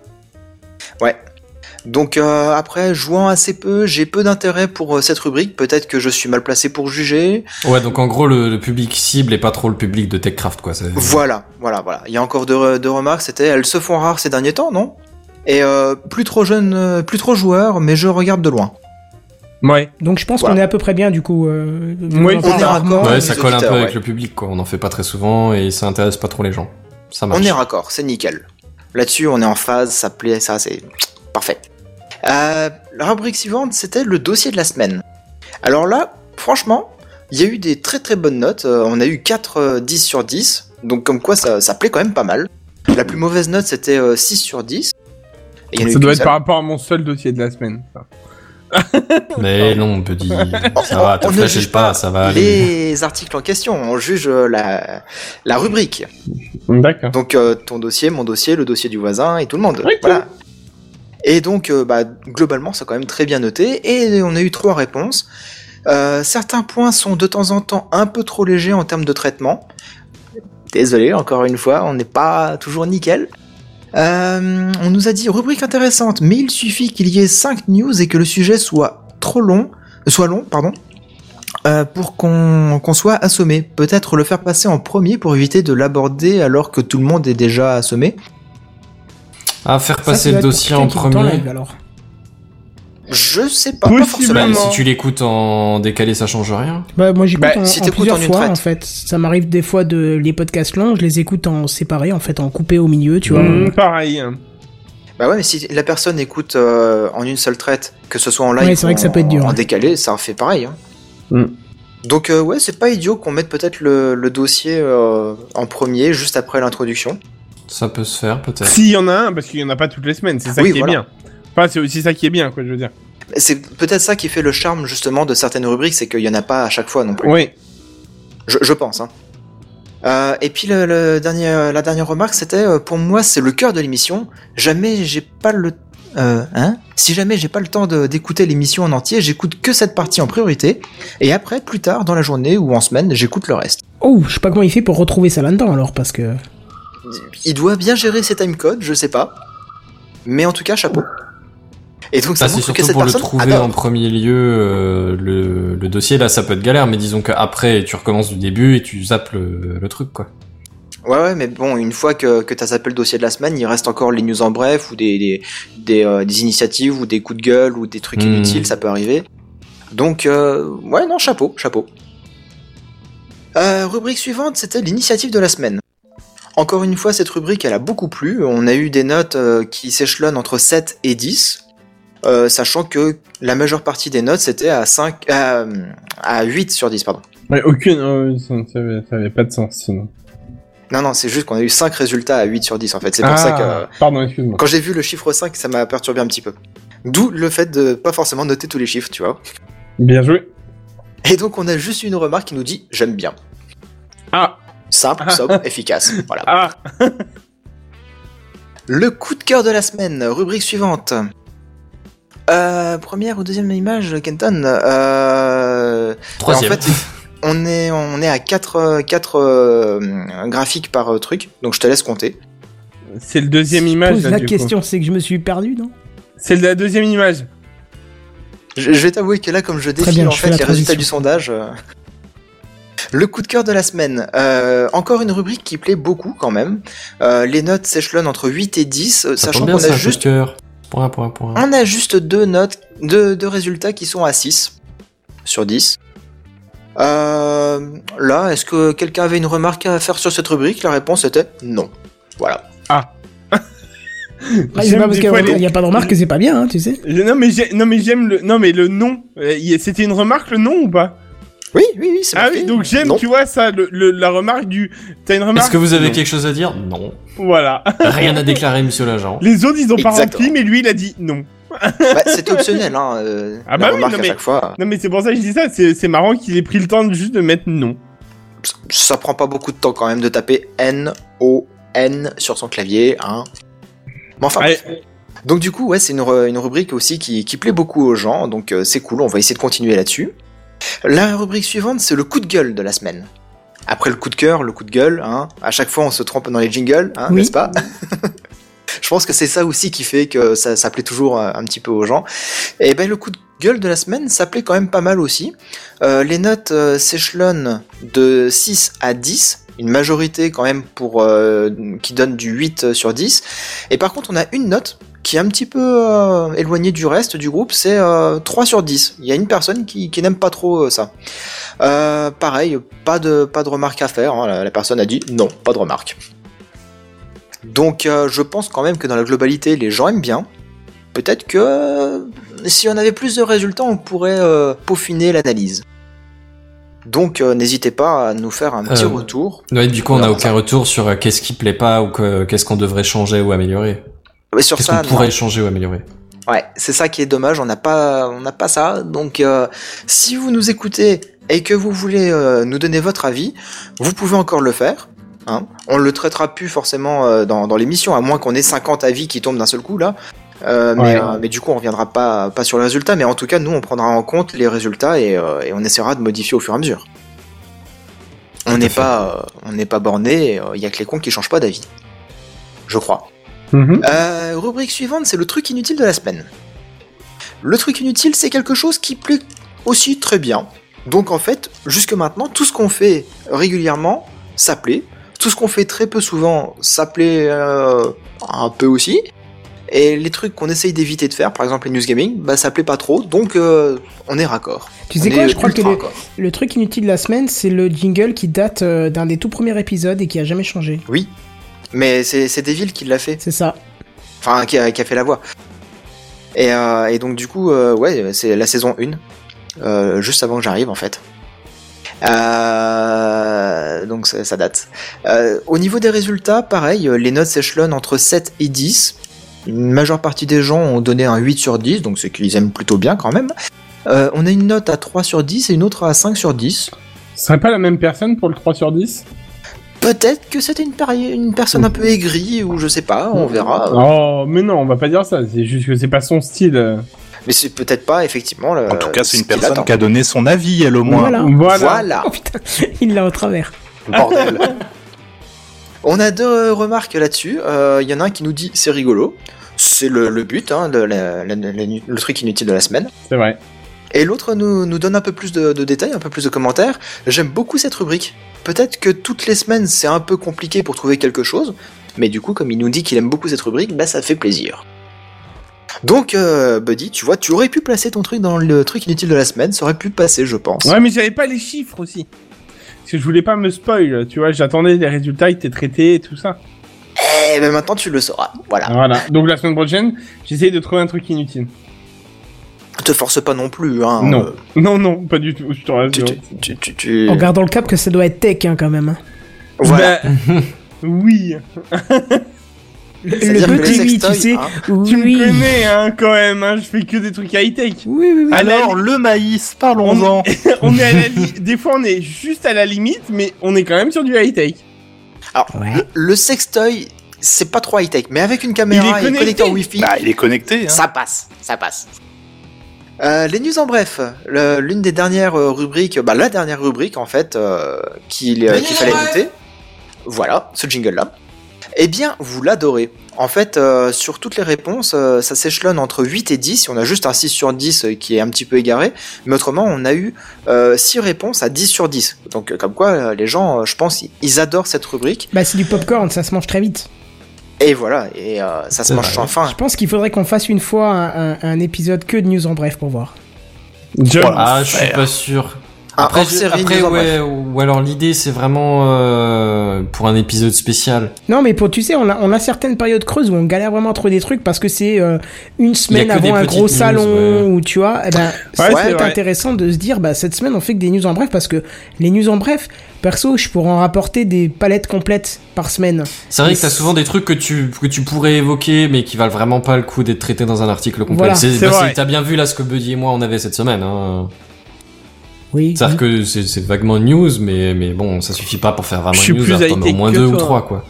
E: Donc euh, après, jouant assez peu, j'ai peu d'intérêt pour euh, cette rubrique. Peut-être que je suis mal placé pour juger.
C: Ouais, donc en gros, le, le public cible est pas trop le public de TechCraft, quoi. c'est-
E: Voilà, voilà, voilà. Il y a encore deux, re- deux remarques. C'était, elles se font rares ces derniers temps, non Et euh, plus trop jeune, euh, plus trop joueur, mais je regarde de loin.
H: Ouais.
A: Donc je pense
E: Voilà.
A: qu'on est à peu près bien du coup. Euh, vu
H: Oui,
A: qu'on en
E: on
A: parle.
E: est raccord.
C: Ouais,
E: les
C: ça colle un peu
E: auditeurs,
C: avec
E: ouais.
C: le public, quoi. On en fait pas très souvent et ça intéresse pas trop les gens. Ça marche.
E: On est raccord, c'est nickel. Là-dessus, on est en phase, ça plaît, ça, c'est parfait. Euh, la rubrique suivante, c'était le dossier de la semaine. Alors là, franchement, il y a eu des très très bonnes notes. Euh, on a eu 4 euh, 10 sur 10, donc comme quoi ça, ça plaît quand même pas mal. La plus mauvaise note, c'était euh, 6 sur 10. Et il y en a eu
H: Ça doit
E: qu'une
H: être
E: seule.
H: par rapport à mon seul dossier de la semaine. ça.
C: Mais non, petit. Ça va,
E: On
C: te
E: ne
C: flashes
E: juge
C: pas, ça va aller.
E: Les articles en question, on juge euh, la, la rubrique.
H: D'accord.
E: Donc euh, ton dossier, mon dossier, le dossier du voisin et tout le monde.
H: Ok.
E: Voilà. Et donc euh, bah, globalement, c'est quand même très bien noté et on a eu trois réponses. Euh, certains points sont de temps en temps un peu trop légers en termes de traitement. Désolé, encore une fois, on n'est pas toujours nickel. Euh, on nous a dit rubrique intéressante, mais il suffit qu'il y ait 5 news et que le sujet soit trop long, soit long, pardon, euh, pour qu'on qu'on soit assommé. Peut-être le faire passer en premier pour éviter de l'aborder alors que tout le monde est déjà assommé.
C: Ah, faire
A: Ça, ça doit
C: passer le
A: être pour
C: dossier en
A: quelqu'un qui
C: premier.
A: t'enlève, alors.
E: Je sais pas, pas
H: Possible.
E: forcément.
C: Bah,
H: Vraiment.
C: si tu l'écoutes en décalé, ça change rien.
A: Bah, moi j'écoute
H: Bah,
A: en,
E: si
A: en
E: t'écoutes
A: plusieurs
E: en une
A: fois
E: traite.
A: en fait. Ça m'arrive des fois de les podcasts longs, je les écoute en séparé en fait, en coupé au milieu, tu vois.
C: Mm.
H: Mmh, pareil.
E: Bah ouais, mais si la personne écoute euh, en une seule traite, que ce soit en live
A: Ouais, c'est
E: ou
A: vrai que ça
E: en-
A: peut être dur,
E: en
A: ouais.
E: décalé, ça fait pareil. hein.
H: Mm.
E: Donc euh, ouais, c'est pas idiot qu'on mette peut-être le, le dossier euh, en premier, juste après l'introduction.
C: Ça peut se faire, peut-être.
H: S'il y en a un, parce qu'il y en a pas toutes les semaines, c'est ça
E: Oui,
H: qui
E: voilà.
H: est bien. Enfin, c'est aussi ça qui est bien, quoi, je veux dire.
E: C'est peut-être ça qui fait le charme justement de certaines rubriques, c'est qu'il y en a pas à chaque fois non plus.
H: Oui.
E: Je, je pense. Hein. Euh, et puis le, le dernier, la dernière remarque, c'était euh, pour moi c'est le cœur de l'émission. Jamais j'ai pas le euh, hein si jamais j'ai pas le temps de- d'écouter l'émission en entier, j'écoute que cette partie en priorité. Et après, plus tard dans la journée ou en semaine, j'écoute le reste.
A: Oh, je sais pas comment il fait pour retrouver ça là-dedans alors parce que.
E: Il doit bien gérer ses timecodes, je sais pas. Mais en tout cas, chapeau. Et donc ça,
C: Ça, Bah, c'est
E: montre que
C: surtout
E: cette
C: pour le
E: personne
C: trouver
E: adore.
C: en premier lieu euh, le, le dossier. Là, ça peut être galère, mais disons qu'après, tu recommences du début et tu zappes le, le truc, quoi.
E: Ouais, ouais, mais bon, une fois que, que t'as zappé le dossier de la semaine, il reste encore les news en bref ou des, des, des, euh, des initiatives ou des coups de gueule ou des trucs
C: Hmm.
E: inutiles, ça peut arriver. Donc, euh, ouais, non, chapeau, chapeau. Euh, rubrique suivante, c'était l'initiative de la semaine. Encore une fois, cette rubrique, elle a beaucoup plu. On a eu des notes euh, qui s'échelonnent entre 7 et 10, euh, sachant que la majeure partie des notes, c'était à, 5, à, à 8 sur 10. Pardon.
H: Ouais, aucune. oh, ça, ça avait- ça avait pas de sens sinon.
E: Non, non, c'est juste qu'on a eu 5 résultats à 8 sur 10, en fait. C'est pour
H: Ah,
E: ça que euh,
H: Pardon, excuse-moi.
E: quand j'ai vu le chiffre 5, ça m'a perturbé un petit peu. D'où le fait de pas forcément noter tous les chiffres, tu vois.
H: Bien joué.
E: Et donc, on a juste une remarque qui nous dit « j'aime bien
H: Ah, ».
E: Simple, sobre, efficace. Voilà.
H: ah.
E: Le coup de cœur de la semaine, rubrique suivante. Euh, première ou deuxième image, Kenton euh...
C: Troisième.
E: En fait, on est, on est à 4, quatre euh, graphiques par euh, truc, donc je te laisse compter.
H: C'est le deuxième image.
A: Pose
H: là,
A: la
H: du coup.
A: question, c'est que je me suis perdu, non
H: C'est la deuxième image.
E: Je, je vais t'avouer que là, comme je défile
A: bien,
E: en
A: je
E: fait
A: fais la
E: les résultats
A: transition.
E: du sondage... euh, Le coup de cœur de la semaine. Euh, encore une rubrique qui plaît beaucoup quand même. Euh, les notes s'échelonnent entre 8 et 10, euh,
C: Ça
E: sachant
C: tombe bien,
E: qu'on a
C: c'est un
E: juste
C: juste... cœur. Point, point, point.
E: On a juste deux notes, deux, deux résultats qui sont à 6 sur 10. Euh, là, est-ce que quelqu'un avait une remarque à faire sur cette rubrique La réponse était non. Voilà.
A: Ah, C'est
H: J'aime
A: pas parce
H: des
A: qu'il
H: fois les-
A: n'y a pas de remarque que c'est pas bien, hein, tu sais.
H: Je- Non mais j'ai- non mais j'aime le non mais le nom. Euh, y- C'était une remarque le nom ou pas
E: Oui, oui, oui, c'est
H: Ah
E: marqué.
H: oui donc j'aime
E: Non.
H: tu vois ça le, le- la remarque du t'as une
C: Est-ce
H: remarque
C: que vous avez
H: Non.
C: quelque chose à dire Non.
H: voilà
C: Rien à déclarer, monsieur l'agent.
H: les autres ils ont pas
E: Exactement.
H: rempli mais lui il a dit non
E: Bah, c'était optionnel, hein. euh,
H: Ah
E: la
H: bah oui,
E: remarque
H: non,
E: à
H: mais-
E: chaque fois.
H: non mais c'est pour ça que je dis ça c'est c'est marrant qu'il ait pris le temps de juste de mettre non
E: Ça prend pas beaucoup de temps quand même de taper N, O, N sur son clavier, hein. Mais enfin,
H: Allez,
E: Donc du coup, ouais, c'est une, re- une rubrique aussi qui, qui plaît beaucoup aux gens, donc euh, c'est cool, on va essayer de continuer là-dessus. La rubrique suivante, c'est le coup de gueule de la semaine. Après le coup de cœur, le coup de gueule, hein, à chaque fois on se trompe dans les jingles, hein,
A: Oui.
E: n'est-ce pas Je pense que c'est ça aussi qui fait que ça, ça plaît toujours euh, un petit peu aux gens. Et ben le coup de gueule de la semaine, ça plaît quand même pas mal aussi. Euh, les notes euh, s'échelonnent de 6 à 10, une majorité quand même pour euh, qui donne du 8 sur 10. Et par contre, on a une note qui est un petit peu euh, éloigné du reste du groupe, c'est euh, 3 sur 10. Il y a une personne qui, qui n'aime pas trop euh, ça. Euh, pareil, pas de, pas de remarque à faire, hein, la, la personne a dit non, pas de remarque. Donc euh, je pense quand même que dans la globalité, les gens aiment bien. Peut-être que euh, si on avait plus de résultats, on pourrait euh, peaufiner l'analyse. Donc euh, n'hésitez pas à nous faire un petit
C: Euh,
E: retour.
C: Ouais, du coup, on n'a
E: Non,
C: aucun retour sur euh, qu'est-ce qui plaît pas ou que- qu'est-ce qu'on devrait changer ou améliorer.
E: Mais sur
C: Qu'est-ce
E: ça,
C: qu'on
E: non.
C: pourrait changer ou améliorer.
E: Ouais, c'est ça qui est dommage, on n'a pas, on n'a pas ça. Donc, euh, si vous nous écoutez et que vous voulez euh, nous donner votre avis, vous pouvez encore le faire. Hein. On le traitera plus forcément euh, dans, dans l'émission, à moins qu'on ait 50 avis qui tombent d'un seul coup là. Euh, mais,
H: Ouais.
E: euh, mais du coup, on reviendra pas, pas sur le résultat. Mais en tout cas, nous, on prendra en compte les résultats et, euh, et on essaiera de modifier au fur et à mesure. On n'est pas, euh, on n'est pas borné. Il y a que les cons qui changent pas d'avis, je crois.
H: Mhm.
E: Euh, rubrique suivante, c'est le truc inutile de la semaine. Le truc inutile, c'est quelque chose qui plaît aussi très bien. Donc en fait, jusque maintenant, tout ce qu'on fait régulièrement, ça plaît. Tout ce qu'on fait très peu souvent, ça plaît euh, un peu aussi. Et les trucs qu'on essaye d'éviter de faire, par exemple les news gaming, bah ça plaît pas trop, donc euh, on est raccord.
A: Tu sais
E: On
A: quoi,
E: est
A: je crois que
E: ultra
A: les-
E: raccord.
A: Le truc inutile de la semaine, c'est le jingle qui date euh, d'un des tout premiers épisodes et qui a jamais changé.
E: Oui. Mais c'est c'est Devil qui l'a fait.
A: C'est ça.
E: enfin qui a, qui a fait la voix. Et, euh, et donc du coup, euh, ouais, c'est la saison 1, euh, juste avant que j'arrive en fait. Euh, donc ça, ça date. Euh, au niveau des résultats, pareil, euh, les notes s'échelonnent entre 7 et 10. Une majeure partie des gens ont donné un 8 sur 10, donc c'est qu'ils aiment plutôt bien quand même. Euh, on a une note à 3 sur 10 et une autre à 5 sur 10.
H: ce serait pas la même personne pour le 3 sur 10
E: Peut-être que c'était une, pari- une personne un peu aigrie ou je sais pas, on verra.
H: oh mais non on va pas dire ça c'est juste que c'est pas son style euh.
E: Mais c'est peut-être pas effectivement le.
D: En tout cas, c'est
E: Euh, ce
D: une
E: qu'il
D: personne
E: attend.
D: qui a donné son avis, elle au moins.
A: Voilà.
H: voilà
E: Voilà,
A: Oh putain, il l'a au travers.
E: bordel. On a deux euh, remarques là-dessus. Euh, Il y en a un qui nous dit c'est rigolo. C'est le, le but, hein, le, la- la- la- le truc inutile de la semaine.
H: c'est vrai
E: Et l'autre nous, nous donne un peu plus de, de détails, un peu plus de commentaires. J'aime beaucoup cette rubrique. Peut-être que toutes les semaines c'est un peu compliqué pour trouver quelque chose, mais du coup comme il nous dit qu'il aime beaucoup cette rubrique, bah ça fait plaisir. Donc euh, Buddy, tu vois, tu aurais pu placer ton truc dans le truc inutile de la semaine, ça aurait pu passer je pense.
H: ouais mais j'avais pas les chiffres aussi Parce que je voulais pas me spoil, tu vois, j'attendais les résultats, ils étaient traités et tout ça.
E: Eh ben maintenant tu le sauras. Voilà.
H: Voilà. Donc la semaine prochaine, j'essaye de trouver un truc inutile.
E: Te force pas non plus. Hein,
H: non.
E: Euh,
H: Non, non, pas du tout, je te
E: tu,
H: rassure.
E: tu, tu, tu- tu-
A: En gardant le cap que ça doit être tech hein, quand même. hein.
E: Voilà.
H: Bah, oui.
A: Le,
E: C'est-à-dire que
A: bah, le
E: le
A: petit oui, tu
E: sextoy,
A: sais.
E: hein.
H: Tu me
A: Oui.
H: connais, hein, quand même, hein, je fais que des trucs high-tech.
A: Oui, oui, oui.
D: Alors, le maïs, parlons-en.
H: on est à la li- Des fois, on est juste à la limite, mais on est quand même sur du high-tech.
A: Ouais.
E: Le sextoy, c'est pas trop high-tech, mais avec une caméra
H: Il est
E: et
H: connecté.
E: connecteur Wi-Fi,
D: Bah, il est connecté, hein.
E: ça passe, ça passe. Euh, les news en bref, Le- l'une des dernières euh, rubriques, bah la dernière rubrique en fait, euh, qu'il euh, qu'il fallait noter. Voilà, ce jingle là. Eh bien, vous l'adorez. En fait, euh, sur toutes les réponses, euh, ça s'échelonne entre 8 et 10. On a juste un 6 sur 10 euh, qui est un petit peu égaré. Mais autrement, on a eu euh, 6 réponses à 10 sur 10. Donc, euh, comme quoi, euh, les gens, euh, je pense, ils- ils adorent cette rubrique.
A: Bah c'est du popcorn, ça se mange très vite.
E: Et voilà, et euh, ça se
C: C'est
E: mange
C: vrai.
E: sans fin.
A: Je pense qu'il faudrait qu'on fasse une fois un, un- un épisode que de news en bref pour voir.
C: Ah, je suis pas sûr.
E: Ah,
C: Après,
E: hors
C: je-
E: série,
C: après
E: nous en
C: ouais, ou alors l'idée c'est vraiment euh, pour un épisode spécial.
A: Non mais pour tu sais, on a, on a certaines périodes creuses où on galère vraiment à trouver des trucs parce que c'est euh, une semaine
C: que
A: avant
C: des
A: un
C: petites
A: gros
C: news,
A: salon
C: ouais.
A: ou tu vois, eh ben, ça
H: c'est
A: peut être
H: vrai.
A: intéressant de se dire bah cette semaine on fait que des news en bref parce que les news en bref, perso, je pourrais en rapporter des palettes complètes par semaine.
C: C'est vrai
A: Mais
C: que t'as
A: c'est-
C: souvent des trucs que tu que tu pourrais évoquer mais qui valent vraiment pas le coup d'être traités dans un article complet.
A: Voilà,
C: c'est bah,
H: c'est vrai. Mhm.
C: c'est- t'as bien vu là ce que Buddy et moi on avait cette semaine. Hein.
A: Oui.
C: C'est-à-dire que c'est c'est vaguement une news mais mais bon ça suffit pas pour faire vraiment
H: Je suis
C: une news.
H: plus
C: alors t'en mets
H: high-tech
C: au moins
H: que
C: deux ou
H: toi.
C: trois quoi.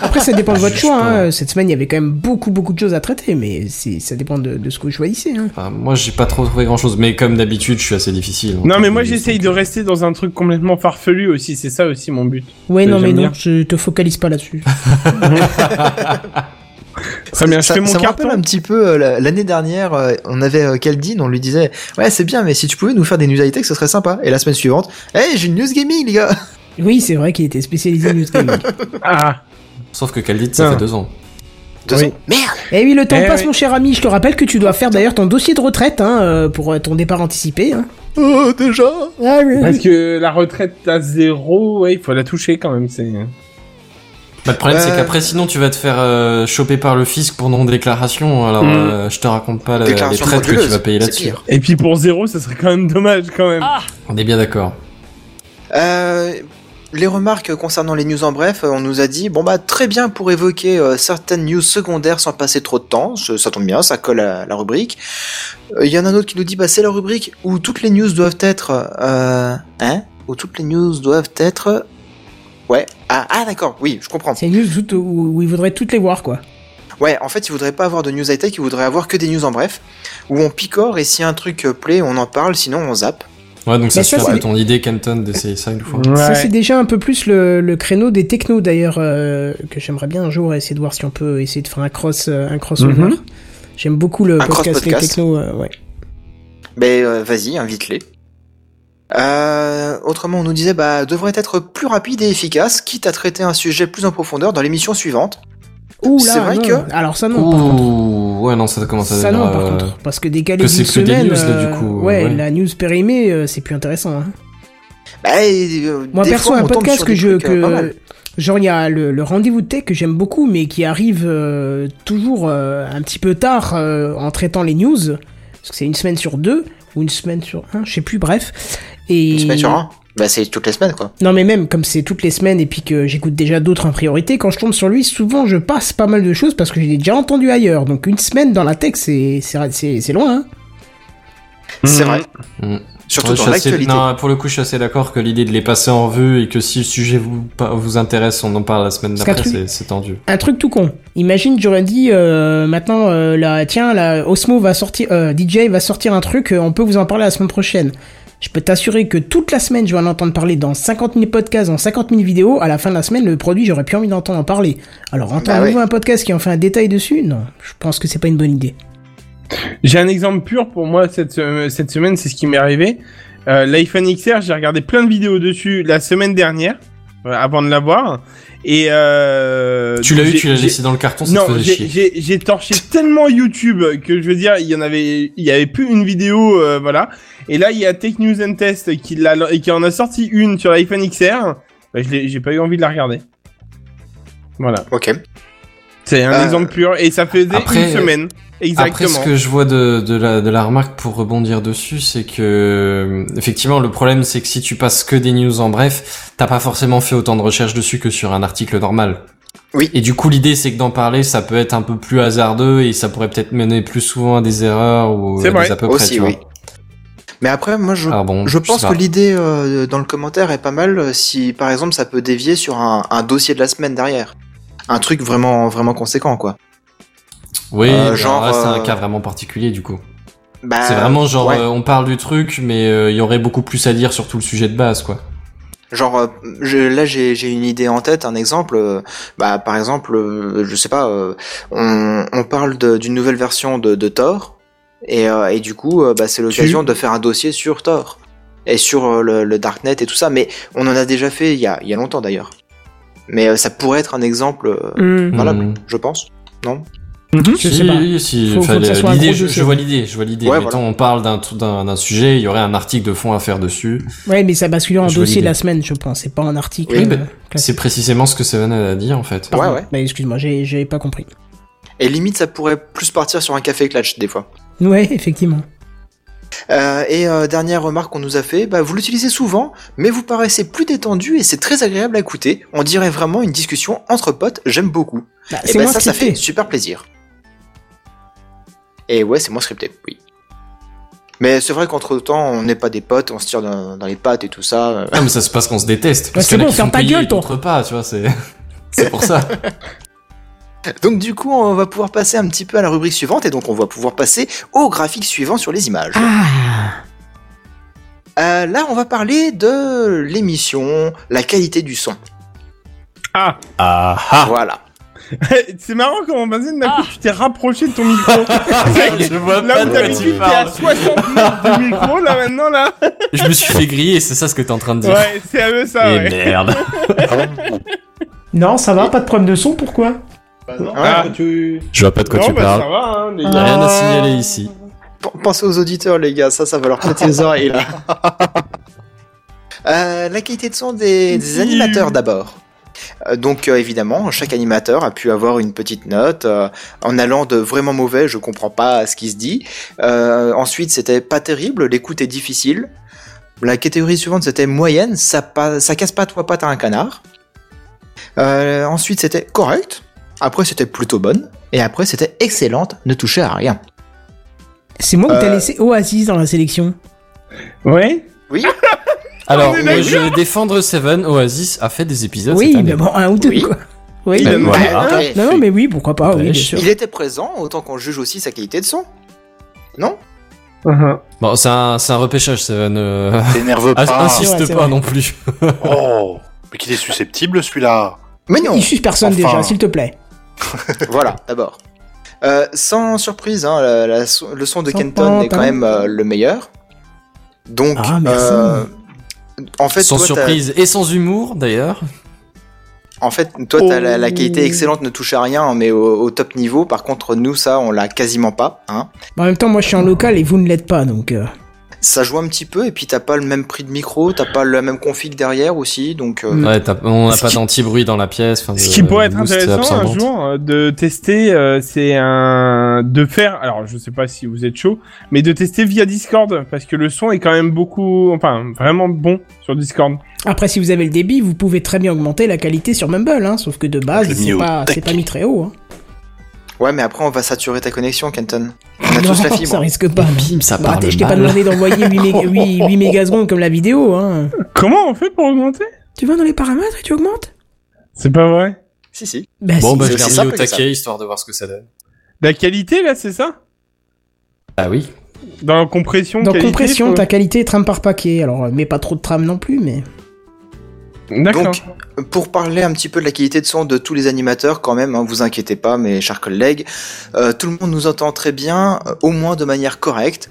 A: Après, ça dépend de votre
C: Je- je
A: choix. hein.
C: peux-
A: Cette semaine, il y avait quand même beaucoup, beaucoup de choses à traiter, mais c'est- ça dépend de, de ce que vous choisissez. hein.
C: Enfin, moi j'ai pas trop trouvé grand chose mais comme d'habitude je suis assez difficile. en
H: Non,
C: termes
H: mais
C: de
H: moi,
C: news,
H: j'essaye
C: donc,
H: de
C: euh,
H: rester dans un truc complètement farfelu aussi. C'est ça aussi mon but.
A: Ouais,
H: Mais
A: non, mais
H: j'aime
A: non,
H: bien.
A: je te focalise pas là-dessus.
H: Très bien, Euh, je
E: ça,
H: fais mon
E: ça me
H: carton.
E: rappelle un petit peu euh, la- l'année dernière, euh, on avait euh, Kaldin, on lui disait ouais c'est bien, mais si tu pouvais nous faire des news high tech, ce serait sympa. Et la semaine suivante, hey j'ai une news gaming les gars.
A: Oui, c'est vrai qu'il était spécialisé news gaming.
H: Ah,
C: Sauf que Khalid ça
H: Ah.
C: fait deux ans.
E: Deux
H: Oui.
E: ans. Merde.
C: Ah
A: Eh oui, le temps
H: Eh
A: passe,
H: oui.
A: mon cher ami. Je te rappelle que tu dois faire d'ailleurs ton dossier de retraite hein, euh, pour euh, ton départ anticipé. hein. Ah
E: Oh déjà.
H: parce
A: Mhm.
H: que la retraite à zéro, ouais, il faut la toucher quand même. C'est.
C: Bah, le problème, c'est
E: Euh.
C: qu'après, sinon, tu vas te faire euh, choper par le fisc pour non-déclaration. Alors,
H: Mm.
C: euh, je te raconte pas la- les
E: Déclaration
C: traites que tu
E: frauduleuse,
C: vas payer
E: c'est
C: là-dessus.
E: pire.
H: Et puis pour zéro, ça serait quand même dommage quand même.
A: Ah,
C: On est bien d'accord.
E: Euh, les remarques concernant les news en bref, euh, on nous a dit bon bah très bien pour évoquer euh, certaines news secondaires sans passer trop de temps. Je- ça tombe bien, ça colle à la rubrique. Euh, Il y en a un autre qui nous dit bah c'est la rubrique où toutes les news doivent être euh, hein où toutes les news doivent être ouais ah ah d'accord oui je comprends.
A: C'est une news où, où- où il voudrait toutes les voir, quoi.
E: Ouais, en fait, ils voudraient pas avoir de news high-tech, ils voudraient avoir que des news en bref, où on picore et si un truc euh, plaît, on en parle, sinon on zappe.
C: Ouais, donc
A: Mais
C: ça
A: ça,
C: suit
A: c'est-
C: à ton idée, Canton, d'essayer ça une fois.
A: Ça,
H: Ouais.
A: c'est déjà un peu plus le, le créneau des technos, d'ailleurs, euh, que j'aimerais bien un jour essayer de voir si on peut essayer de faire un cross, euh, un crossover.
H: Mhm.
A: J'aime beaucoup le
E: Un
A: podcast, les
E: cross-podcast.
A: technos, euh, ouais.
E: Ben euh, vas-y, invite-les. Euh, autrement, on nous disait bah devrait être plus rapide et efficace, quitte à traiter un sujet plus en profondeur dans l'émission suivante.
A: Ouh là,
E: C'est vrai
A: non.
E: que-
A: Alors ça non, par contre.
C: Ouh, ouais, non, ça commence à
A: Ça non,
C: devenir,
A: par
C: euh,
A: contre, parce que décaler d'une
C: que c'est que des
A: semaine,
C: news, là,
A: euh,
C: du coup,
A: ouais,
C: ouais.
A: la news périmée, euh, c'est plus intéressant. hein.
E: Bah, et, euh,
A: Moi
E: des
A: perso,
E: fois,
A: un
E: on tombe
A: podcast
E: sur
A: que
E: des
A: je,
E: trucs, euh, pas mal.
A: que genre il y a le, le rendez-vous de tech que j'aime beaucoup, mais qui arrive euh, toujours euh, un petit peu tard euh, en traitant les news, parce que c'est une semaine sur deux ou une semaine sur un, je sais plus, bref. Et
E: Une semaine sur un. Bah c'est toutes les semaines quoi.
A: non mais même comme c'est toutes les semaines et puis que j'écoute déjà d'autres en priorité, quand je tombe sur lui, souvent je passe pas mal de choses parce que je l'ai déjà entendu ailleurs. Donc une semaine dans la tech, c'est c'est- c'est c'est loin. Hein.
E: C'est vrai.
C: Mm.
E: Surtout dans
C: Ouais, je suis assez-
E: l'actualité.
C: Non, pour le coup, je suis assez d'accord que l'idée de les passer en vue et que si le sujet vous, pa- vous intéresse, on en parle la semaine
A: Parce
C: d'après,
A: qu'un truc-
C: c'est c'est tendu.
A: Un truc tout con. Imagine, j'aurais dit euh, maintenant, euh, là, tiens, là, Osmo va sortir, euh, DJ va sortir un truc, euh, on peut vous en parler la semaine prochaine. Je peux t'assurer que toute la semaine, je vais en entendre parler dans 50 000 podcasts, dans 50 000 vidéos. À la fin de la semaine, le produit, j'aurais plus envie d'entendre en parler. Alors, entendre
E: Bah
A: nouveau un podcast qui en fait un détail dessus, non, je pense que c'est pas une bonne idée.
H: J'ai un exemple pur pour moi cette, se- cette semaine, c'est ce qui m'est arrivé. Euh, L'iPhone XR, j'ai regardé plein de vidéos dessus la semaine dernière. euh, avant de l'avoir. Et euh,
C: Tu l'as
H: donc
C: eu,
H: j'ai-
C: tu l'as
H: j'ai-
C: laissé dans le carton, ça
H: non,
C: te faisait
H: j'ai-
C: chier.
H: j'ai j'ai torché tellement YouTube que je veux dire, il y en avait, il y avait plus une vidéo, euh, voilà. Et là, il y a Tech News and Test qui l'a, et qui en a sorti une sur l'iPhone XR. Bah, je l'ai- j'ai pas eu envie de la regarder. Voilà.
E: Ok.
H: C'est un
E: Euh,
H: exemple pur et ça faisait
C: après- euh,
H: une semaine.
C: Après, ce
H: Exactement.
C: que je vois de, de, la, de la remarque pour rebondir dessus, c'est que euh, effectivement, le problème, c'est que si tu passes que des news en bref, t'as pas forcément fait autant de recherches dessus que sur un article normal.
E: Oui.
C: Et du coup, l'idée, c'est que d'en parler, ça peut être un peu plus hasardeux et ça pourrait peut-être mener plus souvent à des erreurs ou
H: C'est
C: à
H: vrai.
C: des à peu près.
E: Aussi,
C: tu vois.
E: oui. Mais après, moi, je,
C: Ah bon,
E: je
C: sais
E: pense
C: pas.
E: que l'idée euh, dans le commentaire est pas mal euh, si, par exemple, ça peut dévier sur un, un dossier de la semaine derrière. Un truc vraiment, vraiment conséquent, quoi.
C: Oui,
E: Euh,
C: mais
E: genre,
C: alors là, c'est un
E: euh,
C: cas vraiment particulier du coup.
E: Bah,
C: c'est vraiment genre
E: ouais.
C: euh, on parle du truc, mais euh, il y aurait beaucoup plus à dire sur tout le sujet de base, quoi.
E: Genre euh, je- là j'ai j'ai une idée en tête, un exemple. euh, bah par exemple, euh, je sais pas, euh, on, on parle de- d'une nouvelle version de, de Thor et, euh, et du coup euh, bah, c'est l'occasion de faire un dossier sur Thor et sur euh, le, le Darknet et tout ça. Mais on en a déjà fait il y a, il y a longtemps d'ailleurs. Mais euh, ça pourrait être un exemple, euh,
A: Hmm.
E: Voilà.
C: Hmm.
E: je pense.
A: Je
C: Si,
A: sais pas.
C: si,
A: Faut-
C: enfin,
A: faut que ça soit un
C: l'idée,
A: gros
C: je,
A: dossier.
C: je vois l'idée, je vois l'idée.
E: Ouais,
C: Mettons,
E: voilà.
C: on parle d'un tout- d'un d'un sujet, il y aurait un article de fond à faire dessus.
A: Ouais, mais ça bascule en
C: Je vois
A: dossier de la
C: l'idée.
A: semaine, je pense. C'est pas un article.
E: Oui,
A: euh,
C: mais-
A: classique.
C: C'est précisément ce que Seven a dit, en fait.
A: Pardon.
E: Ouais, ouais.
A: Bah, excuse-moi, j'ai j'ai pas compris.
E: Et limite ça pourrait plus partir sur un café clutch des fois.
A: Ouais, effectivement.
E: Euh, et euh, dernière remarque qu'on nous a fait, bah, vous l'utilisez souvent, mais vous paraissez plus détendu et c'est très agréable à écouter. On dirait vraiment une discussion entre potes, j'aime beaucoup.
A: Bah,
E: Et
A: c'est
E: bah,
A: moi
E: ça,
A: qui
E: ça
A: le
E: fait
A: fais.
E: super plaisir. Et ouais, c'est moins scripté, oui. Mais c'est vrai qu'entre temps, on n'est pas des potes, on se tire dans, dans les pattes et tout ça. euh.
C: Ah, mais ça se passe qu'on se déteste. parce
A: c'est
C: qu'il y en a
A: bon,
C: qui
A: ferme
C: sont
A: ta
C: payés
A: gueule,
C: et
A: toi.
C: d'autres pas, tu vois, c'est, c'est pour ça.
E: Donc du coup, on va pouvoir passer un petit peu à la rubrique suivante et donc on va pouvoir passer au graphique suivant sur les images.
A: Ah
E: Euh, là, on va parler de l'émission, la qualité du son.
H: Ah,
C: Ah,
E: Voilà.
H: c'est marrant comment Benzen d'un coup tu t'es rapproché de ton micro.
A: Ah,
H: je vois là où t'habitues, t'es à 60 mètres du micro là maintenant là.
C: Je me suis fait griller, c'est ça ce que t'es en train de dire.
H: Ouais, c'est à eux ça.
C: Et
H: Ouais.
C: merde.
A: Non, ça va, pas de problème de son, pourquoi
H: Ah.
C: Je vois pas de quoi
H: non,
C: tu
H: bah, ça
C: parles.
H: va, hein, les
C: Y a
H: gars.
C: rien à signaler ici.
E: P- Pensez aux auditeurs, les gars, ça, ça va leur prêter les oreilles, là. Euh, la qualité de son des, des animateurs, d'abord. Euh, Donc euh, évidemment, chaque animateur a pu avoir une petite note euh, en allant de vraiment mauvais, je comprends pas ce qui se dit. Euh, ensuite, c'était pas terrible, l'écoute est difficile. La catégorie suivante, c'était moyenne, ça, pa- ça casse pas toi pattes à un canard. Euh, ensuite, c'était correct. Après, c'était plutôt bonne. Et après, c'était excellente, ne touchait à rien.
A: C'est moi ou t'as
E: Euh.
A: laissé Oasis dans la sélection
H: Ouais.
E: Oui,
C: Alors,
H: On est
C: moi,
H: d'accord.
C: je vais défendre Seven. Oasis a fait des épisodes.
A: Oui,
C: cette année.
A: mais bon, un ou deux,
E: Oui. Ben,
A: quoi. Oui.
H: Il en a-
C: voilà.
H: hein.
E: Ouais.
A: Non, non, mais oui, pourquoi pas, oui,
C: Ouais,
A: bien
C: je-
A: sûr.
E: Il était présent, autant qu'on juge aussi sa qualité de son. Non
H: Uh-huh.
C: Bon, c'est un, c'est un repêchage, Seven. euh,
D: T'énerve
C: ins-
H: Ah.
D: pas.
A: C'est vrai,
C: Insiste
A: c'est
C: pas
A: vrai.
C: non plus.
D: Oh, mais qu'il est susceptible celui-là.
E: Mais non
A: Il suce personne
D: Enfin.
A: déjà, s'il te plaît.
E: Voilà, d'abord. Euh, sans surprise, hein, la- la so- le son de
A: Sans
E: Kenton est quand
A: pantin.
E: même euh, le meilleur. Donc,
A: Ah, merci.
E: euh, en fait,
C: sans
E: toi, t'as-
C: surprise et sans humour d'ailleurs.
E: En fait, toi, t'as la, la
A: Oh.
E: qualité excellente, ne touche à rien, mais au, au top niveau. Par contre, nous, ça, on l'a quasiment pas. Hein.
A: Mais en même temps, moi, je suis en local et vous ne l'êtes pas, donc. euh,
E: Ça joue un petit peu, et puis t'as pas le même prix de micro, t'as pas la même config derrière aussi, donc.
A: Mm.
E: euh,
C: Ouais, t'as- on n'a
E: Ce
C: pas
E: qui-
C: d'anti-bruit dans la pièce. enfin, de-
H: Ce qui pourrait
E: Euh,
H: être
C: de boost
H: intéressant un
C: absorbante.
H: jour euh, de tester, euh, c'est un de faire. Alors, je sais pas si vous êtes chaud, mais de tester via Discord parce que le son est quand même beaucoup, enfin, vraiment bon sur Discord.
A: Après, si vous avez le débit, vous pouvez très bien augmenter la qualité sur Mumble, hein, sauf que de base,
D: Je l'ai
A: c'est
D: mis au
A: pas,
D: taquet.
A: c'est pas mis très haut. Hein.
E: Ouais, mais après, on va saturer ta connexion, Kenton. On
A: Non,
E: a tous la
A: ça
E: fibre.
A: risque pas.
C: Bim, ça
A: Bah,
C: part
A: t'es-
C: le
A: je t'ai pas
C: mal.
A: demandé d'envoyer 8, méga- 8, 8 mégasecondes comme la vidéo. Hein.
H: Comment on fait pour augmenter
A: Tu vas dans les paramètres et tu augmentes
H: C'est pas vrai.
E: Si, si.
A: Bah,
C: Bon,
A: si.
C: bah, je
E: c'est aussi
C: l'ai remis au
E: simple que ça.
C: taquet histoire de voir ce que ça donne.
H: La qualité là, c'est ça
C: Ah oui.
H: Dans la compression.
A: Dans
H: qualité,
A: compression,
H: faut-
A: ta qualité trame par paquet. Alors, euh, mets pas trop de trame non plus, mais.
H: D'accord.
E: Donc, pour parler un petit peu de la qualité de son de tous les animateurs, quand même, hein, vous inquiétez pas, mes chers collègues, euh, tout le monde nous entend très bien, euh, au moins de manière correcte.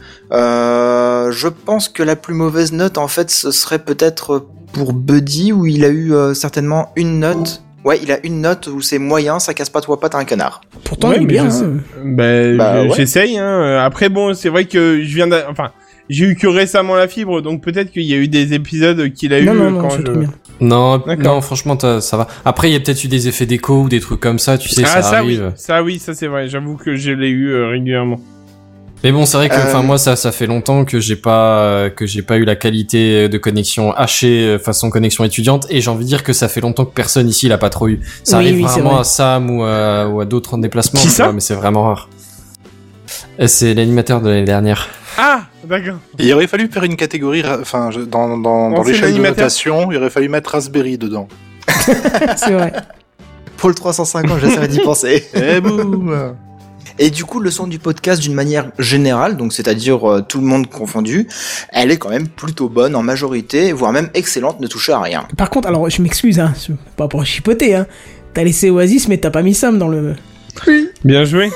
E: Euh, je pense que la plus mauvaise note, en fait, ce serait peut-être pour Buddy, où il a eu euh, certainement une note. Ouais, il a une note où c'est moyen, ça casse pas trois pattes à un canard.
A: Pourtant,
H: Ouais,
A: il est
H: mais
A: bien.
H: je
A: hein.
H: Ben,
E: Bah,
H: je-
E: ouais.
H: j'essaye. Hein. Euh, Après, bon, c'est vrai que je viens d'a- Enfin, j'ai eu que récemment la fibre, donc peut-être qu'il y a eu des épisodes qu'il a eu
A: Non, non,
H: euh,
A: non,
H: quand
A: c'est
H: je...
A: trop bien.
C: Non,
H: D'accord.
C: non, franchement, t'as- ça va. Après, il y a peut-être eu des effets d'écho ou des trucs comme ça, tu sais, ça,
H: ah, ça oui,
C: arrive.
H: ça oui, ça c'est vrai. J'avoue que je l'ai eu euh, régulièrement.
C: Mais bon, c'est vrai que, enfin,
E: Euh,
C: moi, ça, ça fait longtemps que j'ai pas, euh, que j'ai pas eu la qualité de connexion hachée euh, façon connexion étudiante, et j'ai envie de dire que ça fait longtemps que personne ici l'a pas trop eu. Ça
A: Oui,
C: arrive
A: oui, c'est
C: rarement
A: vrai.
C: à Sam ou à, ou à d'autres en déplacement,
H: Qui
C: tu
H: ça
C: vois, mais c'est vraiment rare. Euh, C'est l'animateur de l'année dernière.
H: Ah, d'accord.
D: Il aurait fallu faire une catégorie, ra- enfin, je- dans, dans,
H: Non,
D: dans
H: c'est
D: l'échelle de
H: l'animateur.
D: notation, il aurait fallu mettre Raspberry dedans.
A: C'est vrai.
E: Pour le 350, j'essaierai d'y penser.
D: Eh boum
E: Et du coup, le son du podcast, d'une manière générale, donc c'est-à-dire euh, tout le monde confondu, elle est quand même plutôt bonne en majorité, voire même excellente, ne touche à rien.
A: Par contre, alors je m'excuse, hein, c'est pas pour chipoter, hein. T'as laissé Oasis, mais t'as pas mis Sam dans le.
H: Bien joué.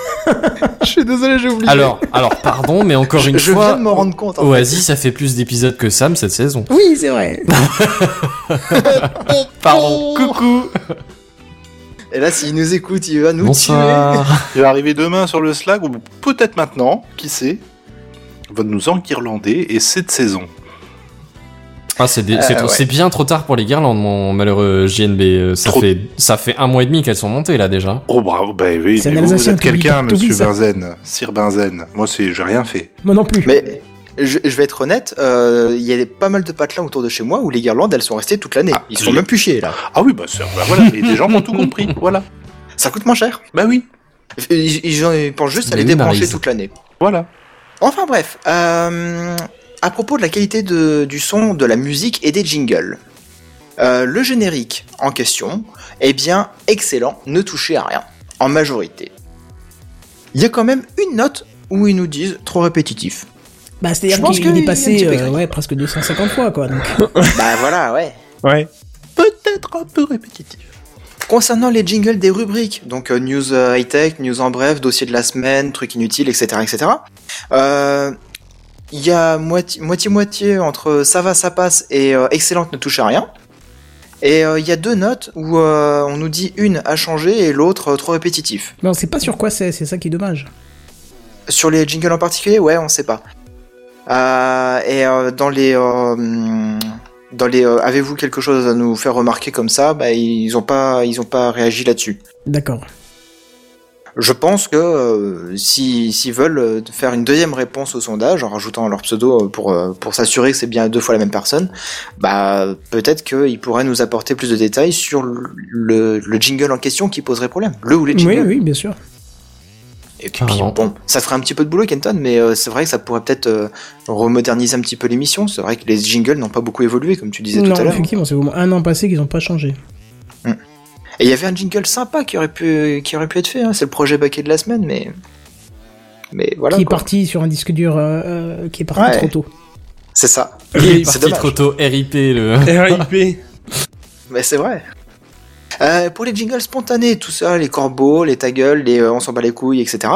E: Je suis désolé, j'ai oublié.
C: Alors, alors, pardon, mais encore une
E: je
C: fois.
E: viens de m'en rendre compte. en fait.
C: Oasis, ça fait plus d'épisodes que Sam cette saison.
A: Oui, c'est vrai.
C: Pardon. Coucou.
E: Et là, s'il nous écoute, il va nous tuer.
C: Bonsoir.
D: Il va arriver demain sur le Slack, ou peut-être maintenant, qui sait, va nous enguirlander, et cette saison.
C: Ah, c'est des-
E: Euh,
C: c'est trop-
E: ouais.
C: c'est bien trop tard pour les guirlandes, mon malheureux JNB. Euh, Ça
D: Trop.
C: fait, ça fait un mois et demi qu'elles sont montées là déjà.
D: Oh bravo, bah oui,
A: C'est
D: mais
A: un
D: vous, vous
A: Alsacien,
D: êtes
A: t'oublies
D: quelqu'un,
A: pas, t'oublies
D: monsieur
A: ça.
D: Benzen, Sir Benzen. Moi, c'est, j'ai rien fait.
A: Moi non plus.
E: Mais je, je vais être honnête, euh, il y a pas mal de patelins autour de chez moi où les guirlandes, elles sont restées toute l'année.
D: Ah,
E: Ils
D: je
E: sont
D: l'ai-
E: même plus chiés, là.
D: Ah oui, bah, c'est- bah voilà, et des gens m'ont tout compris, voilà.
E: Ça coûte moins cher.
D: Bah oui,
E: Ils, ils- ils pensent juste à les
C: Oui,
E: débrancher
C: Maryse.
E: toute l'année.
D: voilà.
E: Enfin bref, euh, à propos de la qualité de- du son, de la musique et des jingles. Euh, le générique en question, eh bien, excellent, ne touchez à rien, en majorité. Il y a quand même une note où ils nous disent trop répétitif.
A: Bah,
E: Je
A: c'est-à-dire
E: pense
A: qu'il
E: que
A: est
E: il y
A: passé
E: a un petit peu
A: euh,
E: gris.
A: ouais, presque 250 fois, quoi. Donc,
E: bah voilà, ouais.
H: Ouais.
E: Peut-être un peu répétitif. Concernant les jingles des rubriques, donc euh, news euh, high-tech, news en bref, dossier de la semaine, trucs inutiles, etc., etc. Euh, Il y a moitié- moitié-moitié entre ça va, ça passe et euh, excellente ne touche à rien. Et euh, il y a deux notes où euh, on nous dit une à changer et l'autre euh, trop répétitif.
A: mais on sait pas sur quoi c'est, c'est ça qui est dommage.
E: Sur les jingles en particulier, ouais, on sait pas. Euh, et euh, dans les euh, hum, dans les euh, avez-vous quelque chose à nous faire remarquer comme ça, bah, ils ont pas ils ont pas réagi là-dessus.
A: D'accord.
E: Je pense que euh, si- s'ils veulent euh, faire une deuxième réponse au sondage en rajoutant leur pseudo euh, pour, euh, pour s'assurer que c'est bien deux fois la même personne, bah peut-être qu'ils pourraient nous apporter plus de détails sur le, le- le jingle en question qui poserait problème. Le ou les
A: Oui,
E: jingles.
A: oui, bien sûr.
E: Et puis, puis,
C: Carrément.
E: bon, ça ferait un petit peu de boulot, Kenton, mais euh, c'est vrai que ça pourrait peut-être euh, remoderniser un petit peu l'émission. C'est vrai que les jingles n'ont pas beaucoup évolué, comme tu disais
A: Non,
E: tout à l'heure.
A: effectivement, c'est au moins un an passé qu'ils ont pas changé.
E: Et il y avait un jingle sympa qui aurait pu, qui aurait pu être fait. hein. C'est le projet baquet de la semaine, mais. Mais voilà.
A: qui est
E: quoi.
A: parti sur un disque dur euh, euh, qui est parti
E: Ouais.
A: trop tôt.
E: C'est ça.
C: Il est
E: c'est
C: parti
E: dommage.
C: trop tôt. RIP le.
H: RIP.
E: Mais c'est vrai. Euh, pour les jingles spontanés, tout ça, les corbeaux, les ta gueule, les euh, on s'en bat les couilles, etc.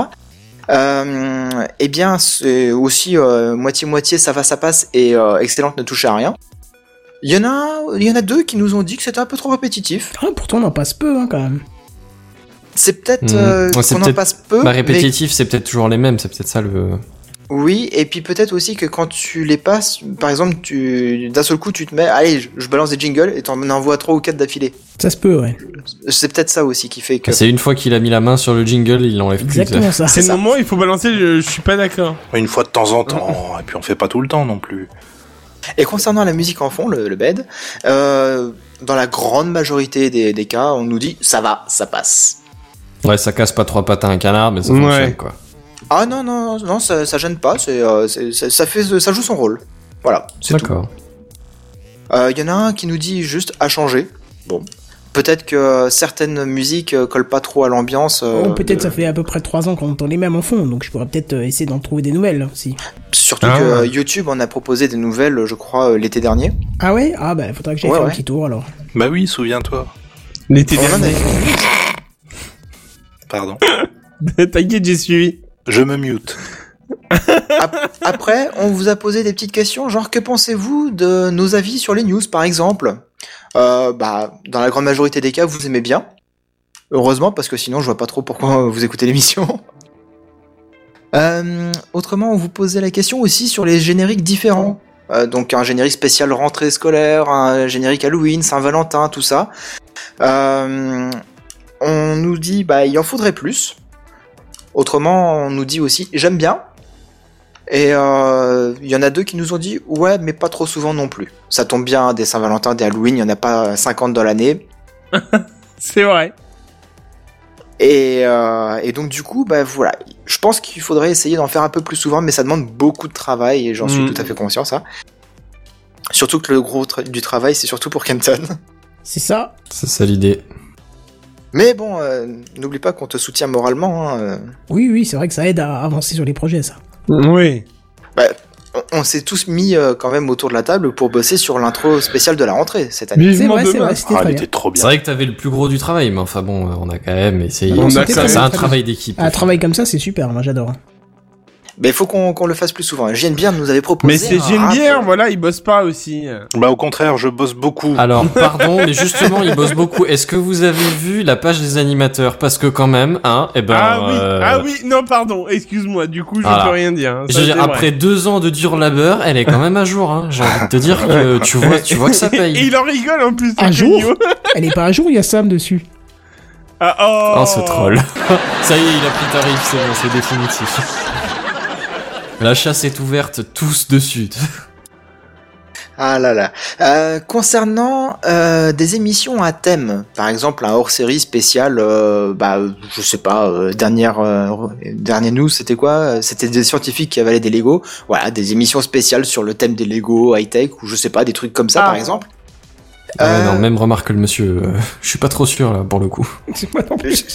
E: Euh, eh bien, c'est aussi euh, moitié-moitié, ça va, ça passe, et euh, excellente ne touche à rien. Il y, en a, un- il y en a deux qui nous ont dit que c'était un peu trop répétitif.
A: Ah, pourtant, on en passe peu, hein, quand même.
E: C'est peut-être
C: Mhm.
E: euh,
C: Ouais, c'est
E: qu'on en
C: peut-être
E: passe peu.
C: Bah,
E: mais-
C: répétitif, c'est peut-être toujours les mêmes, c'est peut-être ça le.
E: Oui, et puis peut-être aussi que quand tu les passes, par exemple, tu d'un seul coup, tu te mets, allez, je, je balance des jingles, et t'en envoies trois ou quatre d'affilée.
A: Ça se peut, ouais.
E: C'est peut-être ça aussi qui fait que.
C: C'est une fois qu'il a mis la main sur le jingle, il l'enlève plus.
A: Exactement ça.
H: C'est le moment où il faut balancer. Je, je suis pas d'accord.
D: Une fois de temps en temps, et puis on fait pas tout le temps non plus.
E: Et concernant la musique en fond, le, le bed, euh, dans la grande majorité des, des cas, on nous dit ça va, ça passe.
C: Ouais, ça casse pas trois pattes à un canard, mais ça
H: Ouais.
C: fonctionne quoi.
E: Ah non, non, non, non, ça, ça gêne pas, c'est, euh, c'est- c'est- ça, fait, ça joue son rôle. Voilà, c'est tout.
C: D'accord.
E: Il y en a un qui nous dit juste à changer. Bon. Peut-être que certaines musiques euh, collent pas trop à l'ambiance. euh,
A: Oh, peut-être
E: de-
A: ça fait à peu près 3 ans qu'on entend les mêmes en fond, donc je pourrais peut-être euh, essayer d'en trouver des nouvelles aussi.
E: Surtout
H: Ah.
E: que euh, YouTube en a proposé des nouvelles, je crois, euh, l'été dernier.
A: Ah ouais Ah bah faudra que j'aille
E: Ouais,
A: faire
E: ouais.
A: un petit tour alors.
D: Bah oui, souviens-toi.
H: L'été dernier.
D: Pardon.
H: T'inquiète, j'ai suivi.
D: Je me mute.
E: Après, on vous a posé des petites questions, genre que pensez-vous de nos avis sur les news, par exemple euh, Bah, dans la grande majorité des cas, vous aimez bien. Heureusement, parce que sinon, je vois pas trop pourquoi vous écoutez l'émission. Euh, autrement, on vous posait la question aussi sur les génériques différents. Euh, donc un générique spécial rentrée scolaire, un générique Halloween, Saint-Valentin, tout ça. Euh, on nous dit, bah, il en faudrait plus. Autrement, on nous dit aussi, j'aime bien. Et euh, il y en a deux qui nous ont dit, ouais, mais pas trop souvent non plus. Ça tombe bien, hein, des Saint-Valentin, des Halloween, il y en a pas 50 dans l'année.
H: C'est vrai.
E: Et, euh, et donc du coup, bah voilà, je pense qu'il faudrait essayer d'en faire un peu plus souvent, mais ça demande beaucoup de travail et j'en suis
H: Mhm.
E: tout à fait conscient ça. Surtout que le gros tra- du travail, c'est surtout pour Kenton.
A: C'est ça.
C: C'est ça l'idée.
E: Mais bon, euh, n'oublie pas qu'on te soutient moralement. hein, euh.
A: Oui, oui, c'est vrai que ça aide à avancer sur les projets, ça.
H: Oui.
E: On, on s'est tous mis euh, quand même autour de la table pour bosser sur l'intro spéciale de la rentrée cette année.
A: C'est
H: Vivement
A: vrai, c'est
H: demain.
A: vrai, c'était
D: Ah,
A: très
D: il
A: bien.
D: était trop
C: C'est
D: bien.
C: vrai que t'avais le plus gros du travail, mais enfin bon, euh, on a quand même essayé.
A: On a
C: Ça-
A: quand
C: ça-
A: même
C: C'est un
A: fait-
C: travail d'équipe.
A: Un travail comme ça, c'est super, moi j'adore. hein.
E: Mais il faut qu'on qu'on le fasse plus souvent. JNBR nous avait proposé.
H: Mais c'est
E: un rap. euh,
H: JNBR, Ah, voilà, il bosse pas aussi.
D: Bah au contraire, je bosse beaucoup.
C: Alors, pardon, mais justement, ils bossent beaucoup. Est-ce que vous avez vu la page des animateurs Parce que quand même, hein, eh ben...
H: ah oui,
C: euh,
H: ah oui, non, pardon, excuse-moi, du coup, je
C: Voilà.
H: peux rien dire. hein,
C: je
H: ça,
C: veux dire,
H: c'est vrai.
C: après deux ans de dur labeur, elle est quand même à jour. Hein. J'ai envie de te dire que tu vois, tu vois que ça
H: Et
C: paye.
H: il en rigole en plus.
A: Un
H: le
A: jour.
H: Kenyo.
A: Elle est pas un jour, il y a Sam dessus.
H: Ah, oh.
C: Oh, ce troll. ça y est, il a pris tarif, c'est bon, c'est définitif. La chasse est ouverte tous de suite.
E: Ah là là. Euh, concernant euh, des émissions à thème, par exemple un hors-série spécial, euh, bah je sais pas, euh, dernière euh, re- dernière news, c'était quoi C'était des scientifiques qui avalaient des Lego. Voilà, des émissions spéciales sur le thème des Lego high tech ou je sais pas des trucs comme ça
H: Ah.
E: par exemple.
C: Ah ouais,
E: Euh,
C: non, même remarque que le monsieur. euh, je suis pas trop sûr là pour le coup.
A: C'est moi non plus.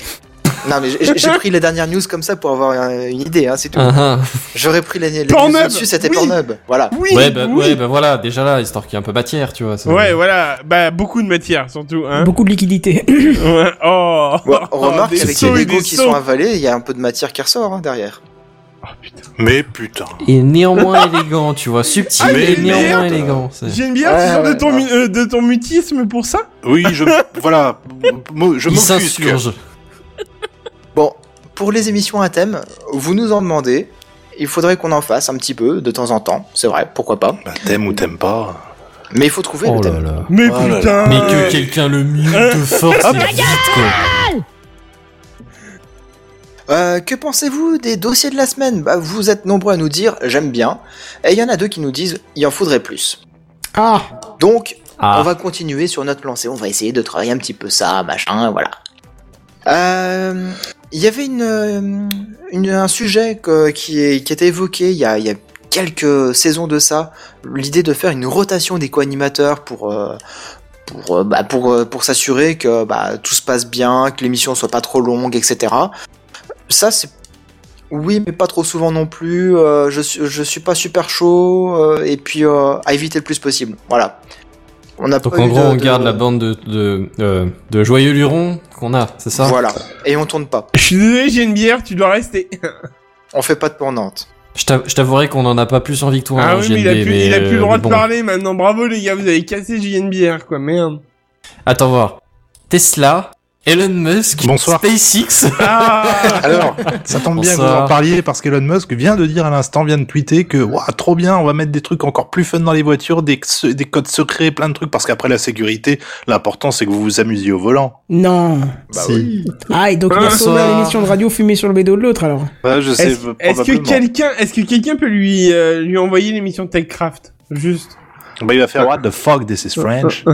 E: Non mais j'ai- j'ai pris les dernières news comme ça pour avoir euh, une idée, hein, c'est tout.
C: Ah, ah.
E: J'aurais pris les, les news
H: Pornhub,
E: dessus, c'était
H: oui.
E: Pornhub. Voilà.
H: Oui,
C: ouais, bah,
H: oui.
C: ouais, bah voilà, déjà là, histoire qu'il y ait un peu matière, tu vois. ça-
H: Ouais, voilà, bah beaucoup de matière surtout. Hein.
A: Beaucoup de liquidité.
H: Ouais, oh.
E: Ouais, remarque,
H: Des
E: avec
C: sauts
E: les
H: et
E: Lego
H: des
E: qui
H: sauts.
E: sont avalés, il y a un peu de matière qui ressort hein, derrière.
D: Mais putain.
C: Et néanmoins élégant, tu vois, subtil,
H: Ah,
C: mais
H: mais
C: néanmoins
H: merde.
C: élégant. c'est-
H: JNBR,
E: Ouais,
H: tu sors de
E: ouais,
H: ton,
E: ouais.
H: mu- euh, de ton mutisme pour ça
D: Oui, je voilà, mo- je
C: Il
D: m'offusque.
C: s'insurge.
E: Bon, pour les émissions à thème, vous nous en demandez. Il faudrait qu'on en fasse un petit peu de temps en temps, c'est vrai, pourquoi pas.
D: Bah t'aimes ou t'aimes pas.
E: Mais il faut trouver
C: Oh
E: le
C: là
E: thème.
C: là.
H: Mais
D: Oh là là.
H: putain
C: Mais que quelqu'un le mute de force et vite, quoi.
E: Euh, que pensez-vous des dossiers de la semaine bah, Vous êtes nombreux à nous dire j'aime bien, et il y en a deux qui nous disent il en faudrait plus.
A: Ah,
E: Donc, on
C: Ah,
E: va continuer sur notre lancée, on va essayer de travailler un petit peu ça, machin, voilà. Euh, Il y avait une, euh, une- un sujet que- qui, est, qui était évoqué il y a, il y a quelques saisons de ça, l'idée de faire une rotation des co-animateurs pour, euh, pour, euh, bah, pour, euh, pour s'assurer que bah, tout se passe bien, que l'émission soit pas trop longue, etc. Ça, c'est... Oui, mais pas trop souvent non plus. euh, je, suis- je suis pas super chaud. euh, et puis, euh, à éviter le plus possible. Voilà. On a
C: donc
E: pas
C: en
E: eu
C: gros,
E: de-
C: on
E: de-
C: garde la bande de, de, euh, de joyeux lurons qu'on a, c'est ça
E: Voilà. Et on tourne pas.
H: Je suis désolé, JNBR, tu dois rester.
E: On fait pas de tournante.
C: Je t'av- je t'avouerai qu'on en a pas plus envie que toi.
H: Ah
C: hein,
H: oui, mais il a
C: JNB,
H: plus, il a
C: mais,
H: plus le
C: euh,
H: droit
C: bon.
H: de parler maintenant. Bravo les gars, vous avez cassé JNBR quoi, merde.
C: Attends voir. Tesla, Elon Musk,
K: Bonsoir.
C: SpaceX.
H: Ah
K: Alors, ça tombe bien que vous
C: Bonsoir.
K: en parliez parce qu'Elon Musk vient de dire à l'instant, vient de tweeter que Ouah, trop bien, on va mettre des trucs encore plus fun dans les voitures, des, se- des codes secrets, plein de trucs parce qu'après la sécurité, l'important c'est que vous vous amusiez au volant.
A: non.
K: Bah
C: oui.
A: Ah, et donc il a
C: Bonsoir.
A: sauvé l'émission de radio fumée sur le bédo de l'autre alors.
D: Ouais, je sais
H: Est-ce
D: probablement.
H: est-ce que quelqu'un, est-ce que quelqu'un peut lui euh, lui envoyer l'émission Techcraft Juste.
D: Bah il va faire
K: What the fuck, this is
H: Euh,
K: French.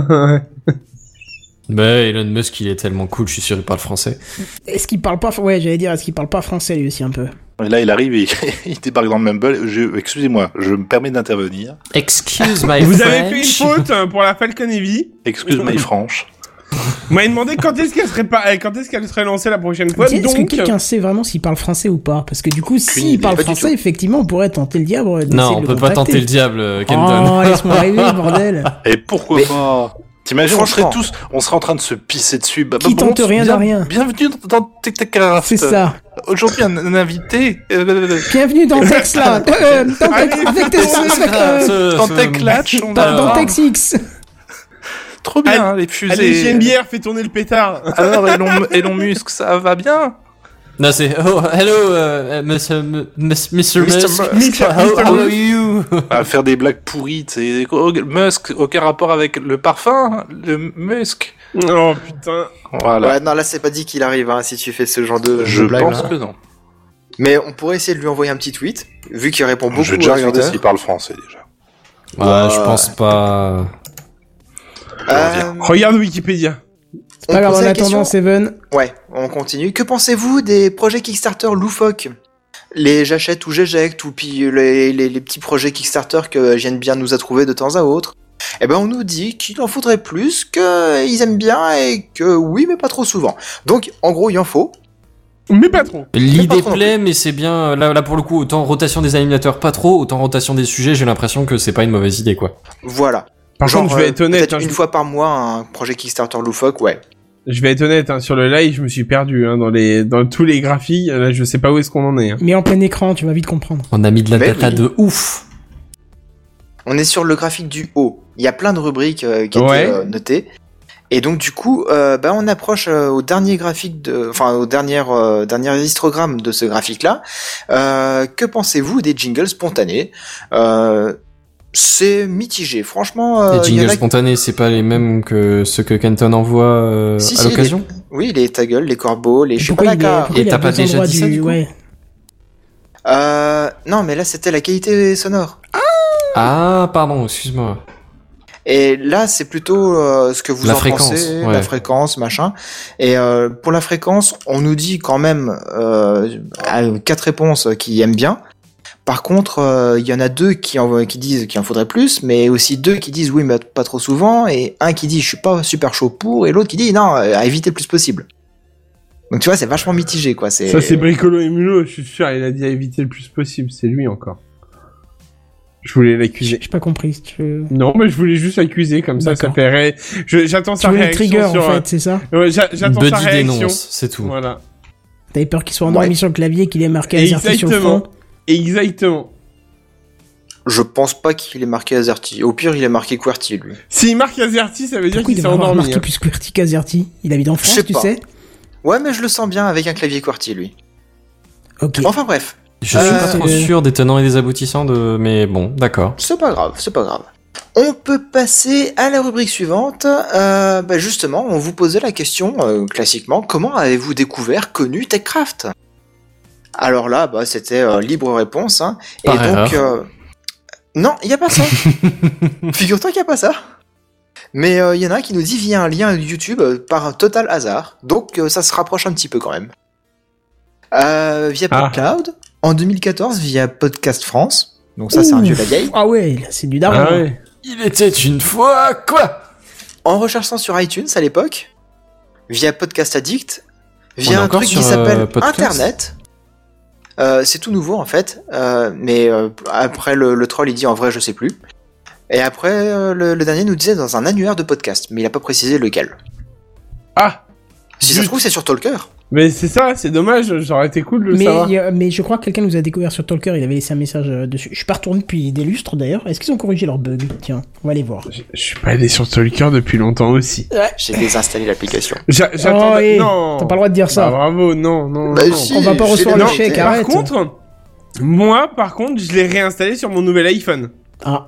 C: Mais Bah, Elon Musk, il est tellement cool, je suis sûr il parle français.
A: Est-ce qu'il parle pas. Ouais, j'allais dire, est-ce qu'il parle pas français lui aussi un peu
H: euh.
D: Et là, il arrive et il débarque dans le Mumble. Je- Excusez-moi, je me permets d'intervenir.
C: Excuse my
H: Vous
C: French.
H: avez fait une faute euh, pour la Falcon Heavy.
D: Excuse-moi, Franche.
H: On m'a demandé quand est-ce qu'elle serait pas, euh, quand est-ce qu'elle serait lancée la prochaine fois.
A: Tiens, Est-ce
H: Donc,
A: que quelqu'un sait vraiment s'il parle français ou pas Parce que du coup, s'il
E: idée,
A: parle
E: pas du
A: français,
E: tout.
A: effectivement, on pourrait tenter le diable. d'essayer
C: Non,
A: de
C: on
A: le
C: peut pas
A: contacter.
H: Oh,
C: tenter le diable, euh,
A: Oh,
C: Kenton.
A: laisse-moi rêver, bordel.
D: Et pourquoi pas
K: T'imagines, on serait
A: Franchement.
K: tous, on serait en train de se pisser dessus. Bah,
A: Qui
K: bah, bon,
A: tente rien
K: bien-
A: de rien.
K: Bienvenue dans Tic Tac Carafe.
A: C'est ça.
K: Aujourd'hui, un, un invité.
A: Bienvenue dans Texla. Euh, dans Tex- avec Tesla, avec, euh,
K: Dans Tech on
A: dans, dans
K: va-
A: Tex X.
K: Trop bien, les fusées.
H: Allez, j'ai une bière, fais tourner le pétard.
K: Alors, Elon, Elon Musk, ça va bien
C: Non, c'est oh, hello, euh, monsieur, monsieur, monsieur
K: Mr.
C: Musk.
K: Musk.
C: How-
K: Mr.
C: how are
K: Musk.
C: you?
K: À faire des blagues pourries, tu sais. Oh, Musk, aucun rapport avec le parfum, le Musk.
H: Oh putain.
K: Voilà.
E: Ouais, non, là, c'est pas dit qu'il arrive, hein, si tu fais ce genre de,
K: Je
E: de blague, hein.
K: pense
E: là.
K: que non.
E: Mais on pourrait essayer de lui envoyer un petit tweet, vu qu'il répond beaucoup
K: Je vais déjà
E: à
K: regarder
E: Twitter.
K: s'il parle français déjà.
C: Ouais, Bah, je pense pas.
E: Euh,
H: Regarde Wikipédia.
E: on
A: Alors,
E: posait
A: en
E: la question-
A: attendant, Seven.
E: Ouais, on continue. Que pensez-vous des projets Kickstarter loufoques Les j'achète ou j'éjecte, ou puis les, les- les petits projets Kickstarter que Jeanne bien nous a trouvés de temps à autre Eh ben, on nous dit qu'il en faudrait plus, qu'ils aiment bien et que oui, mais pas trop souvent. Donc, en gros, il en faut.
H: Mais pas trop.
C: L'idée
E: Pas trop non
C: plaît, mais c'est bien. euh, Là, là, pour le coup, autant rotation des animateurs, pas trop. Autant rotation des sujets, j'ai l'impression que c'est pas une mauvaise idée, quoi.
E: Voilà.
H: Par contre, je vais
E: euh,
H: être honnête,
E: peut-être
H: hein,
E: une
H: je-
E: fois par mois, un projet Kickstarter loufoque, ouais.
H: Je vais être honnête, hein, sur le live, je me suis perdu hein, dans les dans tous les graphies. Là, je sais pas où est-ce qu'on en est. hein.
A: Mais en plein écran, tu vas vite comprendre.
C: On a mis de la
E: Mais
C: data
E: Bah oui.
C: de ouf.
E: On est sur le graphique du haut. Il y a plein de rubriques euh, qui
H: Ouais.
E: étaient euh, notées. Et donc du coup, euh, bah, on approche euh, au dernier graphique, de, enfin au dernier euh, dernier histogramme de ce graphique-là. Euh, que pensez-vous des jingles spontanés Euh, C'est mitigé, franchement. euh,
C: les
E: il y en
C: jingles
E: a-
C: spontanés, c'est pas les mêmes que ceux que Kenton envoie euh,
E: Si,
C: à
E: si,
C: l'occasion.
E: Oui, les ta gueule, les corbeaux, les
A: Pourquoi il, est,
E: chupalaka.
A: pourquoi il
C: Et
A: a
C: t'as pas
A: deux
C: déjà
A: endroits
C: dit ça, du coup
A: ouais.
E: Euh, non, mais là c'était la qualité sonore.
C: Ah, pardon, excuse-moi.
E: Et là, c'est plutôt euh, ce que vous
C: La
E: en
C: fréquence,
E: pensez,
C: ouais.
E: la fréquence, machin. Et euh, pour la fréquence, on nous dit quand même euh, à quatre réponses qui aiment bien. Par contre, euh, il y en a deux qui, en, qui disent qu'il en faudrait plus, mais aussi deux qui disent oui, mais pas trop souvent, et un qui dit je suis pas super chaud pour, et l'autre qui dit non, euh, à éviter le plus possible. Donc tu vois, c'est vachement mitigé, quoi. C'est
H: Ça, c'est Bricolo et Mulot, je suis sûr. Il a dit à éviter le plus possible. C'est lui encore. Je voulais
A: J'ai
H: l'accuser.
A: j'ai pas compris. si Tu veux,
H: Non, mais je voulais juste l'accuser comme ça. Ça
A: D'accord.
H: fait ré- je- J'attends
A: tu
H: sa
A: veux le
H: réaction.
A: trigger, en
H: sur,
A: fait, c'est ça
H: euh, ouais, j'a- J'attends sa
C: Buddy
H: réaction.
C: dénonce, c'est tout.
H: Voilà.
A: T'avais peur qu'il soit
E: Ouais.
A: endormi sur le clavier, qu'il ait marqué Azerty sur le
H: Exactement.
A: front
H: Exactement.
E: Je pense pas qu'il est marqué Azerty. Au pire, il est marqué QWERTY, lui.
H: S'il marque Azerty, ça veut dire
A: Pourquoi
H: qu'il
A: il
H: s'est
A: devrait avoir
H: endormi.
A: marqué
H: hein.
A: plus QWERTY qu'Azerty Il habite en
E: Je sais
A: France, tu
E: pas.
A: sais
E: Ouais, mais je le sens bien avec un clavier QWERTY, lui.
A: Ok.
E: Enfin bref.
C: Je
E: Euh,
C: suis pas trop
A: c'est-
C: sûr des tenants et des aboutissants de. Mais bon, d'accord.
E: C'est pas grave, c'est pas grave. On peut passer à la rubrique suivante. Euh, bah justement, on vous posait la question euh, classiquement comment avez-vous découvert, connu Techcraft Alors là, bah, c'était euh, libre réponse. hein. Et
C: Par
E: donc, euh, non, il y a pas ça. Figure-toi qu'il y a pas ça. Mais euh, il y en a un qui nous dit via un lien YouTube euh, par un total hasard. Donc euh, ça se rapproche un petit peu quand même. Euh, via
H: Ah.
E: PodCloud. En 2014, via Podcast France. Donc ça, c'est un
A: Ouf.
E: vieux la vieille.
A: Ah ouais, là, c'est du daron.
H: Ah ouais.
C: Il était une fois quoi
E: en recherchant sur iTunes à l'époque, via Podcast Addict,
C: On est
E: via un
C: encore
E: truc
C: sur,
E: qui s'appelle
C: euh, podcast
E: Internet. Euh, c'est tout nouveau en fait, euh, mais euh, après le, le troll il dit en vrai je sais plus. Et après euh, le, le dernier nous disait dans un annuaire de podcast, mais il a pas précisé lequel.
H: Ah.
E: Si ça
H: Zut.
E: se trouve c'est sur Talker.
H: Mais c'est ça, c'est dommage. J'aurais été cool de le
A: Mais,
H: savoir.
A: il y a- mais je crois que quelqu'un nous a découvert sur Talker, il avait laissé un message euh, dessus. Je suis pas retourné depuis des lustres d'ailleurs. Est-ce qu'ils ont corrigé leur bug Tiens, on va aller voir.
H: Je- Je suis pas allé sur Stalker depuis longtemps aussi.
E: J'ai désinstallé l'application.
H: J'a- J'attends.
A: Oh, hé,
H: non.
A: T'as pas le droit de dire
H: Bah,
A: ça.
H: bravo, non, non.
E: Bah
H: non.
A: si, on va pas recevoir le
H: Non,
A: chèque,
E: hein.
H: par
A: arrête.
H: contre, moi, par contre, je l'ai réinstallé sur mon nouvel iPhone.
A: Ah,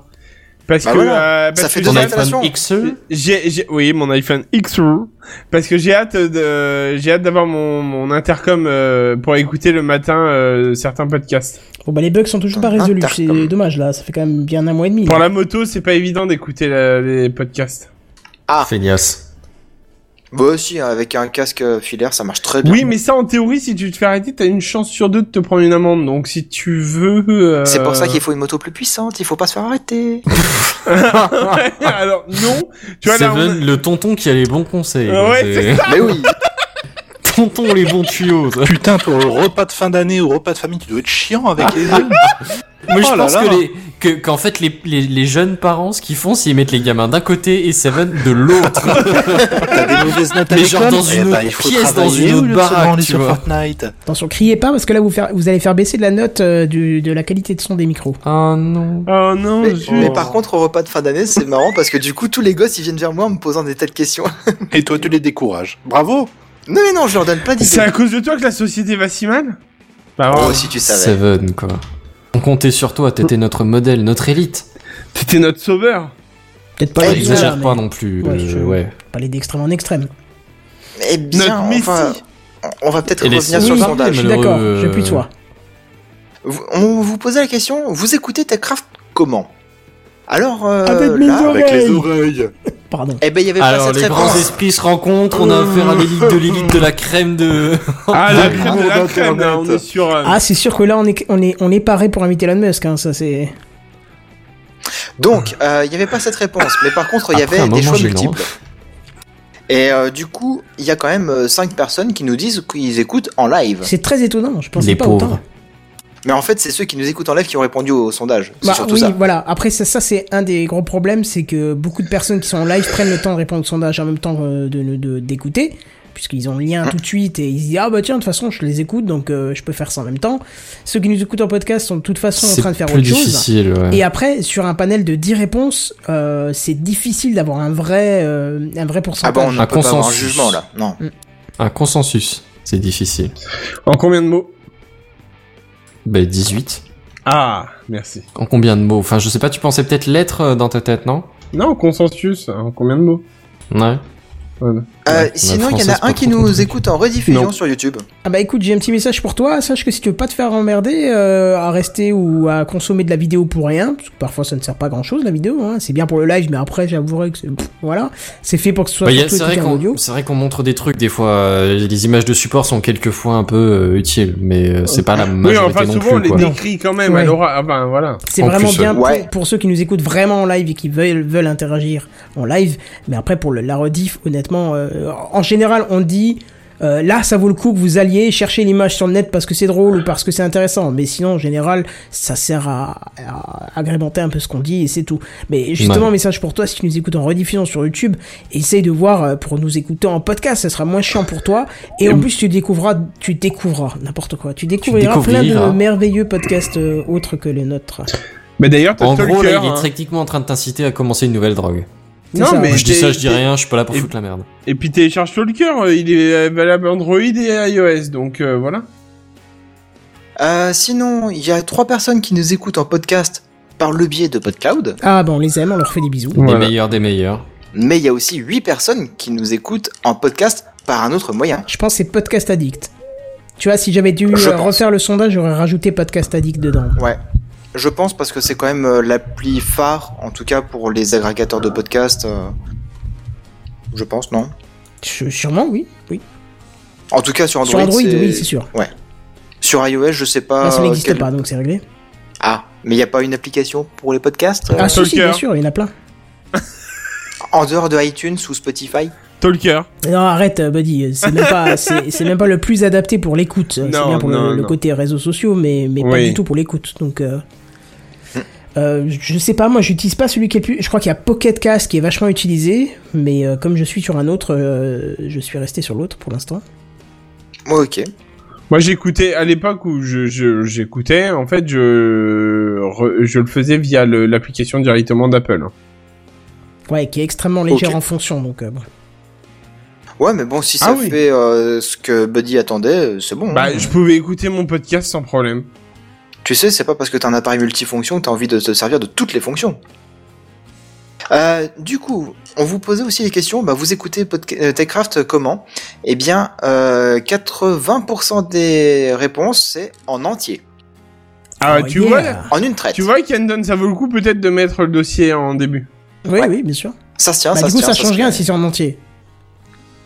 H: Parce
E: Bah
H: que,
E: voilà,
H: euh, parce
E: ça fait
H: que
E: deux
C: Ton
H: j'ai-
E: installations.
C: iPhone XE
H: j'ai, j'ai- oui, mon iPhone X parce que j'ai hâte de, j'ai hâte d'avoir mon, mon intercom euh, pour écouter le matin euh, certains podcasts.
A: bon bah les bugs sont toujours pas résolus,
E: Intercom.
A: c'est dommage là, ça fait quand même bien un mois et demi.
H: Pour
A: là.
H: la moto, c'est pas évident d'écouter la- les podcasts.
E: Ah.
C: Feignasse.
E: Bah aussi avec un casque filaire ça marche très bien.
H: Oui, mais ça, en théorie, si tu te fais arrêter, t'as une chance sur deux de te prendre une amende. Donc, si tu veux, euh,
E: C'est pour ça qu'il faut une moto plus puissante, il faut pas se faire arrêter.
H: Alors non, tu vois là. on-
C: Seven, le tonton qui a les bons conseils.
H: Ah ouais, c'est
E: mais oui,
C: tonton les bons tuyaux.
K: Ah. Putain, pour le repas de fin d'année ou repas de famille, tu dois être chiant avec les autres.
C: Moi, je
D: Oh là
C: pense
D: là.
C: que les, que, qu'en fait, les, les, les jeunes parents, ce qu'ils font, c'est ils mettent les gamins d'un côté et Seven de l'autre.
K: T'as des mauvaises notes à
C: Mais genre
K: l'école
C: dans
K: Eh
C: une
K: ben,
C: autre
K: il faut
C: pièce, dans
K: travailler
C: une
K: au
C: autre
K: lieu de se branler
C: baraque, tu
K: sur
C: vois.
K: Fortnite.
A: Attention, criez pas parce que là vous, faire- vous allez faire baisser la note euh, du- de la qualité de son des micros.
C: Ah non.
H: Oh non,
E: Mais,
H: zut.
E: mais par contre, au repas de fin d'année, c'est marrant parce que du coup, tous les gosses ils viennent vers moi en me posant des tas de questions.
K: Et toi, tu les décourages. Bravo
E: Non, mais non, je leur donne pas d'idées.
H: C'est à cause de toi que la société va si mal Bah,
E: Oh,
H: vraiment,
E: si tu savais.
C: Seven, quoi. On comptait sur toi, t'étais notre modèle, notre élite.
H: T'étais notre sauveur.
A: Peut-être pas
E: Eh,
A: les
C: Exagère
A: mais
C: pas non plus.
A: Ouais, je-
C: euh, ouais.
A: Pas les d'extrême en extrême.
E: Eh bien,
H: Notre
E: on va,
H: Messi.
E: on va peut-être
C: Et les
E: revenir
C: sons
E: sur le
C: sont
E: sondage.
A: Ah, Je
C: parlés,
A: suis
C: malheureux,
A: d'accord,
C: euh,
A: j'appuie toi.
E: Vous- on vous posait la question, vous écoutez Techcraft comment Alors, euh,
H: Ah,
A: Avec mes
E: là,
A: oreilles.
K: oreilles.
A: Pardon.
E: eh ben, il y avait
C: Alors,
E: pas cette
C: les grands
E: réponse.
C: esprits se rencontrent, on a
A: Mmh.
C: affaire à l'élite de l'élite de la crème de.
E: Oh,
H: Ah, la
K: Le
H: crème
K: monde
H: de la
K: d'Internet.
H: crème, là, on est sur. euh,
A: Ah, c'est sûr que là on est on est on est paré pour inviter Elon Musk hein, ça c'est
E: Donc, euh, il y avait pas cette réponse, mais par contre, il y
C: Après
E: avait
C: un
E: des
C: moment
E: choix
C: gênant.
E: multiples. Et euh, du coup, il y a quand même 5 personnes qui nous disent qu'ils écoutent en live.
A: c'est très étonnant, je pensais
C: Les
A: pas autant.
C: pauvres.
E: Mais en fait, c'est ceux qui nous écoutent en live qui ont répondu au sondage. C'est
A: Bah
E: surtout
A: oui,
E: ça.
A: voilà. Après ça, ça c'est un des gros problèmes, c'est que beaucoup de personnes qui sont en live prennent le temps de répondre au sondage en même temps euh, de de- d'écouter, puisqu'ils ont le lien tout de suite et ils se disent ah bah tiens de toute façon je les écoute donc euh, je peux faire ça en même temps. Ceux qui nous écoutent en podcast sont de toute façon en
C: C'est
A: train de faire
C: plus
A: autre chose.
C: difficile, ouais.
A: Et après, sur un panel de 10 réponses, euh, c'est difficile d'avoir un vrai, euh, un vrai
E: Ah
A: pourcentage.
E: bon, on ne
C: Un
E: peut pas avoir un
C: consensus.
E: jugement là. Non.
C: Un consensus, c'est difficile.
H: En combien de mots
C: Ben, 18.
H: Ah, merci.
C: En combien de mots Enfin, je sais pas, tu pensais peut-être l'être euh, dans ta tête, non
H: Non, consensus, en combien de mots
C: Ouais.
H: Ouais.
E: Euh,
C: Ouais,
E: sinon, il y en
C: français, c'est
E: a un
C: pas
E: qui
C: trop ton
E: nous
C: truc.
E: écoute en rediffusion
H: Non.
E: sur YouTube.
A: Ah bah écoute, j'ai un petit message pour toi. Sache que si tu veux pas te faire emmerder euh, à rester ou à consommer de la vidéo pour rien, parce que parfois ça ne sert pas à grand chose la vidéo, hein. c'est bien pour le live, mais après j'avouerai que c'est... pff, voilà, c'est fait pour que ce soit
C: Bah, y a-
A: surtout
C: c'est vrai
A: écouté en audio.
C: qu'on c'est vrai qu'on montre des trucs des fois. euh, les images de support sont quelquefois un peu euh, utiles, mais euh, c'est pas la
H: Oui,
C: majorité
H: enfin,
C: non
H: souvent, on
C: plus.
H: les
C: Quoi.
H: décrit quand même.
A: Ouais.
H: Alors, enfin, voilà.
A: C'est
C: En
A: vraiment
C: plus,
A: bien
C: euh,
A: pour-
E: ouais.
A: pour, ceux qui nous écoutent vraiment en live et qui veulent, veulent interagir en live. Mais après, pour le- la rediff, honnêtement, euh, en général, on dit euh, là, ça vaut le coup que vous alliez chercher l'image sur le net parce que c'est drôle ou parce que c'est intéressant. Mais sinon, en général, ça sert à, à agrémenter un peu ce qu'on dit et c'est tout. Mais justement,
C: Ouais.
A: message pour toi, si tu nous écoutes en rediffusion sur YouTube, essaye de voir euh, pour nous écouter en podcast. Ça sera moins chiant pour toi. Et en plus, tu découvras, tu découvras n'importe quoi. Tu découvriras, plein
C: découvriras.
A: de merveilleux podcasts euh, autres que les nôtres.
H: Mais d'ailleurs, t'as
C: En
H: le
C: gros, là,
H: cœur.
C: il est techniquement en train de t'inciter à commencer une nouvelle drogue.
A: C'est ça.
H: hein. Non, mais.
C: je dis
H: t'es-
C: ça, je dis
H: t'es-
C: rien, je suis pas là pour
H: Et-
C: foutre la merde.
H: Et puis télécharge Talker, euh, il est euh, valable Android et iOS, donc euh, voilà.
E: Euh, sinon, il y a trois personnes qui nous écoutent en podcast par le biais de PodCloud,
A: Ah bah on les aime, on leur fait des bisous.
H: Voilà.
C: Les meilleurs des meilleurs.
E: mais il y a aussi huit personnes qui nous écoutent en podcast par un autre moyen.
A: Je pense que c'est Podcast Addict. Tu vois, si j'avais dû
E: Je
A: euh,
E: pense.
A: refaire le sondage, j'aurais rajouté Podcast Addict dedans.
E: Ouais. Je pense parce que c'est quand même euh, l'appli phare, en tout cas pour les agrégateurs de podcasts. euh, Je pense, non
A: Su- Sûrement, oui. oui.
E: En tout cas sur Android.
A: Sur Android,
E: c'est- Ah,
A: oui, c'est sûr.
E: Sur iOS, je sais pas. euh,
A: Là, ça n'existe
E: quel-
A: pas, donc c'est réglé.
E: Ah, mais il n'y a pas une application pour les podcasts euh,
A: Ah, si, si,
H: Talker.
A: bien sûr, il y en a plein.
E: En dehors de iTunes ou Spotify
H: Talker.
A: Non, arrête, euh, Buddy, euh, c'est même, pas- c'est- c'est même pas le plus adapté pour l'écoute. Euh, C'est
H: Non,
A: bien pour
H: non,
A: le, le
H: non.
A: côté réseaux sociaux, mais, mais pas
H: Oui.
A: du tout pour l'écoute. Donc, euh, euh, je sais pas, moi j'utilise pas celui qui est le plus. Je crois qu'il y a Pocket Cast qui est vachement utilisé, mais euh, comme je suis sur un autre, euh, je suis resté sur l'autre pour l'instant.
E: Moi, ok.
H: Moi j'écoutais à l'époque où je je- j'écoutais, en fait je re- je le faisais via le- l'application directement d'Apple.
A: Ouais, qui est extrêmement légère
E: Ok.
A: en fonction, donc euh, bon.
E: Ouais, mais bon, si ça
H: Ah oui.
E: fait euh, ce que Buddy attendait, euh, c'est bon. hein.
H: Bah je pouvais écouter mon podcast sans problème.
E: Tu sais, c'est pas parce que t'as un appareil multifonction que t'as envie de te servir de toutes les fonctions. Euh, du coup, on vous posait aussi des questions. Bah, vous écoutez podca- euh, Techcraft comment Eh bien, euh, 80% des réponses, c'est en entier,
H: Ah
A: Oh,
H: tu
A: yeah.
H: vois
E: en une traite.
H: tu vois Kendon, ça vaut le coup peut-être de mettre le dossier en début.
A: Oui, oui, bien sûr.
E: Ça se tient,
A: bah,
E: Ah, ça
A: du
E: se
A: coup, ça
E: tient. se
A: change
E: tient.
A: rien si c'est en entier.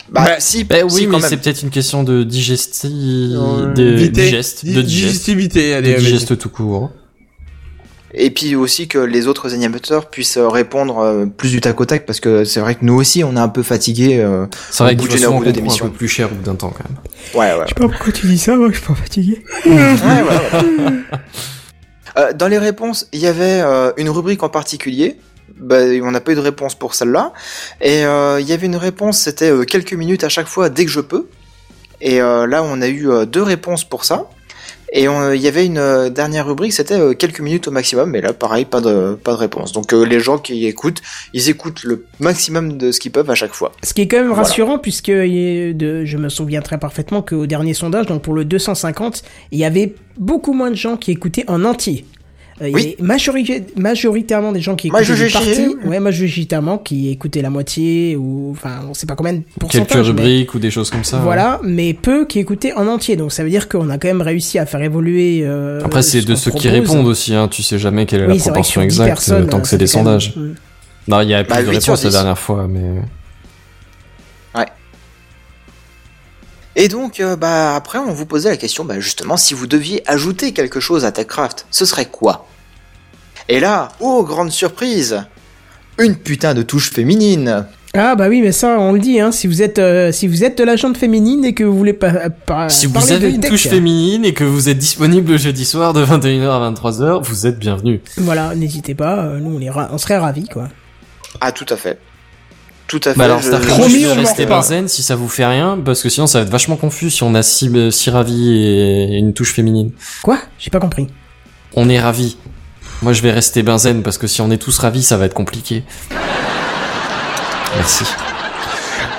E: Bah,
H: Bah,
E: si,
C: Ben oui,
E: si, quand
C: mais c'est
E: même.
C: peut-être une question de digesti...
H: Euh,
C: de
H: vité-
C: digeste.
H: di-
C: De digeste.
H: digestivité,
C: De
H: allez. allez.
C: digeste tout court.
E: Et puis aussi que les autres animateurs puissent euh, répondre euh, plus du tac au tac, parce que c'est vrai que nous aussi, on est un peu fatigués. euh.
C: C'est vrai
E: Au
C: que
E: bout
C: je
E: d'une heure
C: façon,
E: ou
C: on
E: deux
C: comprend un
E: d'émission.
C: peu plus cher au bout d'un temps, quand même.
E: Ouais, ouais.
A: sais pas pourquoi tu dis ça, moi, je suis pas fatigué.
E: Ouais, ouais, ouais. Euh, dans les réponses, il y avait euh, une rubrique en particulier. Bah, on n'a pas eu de réponse pour celle-là. Et euh, il y avait une réponse, c'était euh, quelques minutes à chaque fois dès que je peux. Et euh, là, on a eu euh, deux réponses pour ça. Et on- il y avait une euh, dernière rubrique, c'était euh, quelques minutes au maximum. Mais là, pareil, pas de, pas de réponse. Donc euh, les gens qui écoutent, ils écoutent le maximum de ce qu'ils peuvent à chaque fois.
A: Ce qui est quand même
E: Voilà.
A: rassurant puisque il y a de- je me souviens très parfaitement qu'au dernier sondage, donc pour le 250, il y avait beaucoup moins de gens qui écoutaient en entier. Euh, Il y avait majori- majoritairement des gens qui écoutaient des
E: Majoritairement.
A: parties, ouais, majoritairement qui écoutaient la moitié ou enfin on sait pas combien de pourcentage.
C: Quelques
A: mais-
C: rubriques ou des choses comme ça. hein.
A: Voilà, mais peu qui écoutaient en entier. Donc ça veut dire qu'on a quand même réussi à faire évoluer. euh,
C: Après, c'est
A: ce
C: de
A: qu'on
C: ceux qui
A: propose.
C: répondent aussi, hein. tu sais jamais quelle est
A: Oui,
C: la
A: c'est vrai que
C: proportion
A: sur dix
C: exacte,
A: personnes,
C: euh, tant
A: euh,
C: que c'est
A: ça
C: des
A: fait quand même-
C: sondages.
A: Mm.
C: Non, il y a plus
E: Bah,
C: de
E: huit sur
C: réponses la
E: dix.
C: dernière fois, mais.
E: Et donc, euh, bah, après, on vous posait la question, bah, justement, si vous deviez ajouter quelque chose à TechCraft, ce serait quoi Et là, oh, grande surprise Une putain de touche féminine
A: Ah bah oui, mais ça on le dit. Hein, si vous êtes euh, si vous êtes de la chambre féminine et que vous voulez pas pas-
C: Si vous
A: parler
C: avez
A: de
C: une
A: tech,
C: touche féminine et que vous êtes disponible le jeudi soir de 21h à 23h, vous êtes bienvenue.
A: Voilà, n'hésitez pas. euh, Nous on, est ra- on serait ravis quoi.
E: Ah, tout à fait. Tout à fait.
C: Bah alors,
E: je-
C: Starcraft,
E: je-
C: juste
E: je-
C: restez
E: pas.
C: zen si ça vous fait rien, parce que sinon ça va être vachement confus si on a six, euh, six ravis et une touche féminine.
A: Quoi J'ai pas compris.
C: On est ravis. Moi je vais rester benzen parce que si on est tous ravis, ça va être compliqué. Merci.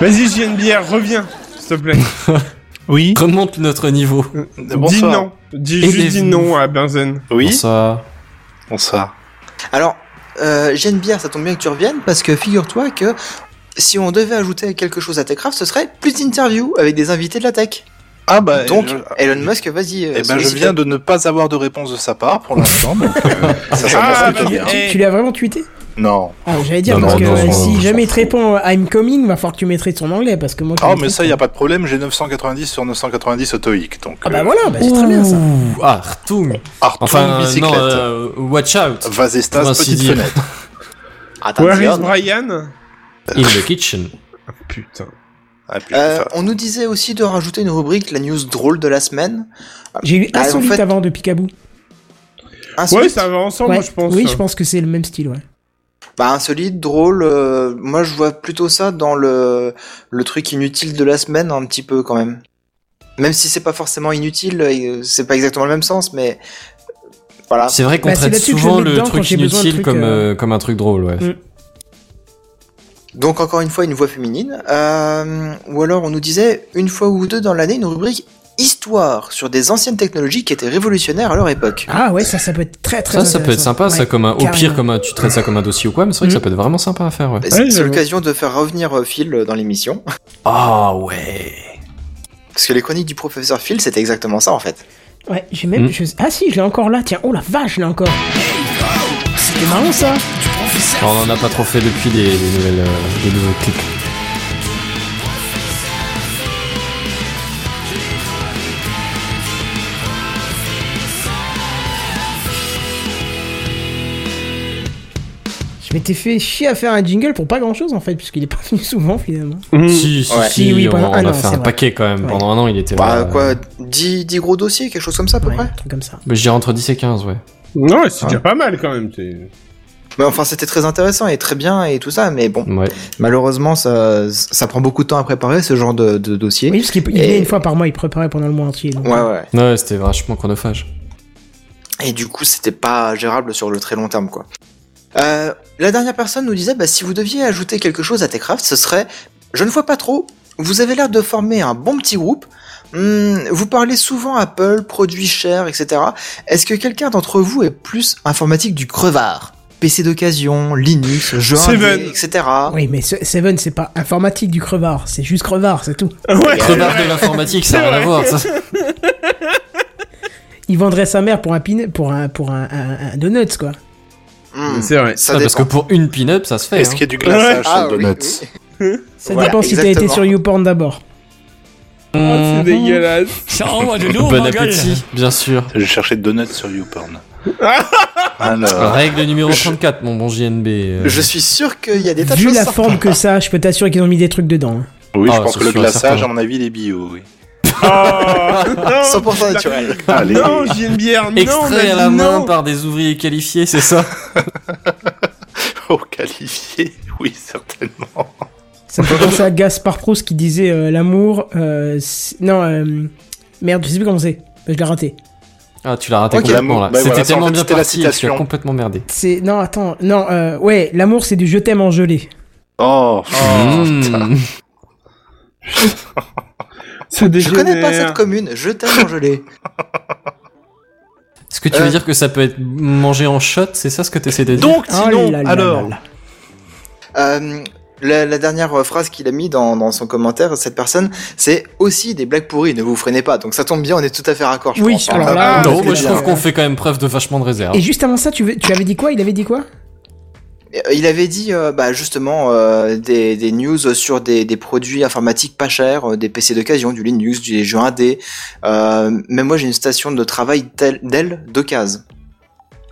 H: Vas-y, j'ai une bière, reviens, s'il te plaît.
K: Oui.
C: Remonte notre niveau.
H: dis non. Dis
C: Et
H: juste
C: des-
H: dis non à Benzen.
C: Bonsoir.
D: Bonsoir.
E: Alors, euh, Jeanne Bière, ça tombe bien que tu reviennes, parce que figure-toi que si on devait ajouter quelque chose à TechCraft, ce serait plus d'interviews avec des invités de la tech.
K: Ah bah,
E: Donc,
K: je-
E: Elon Musk, vas-y. euh,
K: Eh ben, je
E: sollicite.
K: viens de ne pas avoir de réponse de sa part pour l'instant. donc, euh, ça, ça me
H: Ah,
K: reste
H: bah,
K: plutôt bien.
H: eh,
A: Tu l'as vraiment tweeté
K: Non.
A: Ah, j'allais dire
K: Non,
A: parce
K: non,
A: que
K: non,
A: euh,
K: non,
A: si
K: non,
A: jamais il te répond euh, I'm coming, va falloir que tu mettrais ton anglais parce que moi. je
K: Oh,
A: maîtrise
K: mais ça,
A: pas.
K: il n'y a pas de problème, j'ai 990 sur 990 autoïque. Donc,
A: Ah bah
K: euh,
A: voilà, bah, c'est très bien ça.
C: Ouh, ah, Artung.
K: Artung,
C: Enfin, euh,
K: bicyclette.
C: non, euh, watch out.
D: Ah,
K: Vas Estas,
C: Pour ainsi
K: petite
C: dire.
K: fenêtre.
E: Attends,
H: Where is
E: Dion.
H: Brian
C: In the kitchen.
H: Putain.
K: Ah, putain,
E: Euh,
K: ça-
E: on nous disait aussi de rajouter une rubrique, la news drôle de la semaine.
A: J'ai eu
E: Ah, en
A: insolite
E: fait-
A: avant de Picaboo.
E: Insolite.
H: Ouais, ça va ensemble,
A: Ouais.
H: je pense.
A: Oui, je pense que c'est le même style, ouais.
E: Bah, insolite, drôle. euh, moi, je vois plutôt ça dans le, le truc inutile de la semaine, un petit peu quand même. Même si c'est pas forcément inutile, euh, c'est pas exactement le même sens, mais voilà.
C: C'est vrai qu'on
A: Bah, c'est
C: traite
A: là-dessus que je
C: souvent
A: le mets
C: le
A: dedans quand
C: truc
A: j'ai besoin de
C: inutile
A: trucs,
C: comme,
A: euh,
C: euh, comme un truc drôle, ouais.
A: Mm.
E: Donc, encore une fois, une voix féminine. Euh, ou alors, on nous disait une fois ou deux dans l'année une rubrique histoire sur des anciennes technologies qui étaient révolutionnaires à leur époque.
A: Ah ouais, ça, ça peut être très très.
C: Ça, ça peut être
A: intéressant.
C: sympa, ça
A: Ouais,
C: comme un, au
A: carrément. Mm.
C: pire, comme un, tu traites ça comme un dossier ou quoi, mais c'est vrai que ça peut être vraiment sympa à faire, ouais.
E: Bah,
H: Ouais,
E: c'est c'est
H: j'avoue.
E: l'occasion de faire revenir euh, Phil euh, dans l'émission.
C: Ah ouais.
E: Parce que les chroniques du professeur Phil, c'était exactement ça en fait.
A: Ouais, j'ai même.
C: Mm.
A: je- Ah si, je l'ai encore là. Tiens, oh la vache, je l'ai encore. C'était marrant ça.
C: Alors, on en a pas trop fait depuis des, des nouvelles, euh, des nouveaux clips.
A: Je m'étais fait chier à faire un jingle pour pas grand chose en fait, puisqu'il est pas venu souvent finalement.
C: Si, si,
E: Mm. Ouais.
C: si,
A: Si, oui,
C: on,
A: pendant
C: on
A: un
C: a
A: an,
C: fait
A: c'est
C: un
A: vrai.
C: paquet quand même.
A: Ouais.
C: Pendant un an, il était
E: Bah,
C: là. euh,
E: quoi, 10, 10 gros dossiers, quelque chose comme ça à peu
A: Ouais,
E: près
A: un truc comme ça.
C: Mais je dirais entre 10 et 15, ouais.
H: Non, c'est
C: Ah.
H: déjà pas mal quand même. t'es-
E: Mais enfin, c'était très intéressant et très bien et tout ça, mais bon,
C: Ouais.
E: malheureusement, ça, ça prend beaucoup de temps à préparer ce genre de, de dossier.
A: Oui, parce qu'il il
E: Et-
A: venait une fois par mois, il préparait pendant le mois entier. donc,
E: Ouais, ouais.
C: Ouais, c'était vachement chronophage.
E: Et du coup, c'était pas gérable sur le très long terme, quoi. Euh, la dernière personne nous disait, bah, si vous deviez ajouter quelque chose à Techcraft, ce serait, je ne vois pas trop, vous avez l'air de former un bon petit groupe, Hmm, vous parlez souvent Apple, produits chers, etc. Est-ce que quelqu'un d'entre vous est plus informatique du crevard PC d'occasion, Linux, jeux
H: Seven.
E: indés, etc.
A: Oui, mais ce- Seven, c'est pas informatique du crevard, c'est juste crevard, c'est tout.
H: Ouais,
C: Crevard de l'informatique, ça n'a rien à voir. ça.
A: Il vendrait sa mère pour un pin, pour un pour un, un, un donuts quoi.
E: Hmm,
H: C'est vrai.
E: ça
C: Ah, parce
E: dépend.
C: que pour une pin-up, ça se fait.
K: Est-ce
C: hein.
K: qu'il y a du glaçage
E: Ah,
K: sur le
E: oui,
K: Donuts
E: oui.
A: Ça
E: Voilà,
A: dépend si t'as été
E: exactement.
A: sur YouPorn d'abord.
H: Oh,
C: Mhm.
H: c'est dégueulasse.
J: Ça envoie de l'eau,
C: Bon
J: ma gueule.
C: appétit, bien sûr.
K: Je cherchais Donuts sur YouPorn. Alors,
C: Règle numéro 34, mon bon JNB. euh.
E: Ah. Je suis sûr qu'il y a des tas de
A: Vu
E: choses
A: la
E: sorties.
A: forme que ça, a, je peux t'assurer qu'ils ont mis des trucs dedans. hein.
K: oui,
C: Ah,
K: je pense
C: ça,
K: que le
C: sûr,
K: glaçage,
C: certain.
K: à mon avis, il est bio, oui.
H: Oh.
E: 100% naturel.
K: Allez.
H: Non, j'ai une bière. non, on a
C: Extrait à la
H: dit
C: main
H: non.
C: par des ouvriers qualifiés, c'est ça
K: Oh, qualifié, oui, certainement.
A: Ça me fait penser à Gaspard Proust qui disait euh, l'amour. euh, c'est- non, euh, merde, je sais plus comment c'est. Je l'ai raté.
C: Ah, tu l'as raté
E: Ok.
C: complètement là.
K: Bah,
C: C'était
K: voilà, ça, en
C: tellement
K: fait,
C: bien
K: c'était la
C: parti, et tu as
K: citation.
C: complètement merdé.
A: C'est non, attends, non, euh, ouais, l'amour c'est du je t'aime en gelée.
K: Oh,
C: Mmh.
H: Ça
E: Je connais pas
H: dégénère.
E: cette commune, je t'aime gelé.
C: Est-ce que tu
E: Euh.
C: veux dire que ça peut être mangé en shot C'est ça ce que tu essaies de dire
K: donc,
A: Oh
K: sinon,
A: là là
K: alors,
A: là là.
E: Euh, la, la dernière euh, phrase qu'il a mis dans, dans son commentaire, cette personne, c'est aussi des blagues pourries, ne vous freinez pas. Donc ça tombe bien, on est tout à fait raccord. Je
A: Oui,
E: pense,
A: alors
E: Ah,
A: là,
E: parce
C: Non,
E: que
C: moi je
E: bien.
C: trouve qu'on fait quand même preuve de vachement de réserve.
A: Et juste avant ça, tu, veux, tu avais dit quoi Il avait dit quoi
E: Euh, Il avait dit euh, bah, justement euh, des, des news sur des, des produits informatiques pas chers, euh, des PC d'occasion, du Linux, du jeux indés. Euh, même moi j'ai une station de travail tel- d'elle d'occasion.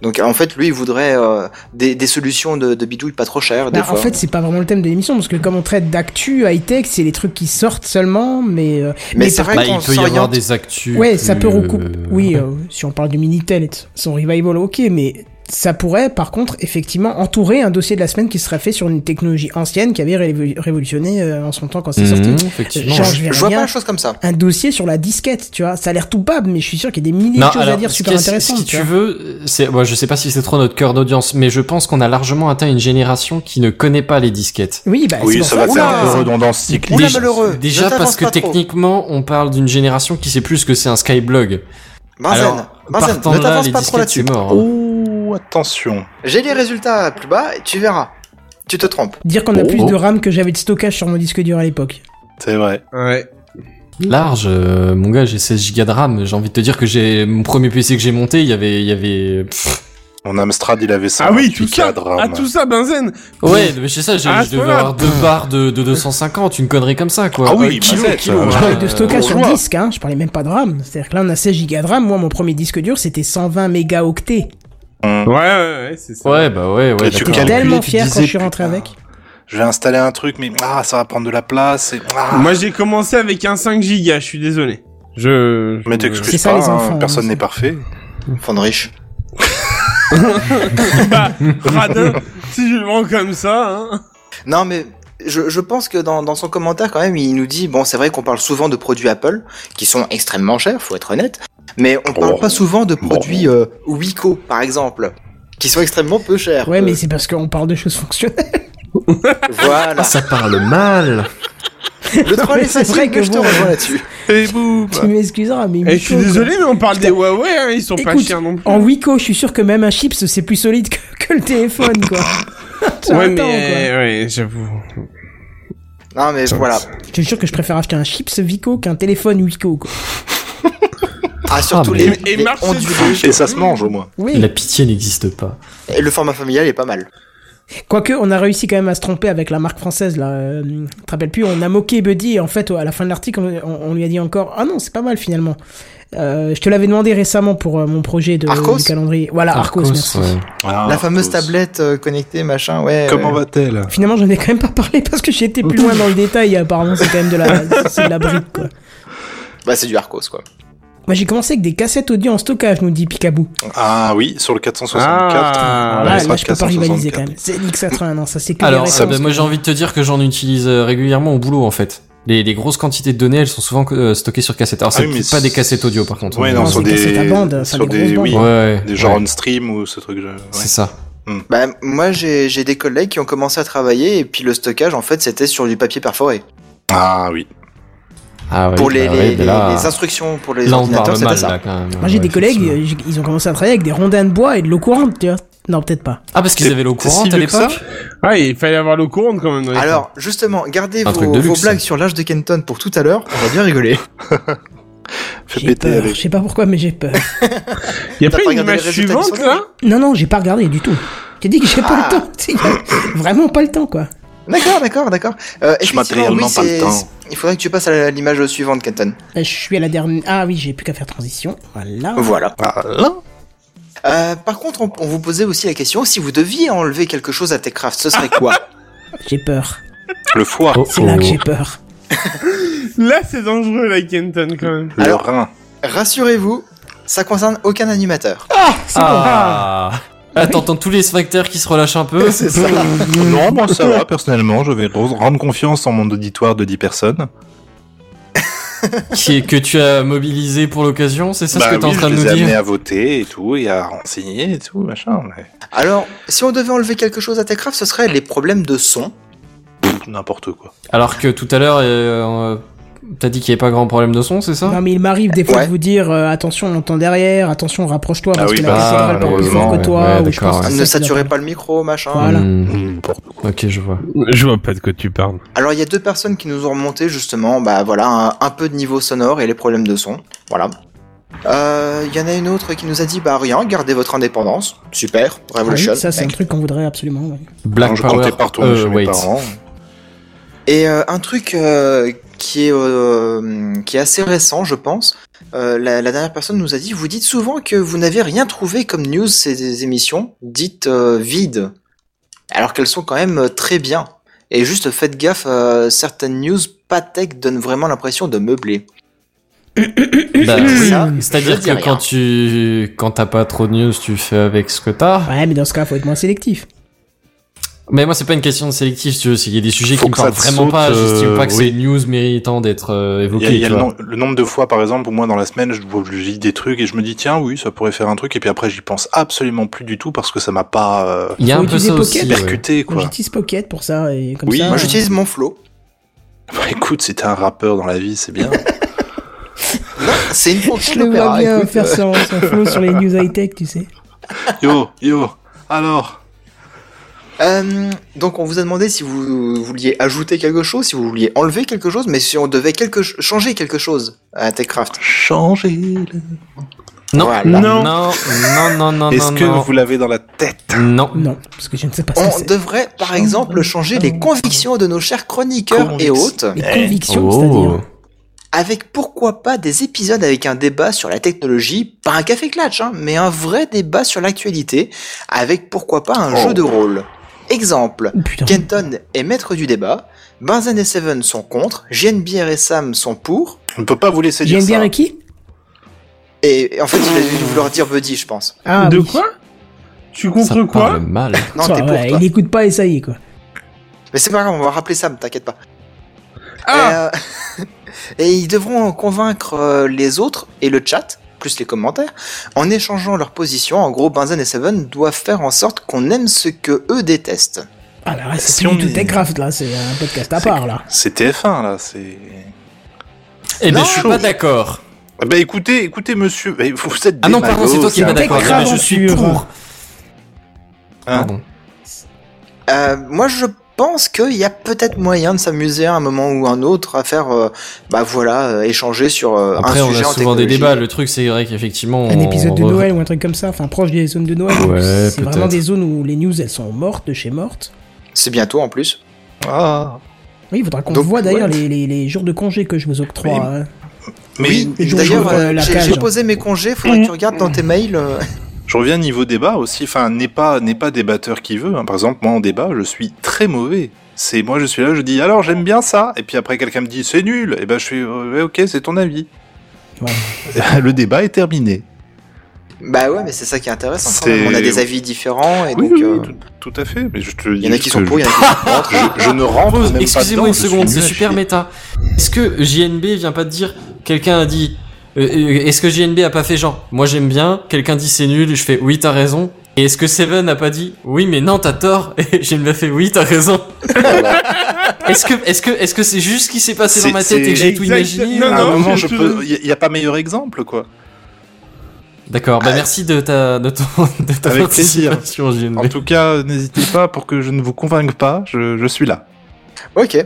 E: Donc en fait lui il voudrait euh, des, des solutions de, de bidouille pas trop chères. des
A: Bah, En
E: fois.
A: fait, c'est pas vraiment le thème de l'émission parce que comme on traite d'actu high tech, c'est les trucs qui sortent seulement, mais euh,
E: mais c'est
A: par
E: vrai
C: Bah,
E: qu'on
C: il peut y avoir
E: s'oriente.
C: des actus.
A: ouais, ça
C: plus,
A: peut recouper.
C: euh,
A: Oui, euh, si on parle du Minitel, et de son revival, ok, mais ça pourrait par contre effectivement entourer un dossier de la semaine qui serait fait sur une technologie ancienne qui avait révo- révolutionné euh, en son temps quand c'est sorti.
C: Mmh, effectivement.
A: Genre, je verrais
E: Je vois
A: bien
E: pas la chose comme ça.
A: un dossier sur la disquette, tu vois. Ça a l'air tout bab, mais je suis sûr qu'il y a des milliers
C: Non,
A: de choses à
C: alors,
A: dire
C: ce
A: super
C: qui est- Ce
A: intéressantes.
C: que
A: tu
C: tu
A: vois.
C: veux, c'est, moi, je sais pas si c'est trop notre cœur d'audience, mais je pense qu'on a largement atteint une génération qui ne connaît pas les disquettes.
A: Oui, bah, c'est
K: oui,
A: pour
K: ça
A: ça
K: va
A: que-
K: faire
E: Oula.
K: un peu redondance cyclique.
E: Oula,
C: Déjà-
E: malheureux.
C: Déjà
E: Je t'avance
C: parce que
E: pas trop.
C: techniquement, on parle d'une génération qui sait plus ce que c'est un skyblog.
E: Benzen,
C: Alors,
E: Benzen,
C: partant
E: ne
C: de là,
E: t'avance
C: les
E: pas trop
C: disquettes,
E: là-dessus.
C: c'est mort. hein.
K: Oh, attention.
E: J'ai les résultats plus bas et tu verras. Tu te trompes.
A: Dire qu'on a
K: Oh,
A: plus
K: oh.
A: de RAM que j'avais de stockage sur mon disque dur à l'époque.
K: C'est vrai.
H: Ouais.
C: Large, euh, mon gars, j'ai 16 gigas de RAM. J'ai envie de te dire que j'ai mon premier PC que j'ai monté, il y avait, il y avait. pff,
K: Mon Amstrad, il avait ça.
H: Ah oui, tout ça.
K: cadre.
H: Ah, tout ça, Benzen.
C: Ouais, mais c'est ça, j'ai-
H: Ah,
C: je
H: ce
C: devais
H: point-là.
C: avoir deux barres de, de 250, une connerie comme ça, quoi.
K: Ah oui,
C: Euh,
K: bah,
C: kilo,
K: c'est-
C: kilo.
K: ça-
A: Je
C: hein.
A: parlais de stockage sur
K: bourgeois.
A: disque, hein. Je parlais même pas de RAM. C'est-à-dire que là, on a 16 go de RAM. Moi, mon premier disque dur, c'était 120 mégaoctets.
H: Ouais, ouais, ouais, c'est ça.
C: Ouais, bah ouais, ouais.
K: Et tu
C: d'accord.
A: J'étais
K: calculais,
A: tellement
K: tu
A: fier quand
K: disais,
A: je suis rentré
K: putain,
A: avec.
K: Je vais installer un truc, mais ah, ça va prendre de la place. Et, ah.
H: Moi, j'ai commencé avec un 5 gigas, je suis désolé. Je. je-
K: mais
A: C'est
K: t'excuses
A: ça,
K: pas,
A: les
K: hein,
A: enfants,
K: personne
A: hein,
K: n'est
A: c'est-
K: parfait.
C: Hmm.
E: Fond de riche.
H: Bah, radin, si je le vends comme ça, hein.
E: Non, mais je, je pense que dans, dans son commentaire, quand même, il nous dit bon, c'est vrai qu'on parle souvent de produits Apple, qui sont extrêmement chers, faut être honnête, mais on parle
K: Oh.
E: pas souvent de produits euh, Wiko, par exemple, qui sont extrêmement peu chers.
A: Ouais, mais
E: Euh,
A: c'est parce qu'on parle de choses fonctionnelles.
E: Voilà.
C: Ça parle mal.
E: Le troll est
A: C'est
E: facile,
A: vrai
E: mais
A: que
E: je te
A: bon.
E: rejoins là-dessus.
H: Et boum.
A: Tu m'excuseras, mais.
H: Et Bah. Eh, je suis
A: Wiko,
H: désolé, mais on parle des
A: Putain.
H: Huawei, hein, ils sont pas
A: Écoute,
H: chers non plus.
A: quoi. En Wico, je suis sûr que même un chips, c'est plus solide que, que le téléphone, quoi. J'ai
H: Ouais,
A: un temps,
H: mais euh, ouais, j'avoue.
E: Non, mais voilà.
A: quoi. Je suis sûr que je préfère acheter un chips Vico qu'un téléphone Wico, quoi.
E: Ah, surtout
C: mais-
E: les,
H: Et, et
E: les
H: marche
E: ondulés.
K: Et ça se mange au moins.
A: Oui.
C: La pitié n'existe pas.
E: Et le format familial est pas mal.
A: Quoique, on a réussi quand même à se tromper avec la marque française, là. euh, tu te rappelles plus On a moqué Buddy et en fait, à la fin de l'article, on, on- on lui a dit encore Ah non, c'est pas mal finalement. Euh, je te l'avais demandé récemment pour euh, mon projet de
E: Arcos
A: du calendrier. Voilà, Arcos, merci.
C: ouais.
K: Ah,
E: La fameuse
K: tous.
E: tablette euh, connectée, machin,
A: euh,
E: ouais.
K: Comment
E: ouais.
K: va-t-elle
A: Finalement, j'en ai quand même pas parlé parce que j'étais plus loin dans le détail. et apparemment, c'est quand même de la, c'est de la brique, quoi.
E: Bah, c'est du Arcos, quoi.
A: Moi, j'ai commencé avec des cassettes audio en stockage, nous dit Picabou.
K: Ah oui, sur le 464.
H: Ah,
K: on
A: Là,
K: laissera
A: là, je peux pas
K: 464.
A: rivaliser quand même. C'est X81, non, ça c'est que
C: Alors,
A: des
C: euh,
A: références,
C: bah, moi
A: quoi.
C: j'ai envie de te dire que j'en utilise euh, régulièrement au boulot en fait. Les, les grosses quantités de données, elles sont souvent euh, stockées sur cassette. Alors,
K: Ah
C: c'est
K: oui, mais
C: pas des
K: c'est-
C: cassettes audio par contre. hein.
K: Ouais,
A: Non,
K: non,
A: c'est
K: sur
A: des cassettes à
K: des.
A: bande, enfin,
K: sur
A: des grosses
K: des. Oui,
C: Ouais, ouais,
K: des genres
C: ouais.
K: on stream ou ce truc. je- ouais.
C: C'est ça.
E: Bah, moi, j'ai j'ai des collègues qui ont commencé à travailler et puis le stockage, en fait, c'était sur du papier perforé.
K: Ah oui.
C: Ah ouais,
E: pour les,
C: bah
E: les-
C: ouais,
E: les-
C: mais là,
E: les instructions pour les
C: là, on
E: ordinateurs,
C: parle
E: c'était
C: mal
E: ça.
C: là quand même.
A: Moi, j'ai
C: Ouais,
A: des collègues,
C: effectivement.
A: euh, ils ont commencé à travailler avec des rondins de bois et de l'eau courante, tu vois. Non, peut-être pas.
C: Ah, parce qu'ils
K: T'es-
C: avaient l'eau
K: t'es
C: courante
K: si
C: à
K: vieux que ça
C: l'époque
H: Ah, il fallait avoir l'eau courante quand même. dans les
E: Alors, justement, gardez
C: Un
E: vos,
C: truc de
E: vos
C: luxe.
E: blagues sur l'âge de Kenton pour tout à l'heure, on va bien rigoler.
K: Fais
A: J'ai
K: péter
A: peur. Je
K: avec.
A: sais pas pourquoi, mais j'ai peur.
H: Il y a
E: T'as
H: pas
E: pas
H: une
E: regardé les
H: image
E: résultats du
H: suivante
E: sondage
H: là
A: Non, non, j'ai pas regardé du tout. J'ai dit que j'ai pas
E: Ah.
A: le temps. tu sais, Vraiment pas le temps, quoi.
E: D'accord, d'accord, d'accord. Euh,
K: Je
E: effectivement,
K: matériellement
E: oui,
K: pas le
E: c'est-
K: temps.
E: c'est- Il faudrait que tu passes à la- l'image suivante, Kenton.
A: Euh, Je suis à la dernière. Ah oui, j'ai plus qu'à faire transition. Voilà.
E: Voilà.
K: Ah là
E: Euh, par contre, on, on vous posait aussi la question, si vous deviez enlever quelque chose à Techcraft, ce serait quoi
A: J'ai peur.
K: Le foie.
C: Oh,
A: C'est là
C: oh.
A: que j'ai peur.
H: Là, c'est dangereux, la Kenton, quand même.
E: Alors, rassurez-vous, ça concerne aucun animateur.
A: Ah,
C: Ah, Ah, t'entends tous les sphincters qui se relâchent un peu.
E: C'est ça.
A: hmm.
D: non, bon, ça va, personnellement, je vais re- rendre confiance en mon auditoire de 10 personnes.
C: Qui est, que tu as mobilisé pour l'occasion, c'est ça
K: Bah
C: ce que t'es en train de
D: Bah je
C: nous
D: les ai amenés
C: dire
D: à voter et tout, et à renseigner et tout, machin. mais
E: Alors, si on devait enlever quelque chose à Techcraft, ce serait les problèmes de son.
D: pff, N'importe quoi.
C: Alors que tout à l'heure, euh, euh, t'as dit qu'il n'y avait pas grand problème de son, c'est ça
A: Non, mais il m'arrive des fois
E: Ouais.
A: de vous dire euh, attention, on entend derrière, attention, rapproche-toi parce
D: Ah oui,
A: que
C: bah,
A: la cathédrale parle plus fort
C: malheureusement,
A: que toi.
C: ouais,
A: ou je
C: d'accord,
A: pense que
C: ouais.
A: c'est
E: Ne
A: ça qui
E: saturez
A: leur parle.
E: pas le micro, machin.
A: Voilà.
C: Hmm. Ok, je vois.
L: Je vois pas de quoi tu parles.
E: Alors, il y a deux personnes qui nous ont remonté justement, bah voilà, un, un peu de niveau sonore et les problèmes de son. Voilà. Euh, Il y en a une autre qui nous a dit bah rien, gardez votre indépendance. Super, Revolution.
A: Ah oui, ça, c'est un
E: mec.
A: truc qu'on voudrait absolument. ouais.
C: Black
D: Non, je
C: Power.
D: comptais pas retourner
C: euh,
D: chez mes
C: wait.
D: parents.
E: Et euh, un truc euh, qui, est, euh, qui est assez récent, je pense, euh, la, la dernière personne nous a dit, vous dites souvent que vous n'avez rien trouvé comme news ces émissions dites euh, vides, alors qu'elles sont quand même euh, très bien. Et juste faites gaffe, euh, certaines news pas tech donnent vraiment l'impression de meubler.
C: Bah, oui.
E: Ça,
C: C'est-à-dire
E: je dis
C: que
E: rien.
C: quand tu quand t'as pas trop de news, tu fais avec ce que t'as.
A: Ouais, mais dans ce cas, faut être moins sélectif.
C: Mais moi, c'est pas une question de sélectif, si tu veux, c'est qu'il y a des sujets
D: Faut
C: qui me
D: que ça
C: parlent
D: te
C: vraiment
D: saute,
C: pas. J'estime pas que
D: euh,
C: c'est
D: oui.
C: une news méritant d'être
D: Il
C: euh,
D: y a,
C: évoquée.
D: il y a
C: tu
D: le,
C: vois.
D: nom- le nombre de fois, par exemple, au moins dans la semaine, je, vois- je lis des trucs et je me dis, tiens, oui, ça pourrait faire un truc, et puis après, j'y pense absolument plus du tout parce que ça m'a pas euh,
C: Il y a
A: Faut
C: un peu
A: utiliser
C: ça aussi.
A: Pocket.
C: ouais.
D: percuté,
A: Moi,
D: quoi.
A: J'utilise Pocket pour ça et comme
D: Oui,
A: ça.
E: Moi
A: euh,
E: j'utilise mon flow.
D: Bah, écoute, si t'es un rappeur dans la vie, c'est bien.
E: Non, c'est une fonction
A: Je le vois
E: d'opéra.
A: bien
E: écoute,
A: faire son,
E: euh,
A: son flow sur les news high-tech, tu sais.
D: yo, yo, alors.
E: Euh, donc on vous a demandé si vous vouliez ajouter quelque chose, si vous vouliez enlever quelque chose, mais si on devait quelque ch- changer quelque chose à Techcraft.
D: Changer
C: Non.
E: Voilà.
C: non, non, non, non, non.
D: Est-ce que
C: non.
D: vous l'avez dans la tête
C: Non.
A: Non, parce que je ne sais pas ce que
E: On
A: c'est.
E: devrait, par
A: Change-
E: exemple, changer les convictions de nos chers chroniqueurs et
D: Conviction.
E: hôtes,
A: Les convictions,
C: Oh.
A: c'est-à-dire.
E: avec pourquoi pas des épisodes avec un débat sur la technologie, pas un café clutch, hein, mais un vrai débat sur l'actualité, avec pourquoi pas un
D: Oh.
E: jeu de rôle. Exemple,
A: Oh, Putain.
E: Kenton est maître du débat, Benzen et Seven sont contre, JNBR et Sam sont pour,
D: On ne peut pas vous laisser dire
A: J'aime
D: ça.
A: bien et qui
E: et et en fait, il a dû vouloir dire Buddy, je pense.
A: Ah,
H: de
A: oui.
H: quoi Je suis
C: Ça
H: contre quoi
C: parle mal.
E: Non,
A: Ça,
E: t'es pour,
A: ouais,
E: toi.
A: Il n'écoute pas et ça y est, quoi.
E: Mais c'est pas grave, on va rappeler Sam, t'inquiète pas.
H: Ah
E: Et, euh, et ils devront convaincre euh, les autres et le chat, plus les commentaires, en échangeant leurs positions. En gros, Benzen et Seven doivent faire en sorte qu'on aime ce que eux détestent.
A: Ah là, là, c'est
D: Si
A: plus
D: on
A: du tout
D: est-
A: Techcraft, là, c'est un podcast à
D: C'est-
A: part, là.
D: C'est TF1, là, c'est...
C: Eh ben,
E: Non.
C: je suis pas d'accord.
D: Ah Bah écoutez, écoutez, monsieur, bah, vous vous êtes
C: Ah non, pardon,
D: démagogue,
C: c'est toi qui
D: c'est
C: n'es pas
D: un
C: d'accord.
D: peu
A: Techcraft,
C: mais je suis
A: sur-
C: pour.
D: Hein
C: Pardon.
E: Euh, moi, je pense qu'il y a peut-être moyen de s'amuser à un moment ou un autre à faire, euh, bah voilà, euh, échanger sur euh,
C: Après,
E: un
C: on
E: sujet
C: a
E: en
C: souvent des
E: technologie.
C: débats. Le truc, c'est vrai qu'effectivement.
A: Un
C: on
A: épisode de
C: re-
A: Noël ou un truc comme ça, enfin proche des zones de Noël. où
C: Ouais,
A: c'est vraiment
C: peut-être.
A: des zones où les news elles sont mortes de chez mortes.
E: C'est bientôt en plus.
D: Ah.
A: Oui, il faudra qu'on
E: Donc,
A: voit d'ailleurs
E: ouais.
A: les, les, les jours de congé que je vous octroie.
D: Mais-
A: hein.
D: Mais
E: oui,
A: et donc,
E: d'ailleurs,
A: je vois
E: euh,
A: la
E: j'ai
A: cage. Mm.
E: j'ai posé mes congés, faudrait que
D: Mm.
E: tu regardes dans tes mails. euh,
D: Je reviens niveau débat aussi. Enfin, n'est pas n'est pas débatteur qui veut. hein. Par exemple, moi en débat, je suis très mauvais. C'est moi, je suis là, je dis alors j'aime bien ça, et puis après quelqu'un me dit c'est nul. Et ben je suis euh, ouais, ok, c'est ton avis.
A: Ouais.
D: Le débat est terminé.
E: Bah ouais, mais c'est ça qui est intéressant. quand
D: C'est-
E: même. On a des avis différents et
D: oui,
E: donc.
D: oui,
E: euh,
D: tout, tout à fait. Mais je te
E: Il y en a
D: dis
E: qui
D: que
E: sont pour, il y en a qui sont contre.
D: Je, je ne rentre même pas
C: Excusez-moi une
D: dedans, je
C: seconde,
D: suis
C: c'est
D: nul à
C: super
D: chier.
C: méta. Est-ce que JNB vient pas de dire quelqu'un a dit euh, euh, est-ce que JNB a pas fait genre moi j'aime bien, quelqu'un dit c'est nul, je fais oui t'as raison. Et est-ce que Seven a pas dit oui mais non t'as tort et JNB a fait oui t'as raison. est-ce que est-ce que est-ce que c'est juste ce qui s'est passé dans
D: C'est-
C: ma tête et que j'ai tout
H: exact-
C: imaginé
H: non,
D: À un
H: non.
D: moment,
H: je
D: je
H: te-
D: peux. Il n'y a pas meilleur exemple, quoi.
C: D'accord, bah merci de ta de ton de ta
D: Ah. Avec plaisir.
C: participation, JNB.
D: En tout cas, n'hésitez pas pour que je ne vous convainque pas. Je, je suis là.
E: Ok.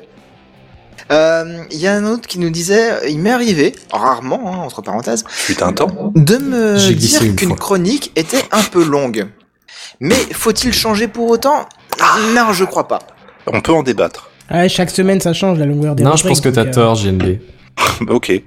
E: Euh, Il y a un autre qui nous disait, il m'est arrivé, rarement, hein, entre parenthèses,
D: Putain, un temps.
E: de me
C: J'ai glissé
E: dire
C: une
E: qu'une
C: fois.
E: chronique était un peu longue. Mais faut-il changer pour autant Non, je crois pas.
D: On peut en débattre.
A: Ah Ouais, chaque semaine ça change la longueur des
C: Non, je
A: rubriques, euh,
C: pense que
A: donc,
C: t'as
A: euh,
C: tort, JNB.
D: ok.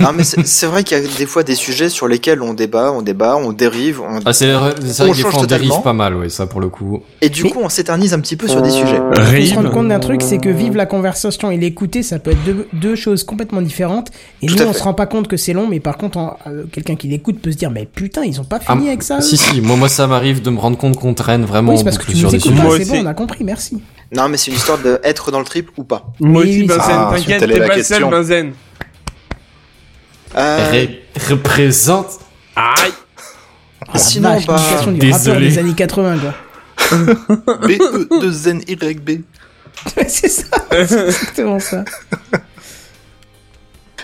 E: non, mais c'est c'est vrai qu'il y a des fois des sujets sur lesquels on débat, on débat, on dérive, on,
C: Ah, c'est vrai c'est vrai
E: on
C: que des
E: change
C: fois on dérive
E: totalement.
C: pas mal, ouais, ça pour le coup.
E: Et du coup, on s'éternise un petit peu sur des
C: Euh.
E: sujets.
A: Faut se rendre compte d'un truc, c'est que vivre la conversation et l'écouter, ça peut être deux, deux choses complètement différentes. Et
E: Tout
A: nous,
E: à
A: on
E: fait.
A: se rend pas compte que c'est long, mais par contre, en- euh, quelqu'un qui l'écoute peut se dire, mais putain, ils ont pas
C: Ah,
A: fini avec ça. eux.
C: si, si, moi, moi ça m'arrive de me rendre compte qu'on traîne vraiment
A: Oui, c'est
C: en
A: parce que
C: boucle
A: tu nous
C: sur des
A: écoutes
C: sujets.
A: pas,
E: Moi
A: c'est bon,
E: aussi.
A: on a compris, merci.
E: Non, mais c'est une histoire de être dans le trip ou pas.
H: Moi
A: Oui,
H: aussi,
A: oui,
H: Benzen,
K: Ah,
H: t'inquiète,
K: telle est
H: t'es
K: la
H: pas
K: question.
H: seul, Benzen.
E: Euh,
C: Ré- représente.
H: Aïe
A: Ah, la
E: Sinon,
A: vache,
E: bah,
A: l'imitation du
C: désolé.
A: rappeur des années 80, quoi.
D: E,
K: B-E-2-N-Y-B.
A: c'est ça, c'est exactement ça.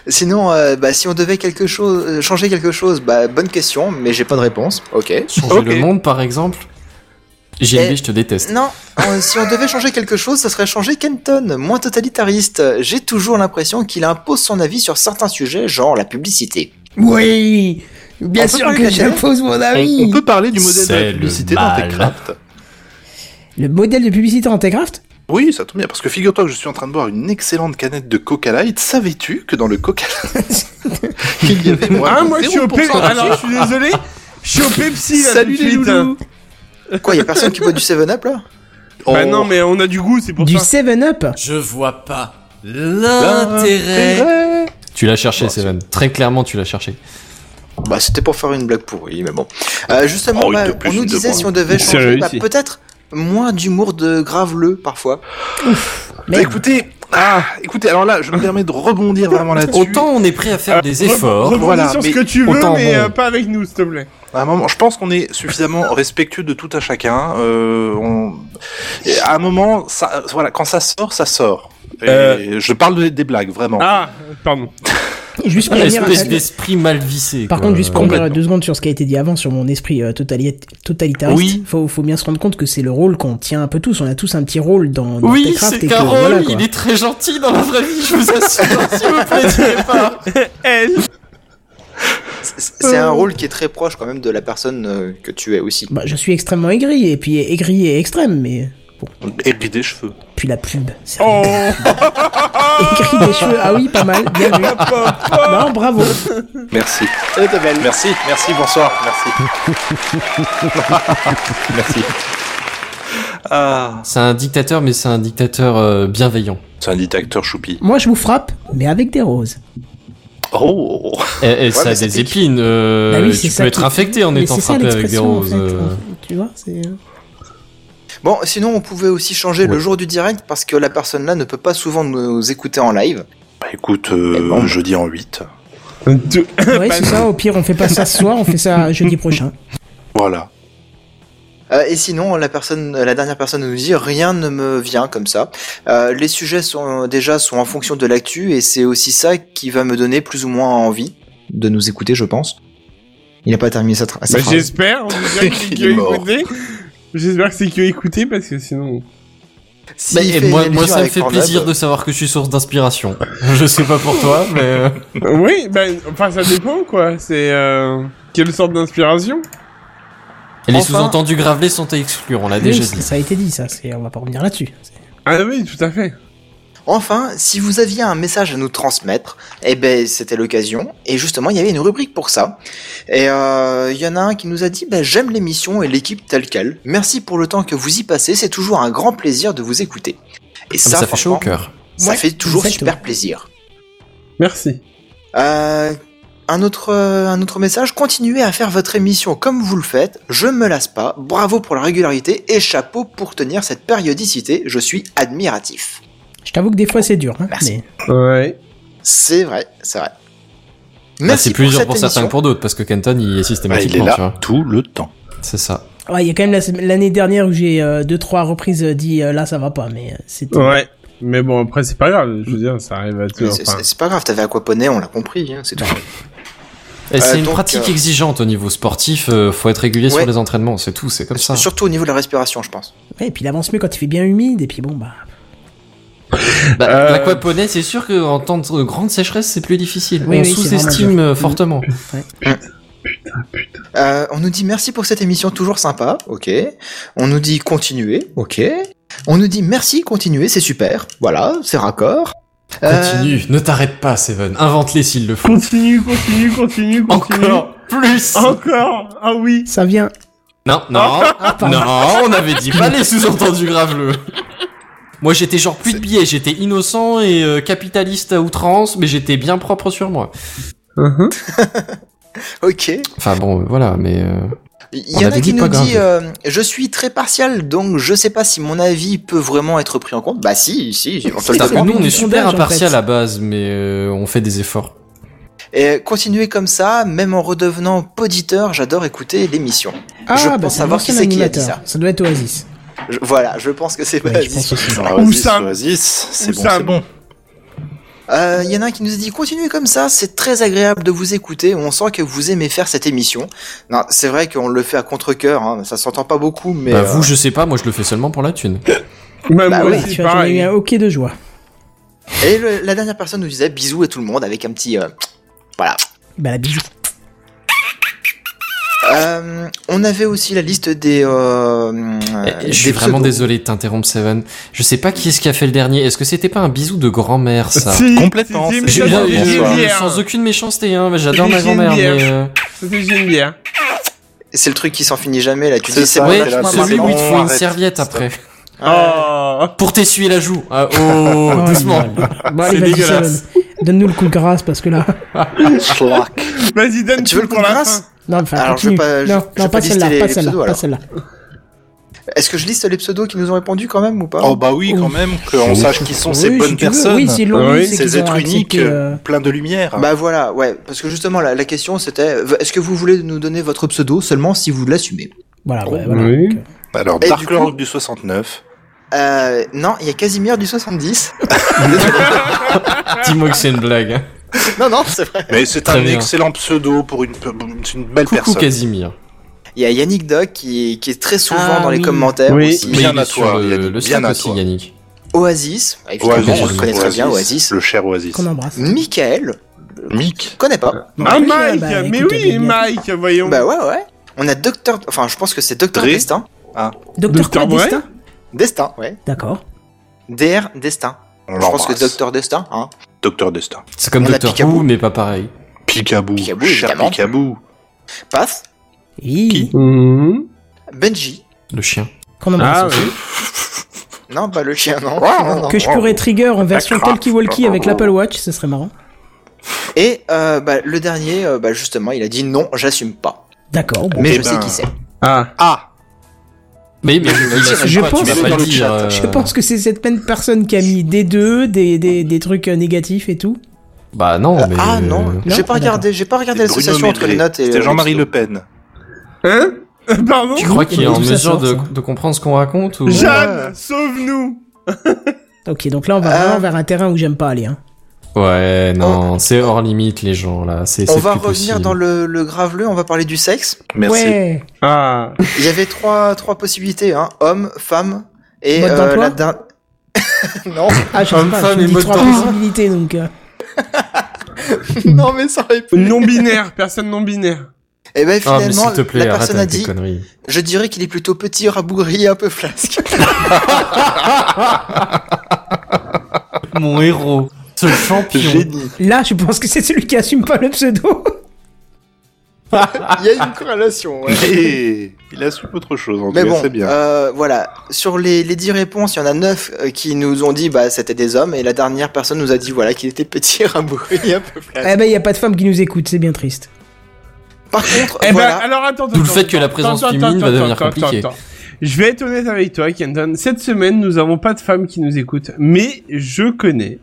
E: Sinon, euh, bah, si on devait quelque chose, euh, changer quelque chose, bah, bonne question, mais j'ai pas de réponse. Ok.
C: Changer
H: Ok.
C: le monde, par exemple. JLB,
E: Eh,
C: je te déteste.
E: Non, euh, si on devait changer quelque chose, ça serait changer Kenton, moins totalitariste. J'ai toujours l'impression qu'il impose son avis sur certains sujets, genre la publicité.
A: Oui, bien
E: On peut
A: sûr
E: parler
A: que
E: de la télé
A: j'impose
C: Eh,
A: mon
K: On
A: avis.
K: peut parler du modèle de
C: C'est
K: la
C: le
K: publicité dans
C: mal.
K: Techcraft
A: Le modèle de publicité en Techcraft
K: Oui, ça tombe bien, parce que figure-toi que je suis en train de boire une excellente canette de Coca Light. Savais-tu que dans le Coca Light, il y avait moins
H: Ah,
K: de
H: moi, je suis au
K: 0%
H: Pepsi.
K: de
H: Alors, je
K: sucre
H: suis désolé. Je suis au Pepsi, là,
K: Salut
H: tout de
K: les
H: suite.
K: loulous
E: Quoi, y a personne qui boit du 7-Up là
H: Bah
K: Oh.
H: non, mais on a du goût, c'est pour
A: Du
H: ça.
A: 7-Up
M: Je vois pas l'intérêt.
C: Tu l'as cherché, Seven. Très clairement, tu l'as cherché.
E: Bah, c'était pour faire une blague pourrie, mais bon. Euh, justement,
K: Oh, une
E: bah,
K: de plus,
E: on
K: une
E: nous
K: de
E: disait
K: moins.
E: si on devait
H: C'est
E: changer, bah,
H: réussi.
E: peut-être moins d'humour de graveleux parfois.
K: Bah, Écoutez, ah, écoutez, alors là, je me permets de rebondir vraiment là-dessus.
C: Autant on est prêt à
E: Euh,
C: faire des efforts.
H: Rebondis
K: voilà,
H: sur ce
K: mais
H: que tu veux,
C: autant,
H: mais
C: bon.
H: euh, pas avec nous, s'il te plaît.
K: À un moment, je pense qu'on est suffisamment respectueux de tout à chacun. euh, on- et À un moment, ça, voilà, quand ça sort, ça sort. Et
H: Euh.
K: Je parle de- des blagues, vraiment.
H: Ah, pardon.
A: Juste pour revenir à-
C: Ah, Espèce d'esprit mal vissé.
A: Par
C: quoi.
A: contre, juste pour revenir
K: complètement.
A: deux secondes sur ce qui a été dit avant, sur mon esprit euh, totali- totalitariste,
K: Oui.
A: faut, faut bien se rendre compte que c'est le rôle qu'on tient un peu tous. On a tous un petit rôle dans, dans
C: Oui,
A: Techcraft
C: c'est
A: et que,
C: Carole,
A: voilà, quoi.
C: il est très gentil dans la vraie vie, je vous assure. S'il vous plaît, tirez pas.
H: Elle.
E: C'est c'est
K: Euh.
E: un rôle qui est très proche quand même de la personne euh, que tu es aussi.
A: Bah, je suis extrêmement aigri, et puis aigri et extrême, mais...
K: Aigri des cheveux.
A: Puis la pub, c'est
H: Oh
A: aigri des cheveux, ah oui, pas mal, bien vu. non, bravo.
K: Merci. Merci, merci, bonsoir, merci. merci. Ah,
C: C'est un dictateur, mais c'est un dictateur euh, bienveillant.
K: c'est un dictateur choupi.
A: Moi, je vous frappe, mais avec des roses.
K: Oh
C: Et, et ça a
E: mais ça
C: des
E: pique.
C: épines. euh,
A: Bah oui, c'est
C: tu
A: ça
C: peux être
A: qui-
C: infecté en
A: Mais
C: étant
A: c'est ça,
C: frappé avec des
A: l'expression, en
C: roses.
A: fait.
C: euh.
A: Tu vois, c'est...
E: Bon, sinon on pouvait aussi changer le jour du direct parce que la personne là ne peut pas souvent nous écouter en live.
K: Bah écoute, euh,
E: Eh bon.
K: jeudi en 8.
H: Tu-
A: euh, Ouais, c'est ça, au pire, on fait pas ça ce soir, on fait ça jeudi prochain.
K: Voilà.
E: Euh, et sinon, la personne, la dernière personne nous dit rien ne me vient comme ça. Euh, les sujets sont déjà sont en fonction de l'actu et c'est aussi ça qui va me donner plus ou moins envie de nous écouter, je pense. Il n'a pas terminé sa, tra- sa
H: Bah,
E: phrase.
H: J'espère, on dirait que c'est
K: Il
H: que
K: est mort.
H: écouter. J'espère que c'est que écouter parce que sinon.
E: S'il
C: Mais
E: Bah, fait une
C: Bah, moi, moi,
E: allusion
C: ça me
E: avec
C: fait
E: Pornhub,
C: plaisir de savoir que je suis source d'inspiration. je sais pas pour toi, mais. euh,
H: oui, bah, enfin, ça dépend quoi. C'est. Euh... Quelle sorte d'inspiration
C: Et les
E: Enfin-
C: sous-entendus gravelés sont à exclure, on l'a Ah, déjà
A: Oui,
C: dit.
A: ça a été dit, ça, c'est... on va pas revenir là-dessus.
H: Ah oui, tout à fait.
E: Enfin, si vous aviez un message à nous transmettre, eh ben c'était l'occasion. Et justement, il y avait une rubrique pour ça. Et euh, il y en a un qui nous a dit ben, j'aime l'émission et l'équipe telle quelle. Merci pour le temps que vous y passez. C'est toujours un grand plaisir de vous écouter. Et
C: Ah, mais
E: ça,
C: ça fait chaud au
E: franchement,
C: cœur.
E: ça
A: Ouais,
E: fait toujours
A: exactement.
E: super plaisir.
H: Merci.
E: Euh, un autre, euh, un autre message. Continuez à faire votre émission comme vous le faites. Je me lasse pas. Bravo pour la régularité et chapeau pour tenir cette périodicité. Je suis admiratif.
A: Je t'avoue que des fois, c'est dur. Hein,
E: Merci.
A: mais-
H: Ouais.
E: C'est vrai, c'est vrai.
C: Bah, c'est plus dur pour
E: émission.
C: certains que pour d'autres, parce que Kenton, il est
K: Bah,
E: Ah,
K: il est
C: systématiquement, tu
K: là
C: vois.
K: tout le temps.
C: C'est ça.
A: Ouais, il y a quand même la sem- l'année dernière où j'ai euh, deux trois reprises euh, dit euh, là ça va pas, mais euh, c'était.
H: Ouais. Mais bon, après, c'est pas grave. Je veux dire, ça arrive à tout.
E: Mais c'est-
H: Enfin,
E: c'est- C'est pas grave, t'avais aquaponé, on l'a compris, hein, c'est tout.
C: Et c'est une
E: donc,
C: pratique
E: euh,
C: exigeante au niveau sportif, euh, faut être régulier
E: Ouais.
C: sur les entraînements, c'est tout, c'est comme ça.
E: Surtout au niveau de la respiration, je pense.
A: Ouais, et puis il avance mieux quand il fait bien humide et puis bon bah.
C: Bah,
H: Euh,
C: L'aquaponie, c'est sûr qu'en temps de grande sécheresse, c'est plus difficile.
A: Oui,
C: On
A: oui, c'est
C: sous-estime euh, fortement.
E: Euh, on nous dit merci pour cette émission toujours sympa, ok. On nous dit continuez, ok. On nous dit merci, continuez, c'est super, voilà, c'est raccord. Euh,
C: Continue, ne t'arrête pas, Seven. Invente-les s'il le faut.
H: Continue, continue, continue, continue.
C: Encore plus.
H: Encore. Ah oui.
A: Ça vient.
C: Non, non, non, on avait dit pas les sous-entendus graveleux. Moi, j'étais genre plus de billets, j'étais innocent et euh, capitaliste à outrance, mais j'étais bien propre sur moi.
E: Ok.
C: Enfin bon, euh, voilà, mais. euh,
E: Il
C: on
E: y en a
C: avait
E: qui
C: dit
E: nous
C: pas grave.
E: dit euh, je suis très partial donc je sais pas si mon avis peut vraiment être pris en compte. Bah si, si, on te le
C: Putain,
E: demande.
C: nous, on est
A: sondage,
C: super
A: en fait.
C: impartial à base, mais euh, on fait des efforts.
E: Et continuer comme ça, même en redevenant poditeur, j'adore écouter l'émission.
A: Ah,
E: je
A: bah,
E: pense
A: c'est
E: savoir qui
A: l'ancien
E: c'est qui a dit
A: animateur.
E: ça.
A: Ça doit être Oasis.
E: Je- voilà, je pense que c'est
A: Ouais,
E: pas
A: je pense aussi.
E: Oasis.
K: Oasis,
H: ça-
K: Oasis, c'est
H: ou
K: bon,
H: ça-
K: c'est bon.
E: Euh, Il y en a un qui nous a dit continuez comme ça, c'est très agréable de vous écouter. On sent que vous aimez faire cette émission. Non, c'est vrai qu'on le fait à contre cœur. ça s'entend pas beaucoup, mais
C: bah,
E: euh,
C: vous, je sais pas, moi, je le fais seulement pour la thune.
E: Bah
H: Bah, moi
E: oui,
H: aussi,
A: Ah, Tu as eu
H: pareil.
A: un hockey de joie.
E: et le- la dernière personne nous disait bisous à tout le monde avec un petit euh, voilà.
A: Bah, la bijou.
E: Euh, on avait aussi la liste des. euh,
C: Eh,
E: des
C: je suis vraiment
E: pseudos.
C: désolé de t'interrompre, Seven. Je sais pas qui est-ce qui a fait le dernier. Est-ce que c'était pas un bisou de grand-mère, ça
H: Si,
K: Complètement,
H: si, si,
K: c'est
H: mais
C: Je-
H: ça,
K: bien,
H: c'est
K: bien,
H: une
K: bien.
H: bière.
C: Sans aucune méchanceté, hein. J'adore ma
H: J'ai une
C: grand-mère,
H: bière.
C: mais... euh,
H: C'était une bière.
E: C'est le truc qui s'en finit jamais là. Tu
K: C'est
E: dis c'est
K: ça,
E: bon,
C: Ouais,
K: c'est là,
E: lâche-moi,
K: c'est
C: celui
E: Marcel.
C: où il te faut une
K: arrête.
C: serviette après.
H: Oh.
C: Pour t'essuyer la joue. Ah, oh,
A: Oh,
C: doucement.
A: la
E: Ah,
A: dalle. Bon, allez,
C: C'est
A: vas-y,
C: dégueulasse.
A: Seven. Donne-nous le coup de grâce parce que là.
K: Schlack.
H: Vas-y, donne
E: Tu veux le
H: tout
E: coup de
H: pour la
E: grâce
H: fin.
A: Non, enfin,
E: Alors, je
A: continue.
E: vais pas- je-
A: non,
E: je vais
A: non,
E: pas
A: pas
E: lister les-
A: celle-là, pas
E: les
A: celle-là,
E: pseudos,
A: pas
E: alors.
A: celle-là.
E: Est-ce que je liste les pseudos qui nous ont répondu quand même ou pas
K: Oh bah oui, quand même, qu'on sache qui sont ces
A: Oui,
K: bonnes
A: si tu veux.
K: personnes.
A: Oui, c'est l'ONU,
K: Oui,
A: c'est
K: ces
A: qu'ils ont
K: êtres
A: accepté,
K: uniques,
A: euh,
K: pleins de lumière.
E: Bah voilà, ouais, parce que justement la, la question c'était v- est-ce que vous voulez nous donner votre pseudo seulement si vous l'assumez
A: Voilà, ouais, voilà.
H: Oui.
A: Donc, euh,
K: Alors,
E: Et
K: Dark
E: du coup-
K: Lord du 69.
E: euh, Non, il y a Casimir du 70.
C: Dis-moi que c'est une blague. hein.
E: non, non, c'est vrai.
K: Mais c'est
C: Très
K: un
C: bien.
K: excellent pseudo pour une, c'est une belle
C: Coucou
K: personne.
C: Casimir.
E: Il y a Yannick Doc qui, qui est très souvent
A: Ah,
E: dans les
A: oui.
E: commentaires.
H: Oui.
E: aussi.
C: Mais
K: Bien
C: il
K: à
C: est sur
K: toi,
C: le,
K: Yannick,
C: le
K: bien
C: Slack
K: à
C: aussi,
K: toi.
C: Yannick.
E: Oasis, Ah, évidemment,
K: Oasis,
E: on le connaît très bien, Oasis.
K: Le cher Oasis.
A: Qu'on embrasse.
E: Mmh. Michael,
K: Mick.
E: je connais pas.
H: Ah,
A: Oui,
H: Mike,
A: bah,
H: mais
A: écoute,
H: oui,
A: bien.
H: Mike, voyons.
E: Bah ouais, ouais. On a Docteur, enfin je pense que c'est Docteur
K: Dre.
E: Destin.
A: Docteur
H: Docteur Bray
A: Clandestin
E: Destin, ouais.
A: D'accord.
E: DR Destin.
K: On
E: Je pense que
K: l'embrasse.
E: Docteur Destin, hein.
K: Docteur Destin.
C: C'est comme
E: On a
C: Doctor
E: Picaboo.
C: Who, mais pas pareil.
K: Picabou.
E: Picabou,
K: cher
E: évidemment.
K: Picabou.
E: Passe.
A: Hi.
E: Mmh.
H: Mhm.
E: Benji.
C: Le chien.
A: Qu'on
H: Ah,
A: embrasse.
H: oui.
E: Non, pas le chien, non. non, non.
A: Que je
H: oh.
A: pourrais trigger en version
K: craque.
A: talkie-walkie avec l'Apple Watch, ce serait marrant.
E: Et euh, bah, le dernier, euh, bah, justement, il a dit non, j'assume pas.
A: D'accord. bon.
E: Mais
K: Eh
E: je sais
K: ben.
E: qui c'est.
H: Ah.
K: Ah
C: Mais, mais il assume
A: je
C: pas,
A: pense-
C: tu m'as
A: je
C: pas
K: dans le
C: dit,
K: chat.
C: euh,
A: Je pense que c'est cette même personne qui a mis des deux, des, des, des trucs euh, négatifs et tout.
C: Bah non, mais...
E: Ah non, j'ai
A: Ah,
E: pas regardé, j'ai pas regardé
K: C'était euh,
E: l'association
K: Bruno
E: entre
K: Mégré.
E: les notes et.
K: C'était
E: euh,
K: Jean-Marie
E: le
K: Le Pen.
H: Hein Pardon
C: Tu crois Ah. qu'il est en
A: D'où ça
C: mesure
A: sort,
C: de,
A: ça
C: de comprendre ce qu'on raconte ou...
H: Jeanne, sauve-nous
A: Ok, donc là on va
H: Euh.
E: Ah.
A: vraiment vers un terrain où j'aime pas aller. Hein.
C: Ouais, non, c'est hors limite les gens là. C'est,
E: On
C: c'est
E: va
C: plus
E: revenir
C: possible.
E: dans le, le graveleux, on va parler du sexe.
K: Merci.
A: Ouais.
H: Ah.
E: Il y avait trois, trois possibilités, hein. Homme, femme et
A: Mode
E: euh,
A: d'emploi
E: la dernière. non,
A: Ah, je sais
C: Homme,
A: pas,
C: femme
A: tu me
C: et
A: dis
C: mode
A: trois
C: d'emploi.
A: possibilités donc. euh,
E: non, mais ça aurait pu.
H: Non-binaire, personne non-binaire.
E: Et ben
C: Ah, mais
E: finalement,
C: s'il te plaît,
E: la
C: arrête
E: personne a
C: avec tes
E: dit
C: conneries.
E: Je dirais qu'il est plutôt petit, rabougri, un peu flasque.
C: Mon héros, ce champion.
A: Là, je pense que c'est celui qui assume pas le pseudo.
E: Il y a une corrélation, ouais.
K: Mais il a su autre chose, en tout
E: Mais
K: cas,
E: bon,
K: c'est bien.
E: euh, voilà. Sur les, les 10 réponses, il y en a 9 qui nous ont dit bah c'était des hommes et la dernière personne nous a dit voilà qu'il était petit, rabougri, un peu flasque.
A: eh ben, y a pas de femme qui nous écoute, c'est bien triste.
E: Par contre,
H: Eh
E: voilà.
H: ben, alors attends,
C: D'où le fait que la présence féminine va devenir compliquée.
H: Je vais être honnête avec toi, Kenton. Cette semaine, nous avons pas de femmes qui nous écoutent, mais je connais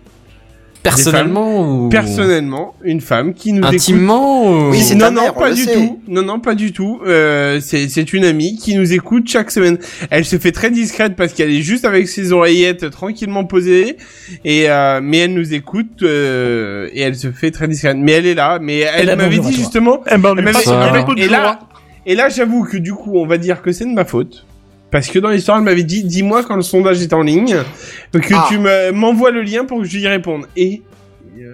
C: Personnellement ou...
H: personnellement une femme qui nous écoute.
C: Intimement ou...
E: Oui, c'est
H: non,
E: ta
H: non,
E: mère, on
H: pas
E: le
H: du
E: sait.
H: tout. Non, non, pas du tout. Euh, c'est, c'est une amie qui nous écoute chaque semaine. Elle se fait très discrète parce qu'elle est juste avec ses oreillettes tranquillement posées. Et euh, mais elle nous écoute euh, et elle se fait très discrète. Mais elle est là. Mais elle,
A: ben,
H: m'avait
A: bonjour à
H: dit
A: toi.
H: justement.
K: Eh ben,
H: elle m'avait-
C: passe un
H: elle m'avait-
C: coup
H: et là, hein. et là, j'avoue que du coup, on va dire que c'est de ma faute. Parce que dans l'histoire, elle m'avait dit, dis-moi quand le sondage est en ligne, que
E: Ah.
H: tu me- m'envoies le lien pour que je y réponde. Et euh,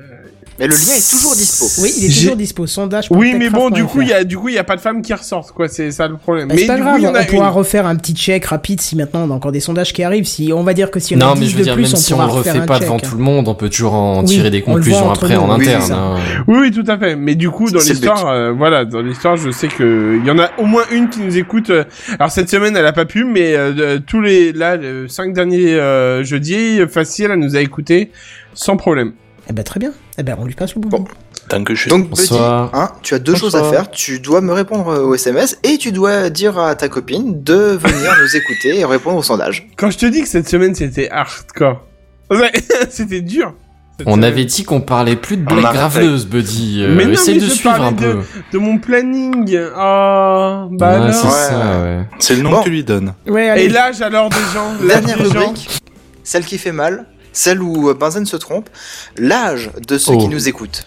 E: Mais le lien est toujours dispo.
A: Oui, il est
H: J'ai-
A: toujours dispo. Sondage.
H: Oui, mais bon, du coup, il y a, du coup, il y a pas de femmes qui ressortent, quoi. C'est ça le problème. mais
A: Bah, c'est pas
H: du
A: grave,
H: coup, il y en a
A: on pourra
H: une.
A: refaire un petit check rapide si maintenant on a encore des sondages qui arrivent. Si on va dire que si on a
C: non,
A: 10
C: mais je veux
A: de
C: dire,
A: plus,
C: même
A: on
C: si on
A: pourra
C: le refait
A: refaire un
C: pas
A: check.
C: devant tout le monde, on peut toujours en
A: Oui,
C: tirer des
A: on le voit
C: conclusions
A: entre
C: après
A: nous,
C: en
A: oui, c'est
C: interne.
A: ça.
C: hein.
H: Oui, oui, tout à fait. Mais du coup, dans
C: C'est le
H: l'histoire, euh, voilà, dans l'histoire, je sais que euh, il y en a au moins une qui nous écoute. euh, alors cette semaine, elle a pas pu, mais euh, de- tous les là, les cinq derniers euh, jeudis, euh, facile, elle nous a écouté sans problème.
A: Eh ben très bien. Eh ben on lui passe le bon.
D: Tant que je
E: Donc, Buddy, hein, tu as deux choses à
A: Bonsoir.
E: faire. Tu dois me répondre euh, au SMS et tu dois dire à ta copine de venir nous écouter et répondre au sondage.
H: Quand je te dis que cette semaine c'était hardcore, Ouais, c'était dur. Cette
C: On
H: semaine.
C: avait dit qu'on parlait plus de
H: On
C: blagues
H: arrêtait.
C: graveleuses, Buddy. Euh,
H: Ah, bah, mais non,
C: essaye
H: mais
C: de
H: je
C: suivre
H: parlais
C: un
H: de,
C: peu.
H: de mon planning. Ah, bah
C: Ouais,
H: alors.
C: c'est ça, ouais.
D: C'est le nom
E: Bon.
D: que tu lui donnes.
A: Ouais,
H: Et l'âge alors des gens. l'âge
E: Dernière
H: des gens.
E: rubrique, celle qui fait mal, celle où euh, Benzen se trompe, l'âge de ceux
H: Oh. Ah,
E: qui nous écoutent.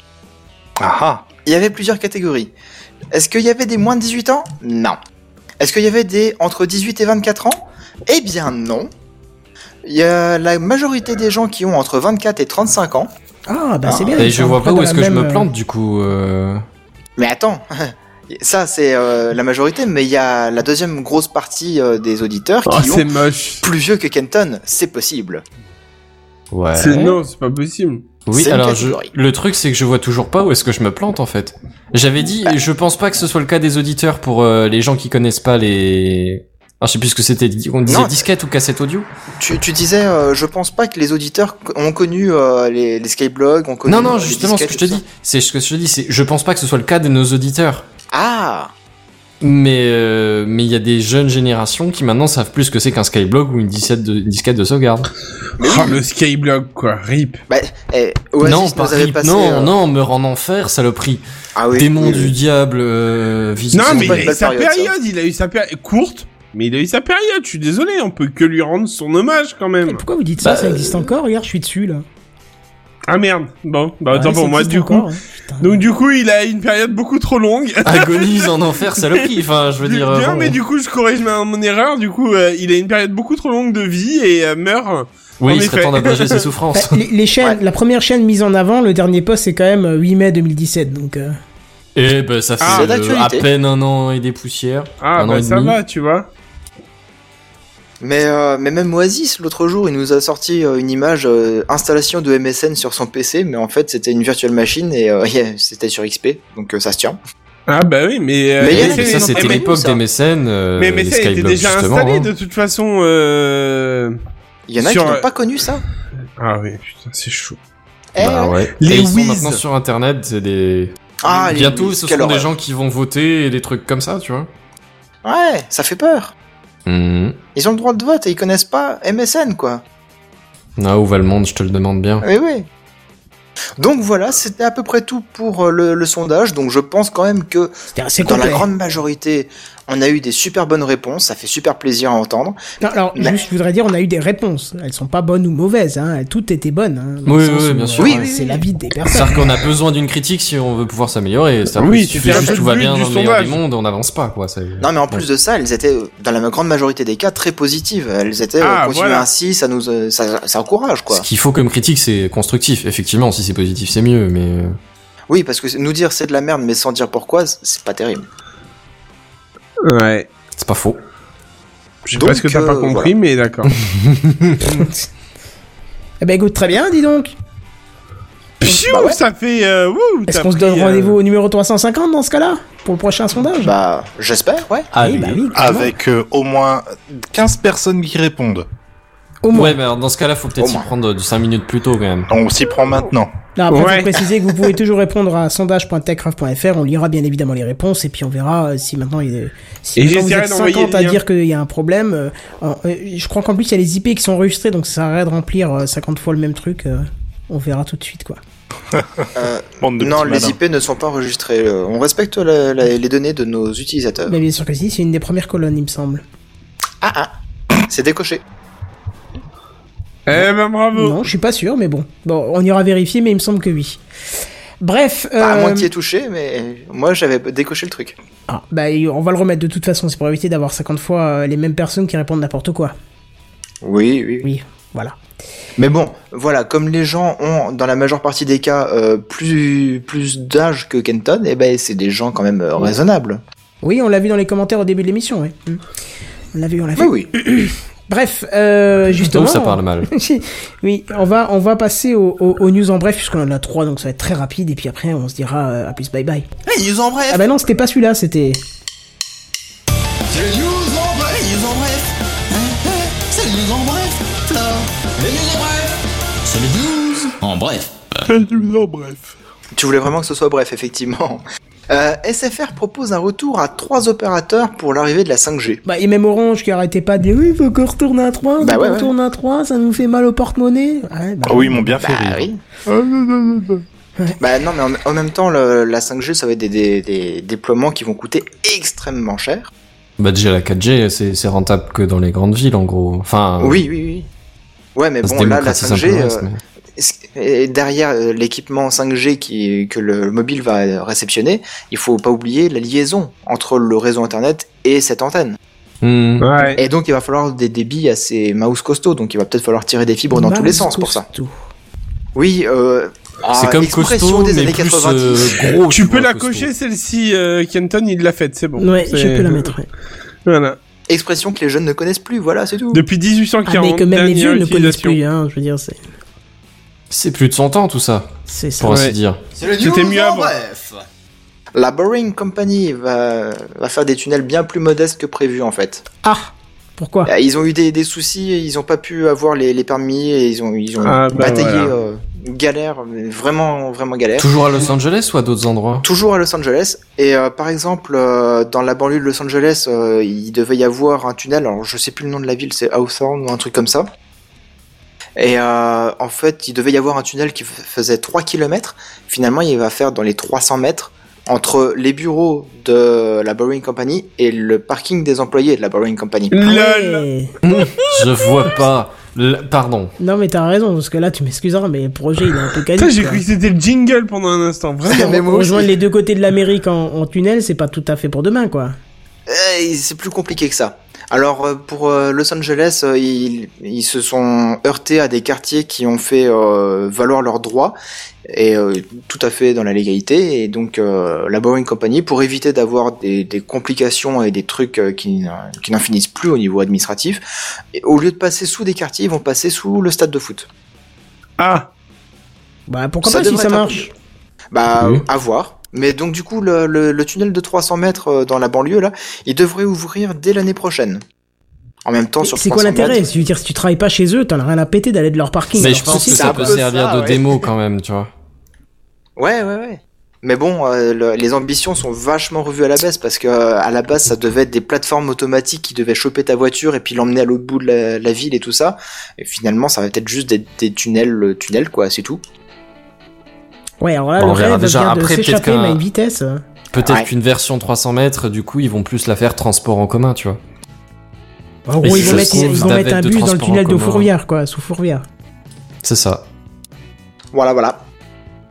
E: Il y avait plusieurs catégories. Est-ce qu'il y avait des moins de 18 ans Non. Est-ce qu'il y avait des entre 18 et 24 ans Eh bien non. Il y a la majorité des gens qui ont entre 24 et 35 ans.
A: Ah, bah c'est bien.
C: Et
A: ils
C: je
A: sont
C: vois
A: encore
C: pas où
A: dans
C: est-ce
A: la
C: que je
A: même,
C: me
A: euh,
C: plante du coup. euh.
E: Mais attends, ça c'est euh, la majorité, mais il y a la deuxième grosse partie euh, des auditeurs
H: Oh,
E: qui
H: c'est
E: ont
H: moche.
E: plus vieux que Kenton. C'est possible.
C: Ouais.
H: C'est non, c'est pas possible.
C: Oui,
E: c'est une
C: alors je-
E: catégorie.
C: le truc c'est que je vois toujours pas où est-ce que je me plante en fait. J'avais dit,
E: Bah.
C: je pense pas que ce soit le cas des auditeurs pour euh, les gens qui connaissent pas les. Ah, je sais plus ce que c'était. On disait
E: Non.
C: disquette ou cassette audio.
E: Tu, tu disais, euh, je pense pas que les auditeurs co- ont connu euh, les, les skyblogs, ont connu euh,
C: Non, non,
E: les
C: justement, ce
E: disquettes
C: que je
E: et
C: te
E: tout
C: dis,
E: ça.
C: c'est ce que je te dis, c'est je pense pas que ce soit le cas de nos auditeurs.
E: Ah
C: Mais euh, mais il y a des jeunes générations qui maintenant savent plus ce que c'est qu'un skyblog ou une disquette de, une disquette de sauvegarde.
H: Ah, le skyblock quoi, rip.
E: Bah, eh, Oasis
C: non,
E: nous
C: pas
E: avait
C: rip,
E: passé,
C: non,
E: euh,
C: non, meurt en enfer, saloperie.
E: Ah oui,
C: Démon
E: oui,
C: du
E: oui.
C: diable, euh, visite-
H: Non, mais
E: pas une
H: il a eu
E: belle
H: sa
E: période,
H: période,
E: ça.
H: il a eu sa période courte, mais il a eu sa période. Je suis désolé, on peut que lui rendre son hommage quand même.
A: euh, Pourquoi vous dites ça
H: Bah,
A: Ça existe encore Regarde, je suis dessus là.
H: Ah merde, bon, bah
A: Ouais,
H: autant
A: ça
H: pour moi
A: existe
H: du coup.
A: encore, hein.
H: Donc du coup, il a une période beaucoup trop longue.
C: agonise en enfer, saloperie. Enfin, je veux dire. euh,
H: Bien,
C: bon.
H: mais du coup, je corrige ma, mon erreur. Du coup, euh, il a une période beaucoup trop longue de vie et euh, meurt.
C: Oui,
H: en
C: il serait
H: effet.
C: temps d'abréger ses souffrances.
A: Bah, les, les chaînes, la première chaîne mise en avant, le dernier post, c'est quand même euh, 8 mai 2017. Donc, euh,
C: Eh ben, ça fait
H: Ah, c'est
C: euh, à
E: d'actualité.
C: peine un an et des poussières.
H: Ah,
C: un an
H: bah
C: et
H: ça
C: demi.
H: va, tu vois.
E: Mais, euh, mais même Oasis, l'autre jour, il nous a sorti euh, une image euh, installation de MSN sur son PC, mais en fait, c'était une virtual machine et euh, c'était sur XP, donc euh, ça se tient.
H: Ah bah oui, mais. euh,
E: Mais il y a
C: Eh,
E: la
C: mais
E: télé,
C: ça,
E: non,
C: c'était
E: mais
C: l'époque
E: ça.
C: des mécènes. euh,
H: mais
C: les
H: mais ça était
C: Skyblogs,
H: déjà
C: justement,
H: installé
C: hein.
H: de toute façon. Euh...
E: Il y en a
H: Sur,
E: qui
H: euh,
E: n'ont pas connu ça.
H: Ah oui, putain, c'est chaud.
E: Eh,
C: Bah
E: ouais.
C: ouais.
H: Les
C: Et ils sont
H: Wiz.
C: maintenant sur internet, c'est des.
E: Ah, les
C: Bientôt,
E: Wiz,
C: ce
E: quelle
C: seront des
E: horreur.
C: gens qui vont voter et des trucs comme ça, tu vois.
E: Ouais, ça fait peur.
C: Mhm.
E: Ils ont le droit de vote et ils connaissent pas MSN, quoi.
C: Ah, où va le monde, je te le demande bien.
E: Oui, oui. Donc voilà, c'était à peu près tout pour euh, le, le sondage. Donc je pense quand même que
A: c'était assez
E: dans la
A: Ah, complet.
E: grande majorité, on a eu des super bonnes réponses. Ça fait super plaisir à entendre.
A: Non, alors,
E: Mais-
A: juste, je voudrais dire, on a eu des réponses. Elles sont pas bonnes ou mauvaises. Hein. Toutes étaient bonnes. Hein, dans
C: Oui,
A: le sens
C: oui,
A: où,
C: bien
A: euh,
C: sûr,
E: oui, oui,
A: C'est
E: oui.
A: la vie des personnes.
C: C'est-à-dire qu'on a besoin d'une critique si on veut pouvoir s'améliorer. C'est-à-dire
H: Oui,
C: que si
H: tu
C: tu
H: fais
C: fais
H: un peu
C: juste
H: le
C: tout va
H: but
C: bien
H: du
C: dans le meilleur
H: sondage.
C: du monde, on n'avance pas, quoi. c'est-
E: Non, mais en plus de ça, elles étaient, euh, dans la grande majorité des cas, très positives. Elles étaient,
H: Ah,
E: euh, continuez
H: voilà.
E: ainsi, ça nous, euh, ça, ça encourage, quoi.
C: Ce qu'il faut comme critique, c'est constructif. Effectivement, si c'est positif, c'est mieux, mais. euh,
E: Oui, parce que nous dire c'est de la merde, mais sans dire pourquoi, c- c'est pas terrible.
H: Ouais.
C: C'est pas faux.
H: Je sais pas ce que t'as
E: euh,
H: pas compris, mais d'accord.
A: Eh ben, écoute, très bien, dis donc.
H: Pfiou, ça fait. euh, wouh,
A: Bah Est-ce
H: t'as
A: qu'on se
H: pris,
A: donne
H: euh,
A: rendez-vous au numéro 350 dans ce cas-là Pour le prochain sondage
E: Bah, j'espère, ouais.
A: Oui,
C: Allez.
A: bah oui,
E: Ah
A: clairement.
K: Avec euh, au moins 15 personnes qui répondent.
A: Au moins.
C: Ouais, mais alors, dans ce cas-là, faut
E: Au
C: peut-être s'y
E: moins.
C: prendre du 5 minutes plus tôt, quand même.
K: On s'y prend maintenant.
A: Non, après,
H: Ouais.
A: faut préciser que vous pouvez toujours répondre à sondage.techcraft.fr. On lira bien évidemment les réponses et puis on verra euh, si maintenant il est. Si
H: Et
A: maintenant vous
H: j'essaierai
A: êtes
H: d'envoyer
A: 50
H: le
A: à
H: lien.
A: dire qu'il y a un problème, euh, en- euh, je crois qu'en plus il y a les IP qui sont enregistrés donc ça sert à rien de remplir euh, 50 fois le même truc. euh, on verra tout de suite quoi.
E: Euh,
K: Bande de
E: non,
K: petits
E: les
K: malins.
E: IP ne sont pas enregistrés. euh, On respecte la- la- les données de nos utilisateurs.
A: Mais bien sûr que si, c'est une des premières colonnes il me semble.
E: Ah ah, c'est décoché.
H: Eh ben bravo.
A: Non, je suis pas sûr, mais bon. Bon, on ira vérifier, mais il me semble que oui. Bref.
E: Pas à
A: euh,
E: moitié touché, mais moi j'avais décoché le truc.
A: ah, bah, on va le remettre de toute façon, c'est pour éviter d'avoir 50 fois euh, les mêmes personnes qui répondent n'importe quoi.
E: Oui, oui.
A: Oui, Voilà.
E: Mais bon, voilà, comme les gens ont, dans la majeure partie des cas, euh, plus, plus d'âge que Kenton, et ben c'est des gens quand même euh, raisonnables.
A: Oui, on l'a vu dans les commentaires au début de l'émission, oui. Mm. On l'a vu, on l'a vu.
E: Oui, oui.
A: Bref, euh, justement.
C: Donc ça parle mal.
A: oui, on va, on va passer au- au- aux news en bref, puisqu'on en a trois, donc ça va être très rapide, et puis après, on se dira euh, à plus, bye bye.
M: Les news en bref
A: Ah bah non, c'était pas celui-là, c'était.
M: C'est les news en bref Les news en bref Hein, hein, C'est les news en bref Flore. Les news en bref C'est les news en bref
K: bref.
E: Tu voulais vraiment que ce soit bref, effectivement. Euh, SFR propose un retour à trois opérateurs pour l'arrivée de la 5G.
A: Bah, et même Orange qui arrêtait pas de dire oui, faut qu'on retourne à 3,
E: Bah
A: faut
E: ouais,
A: qu'on
E: ouais.
A: retourne à 3, ça nous fait mal au porte-monnaie. Ouais, bah,
K: Ah oui, ils m'ont bien fait
E: Bah
K: rire.
E: oui. Bah non, mais en, en même temps, le- la 5G, ça va être des, des- des déploiements qui vont coûter extrêmement cher.
C: Bah déjà la 4G, c'est c'est rentable que dans les grandes villes en gros. Enfin,
E: Oui, oui, oui. Ouais, mais
C: Ah ça se
E: bon, là, la
C: démocratise un
E: 5G,
C: peu hein, le reste,
E: euh,
C: mais-
E: Et derrière euh, l'équipement 5G qui, que le mobile va réceptionner, il faut pas oublier la liaison entre le réseau internet et cette antenne.
C: Hmm.
H: Ouais.
E: Et donc il va falloir des débits assez mouse costauds, donc il va peut-être falloir tirer des fibres dans tous les
A: Mouse
E: sens pour ça.
A: costaud.
E: Oui, euh, ah,
C: C'est comme
E: expression
C: costaud,
E: des
C: mais
E: années
C: plus
E: 90.
C: euh, gros.
H: tu peux
C: vois,
H: la
C: costaud.
H: cocher celle-ci, euh, Kenton, il l'a faite, c'est bon.
A: Ouais, je
H: C'est-
A: peux la mettre. ouais.
H: Voilà.
E: Expression que les jeunes ne connaissent plus, voilà, c'est tout.
H: Depuis
A: Ah,
H: 1840.
A: mais que même les
H: dernière
A: vieux ne connaissent
H: utilisation.
A: plus, hein, je veux dire, c'est.
C: C'est plus de 100 ans tout ça,
A: C'est ça.
C: pour
H: Ouais.
C: ainsi dire.
M: C'est les
H: C'était
M: news
H: mieux
M: en
H: avant.
M: bref
E: La Boring Company va, va faire des tunnels bien plus modestes que prévu en fait.
A: Ah Pourquoi
E: Euh, Ils ont eu des, des soucis, ils ont pas pu avoir les, les permis et ils ont, ils ont
H: Ah, bah
E: bataillé
H: voilà.
E: euh, une galère, mais vraiment, vraiment galère.
C: Toujours à Los Angeles ou à d'autres endroits
E: Toujours à Los Angeles. Et euh, par exemple, euh, dans la banlieue de Los Angeles, euh, il devait y avoir un tunnel. Alors, je sais plus le nom de la ville, c'est Hawthorne ou un truc comme ça. Et euh, en fait, il devait y avoir un tunnel qui f- faisait 3 km. Finalement, il va faire dans les 300 mètres entre les bureaux de la Boring Company et le parking des employés de la Boring Company.
H: LOL
A: Ah Ouais.
C: Hmm, Je vois pas. L- Pardon.
A: Non, mais t'as raison, parce que là, tu m'excuseras, mais le projet, il est un peu
H: Putain,
A: caduque.
H: j'ai
A: quoi.
H: cru que c'était le jingle pendant un instant, vraiment.
E: Mais moi
A: Rejoindre
E: aussi.
A: les deux côtés de l'Amérique en, en tunnel, c'est pas tout à fait pour demain, quoi.
E: Eh, c'est plus compliqué que ça. Alors euh, pour euh, Los Angeles, euh, ils, ils se sont heurtés à des quartiers qui ont fait euh, valoir leurs droits et euh, tout à fait dans la légalité. Et donc euh, la Boring Company, pour éviter d'avoir des, des complications et des trucs euh, qui, n'en- qui n'en finissent plus au niveau administratif, et au lieu de passer sous des quartiers, ils vont passer sous le stade de foot.
H: Ah
A: Bah, pourquoi
E: Ça
A: pas si
E: devrait
A: ça
E: être un-
A: marche
E: Bah,
C: Oui.
E: à voir. Mais donc du coup, le, le- le tunnel de 300 mètres euh, dans la banlieue, là, il devrait ouvrir dès l'année prochaine. En même temps, sur
A: C'est quoi
E: 300 mètres-
A: l'intérêt Je veux dire, si tu travailles pas chez eux, t'en as rien à péter d'aller de leur parking.
C: Mais
A: Alors,
C: je pense
A: ceci,
C: que
E: c'est
C: ça
E: un
C: peut
E: peu
C: servir
E: ça,
C: de
E: ouais.
C: démo quand même, tu vois.
E: Ouais, ouais, ouais. Mais bon, euh, le- les ambitions sont vachement revues à la baisse parce que euh, à la base, ça devait être des plateformes automatiques qui devaient choper ta voiture et puis l'emmener à l'autre bout de la, la ville et tout ça. Et finalement, ça va être juste des, des tunnels, euh, tunnels quoi, c'est tout.
A: Ouais, alors là,
C: Bon,
A: le
C: on verra
A: rêve
C: déjà.
A: vient de
C: Après, peut-être
A: s'échapper,
C: qu'un-
A: mais à une vitesse. hein.
C: Peut-être
E: Ouais.
C: qu'une version 300 mètres, du coup, ils vont plus la faire transport en commun, tu vois.
A: En
C: Mais
A: gros, ils vont
C: si ça
A: mettre,
C: se trouve,
A: ils vont mettre
C: d'avette
A: un
C: de
A: bus dans le
C: transport en
A: tunnel de
C: commun.
A: Fourvière, quoi, sous Fourvière.
C: C'est ça.
E: Voilà, voilà.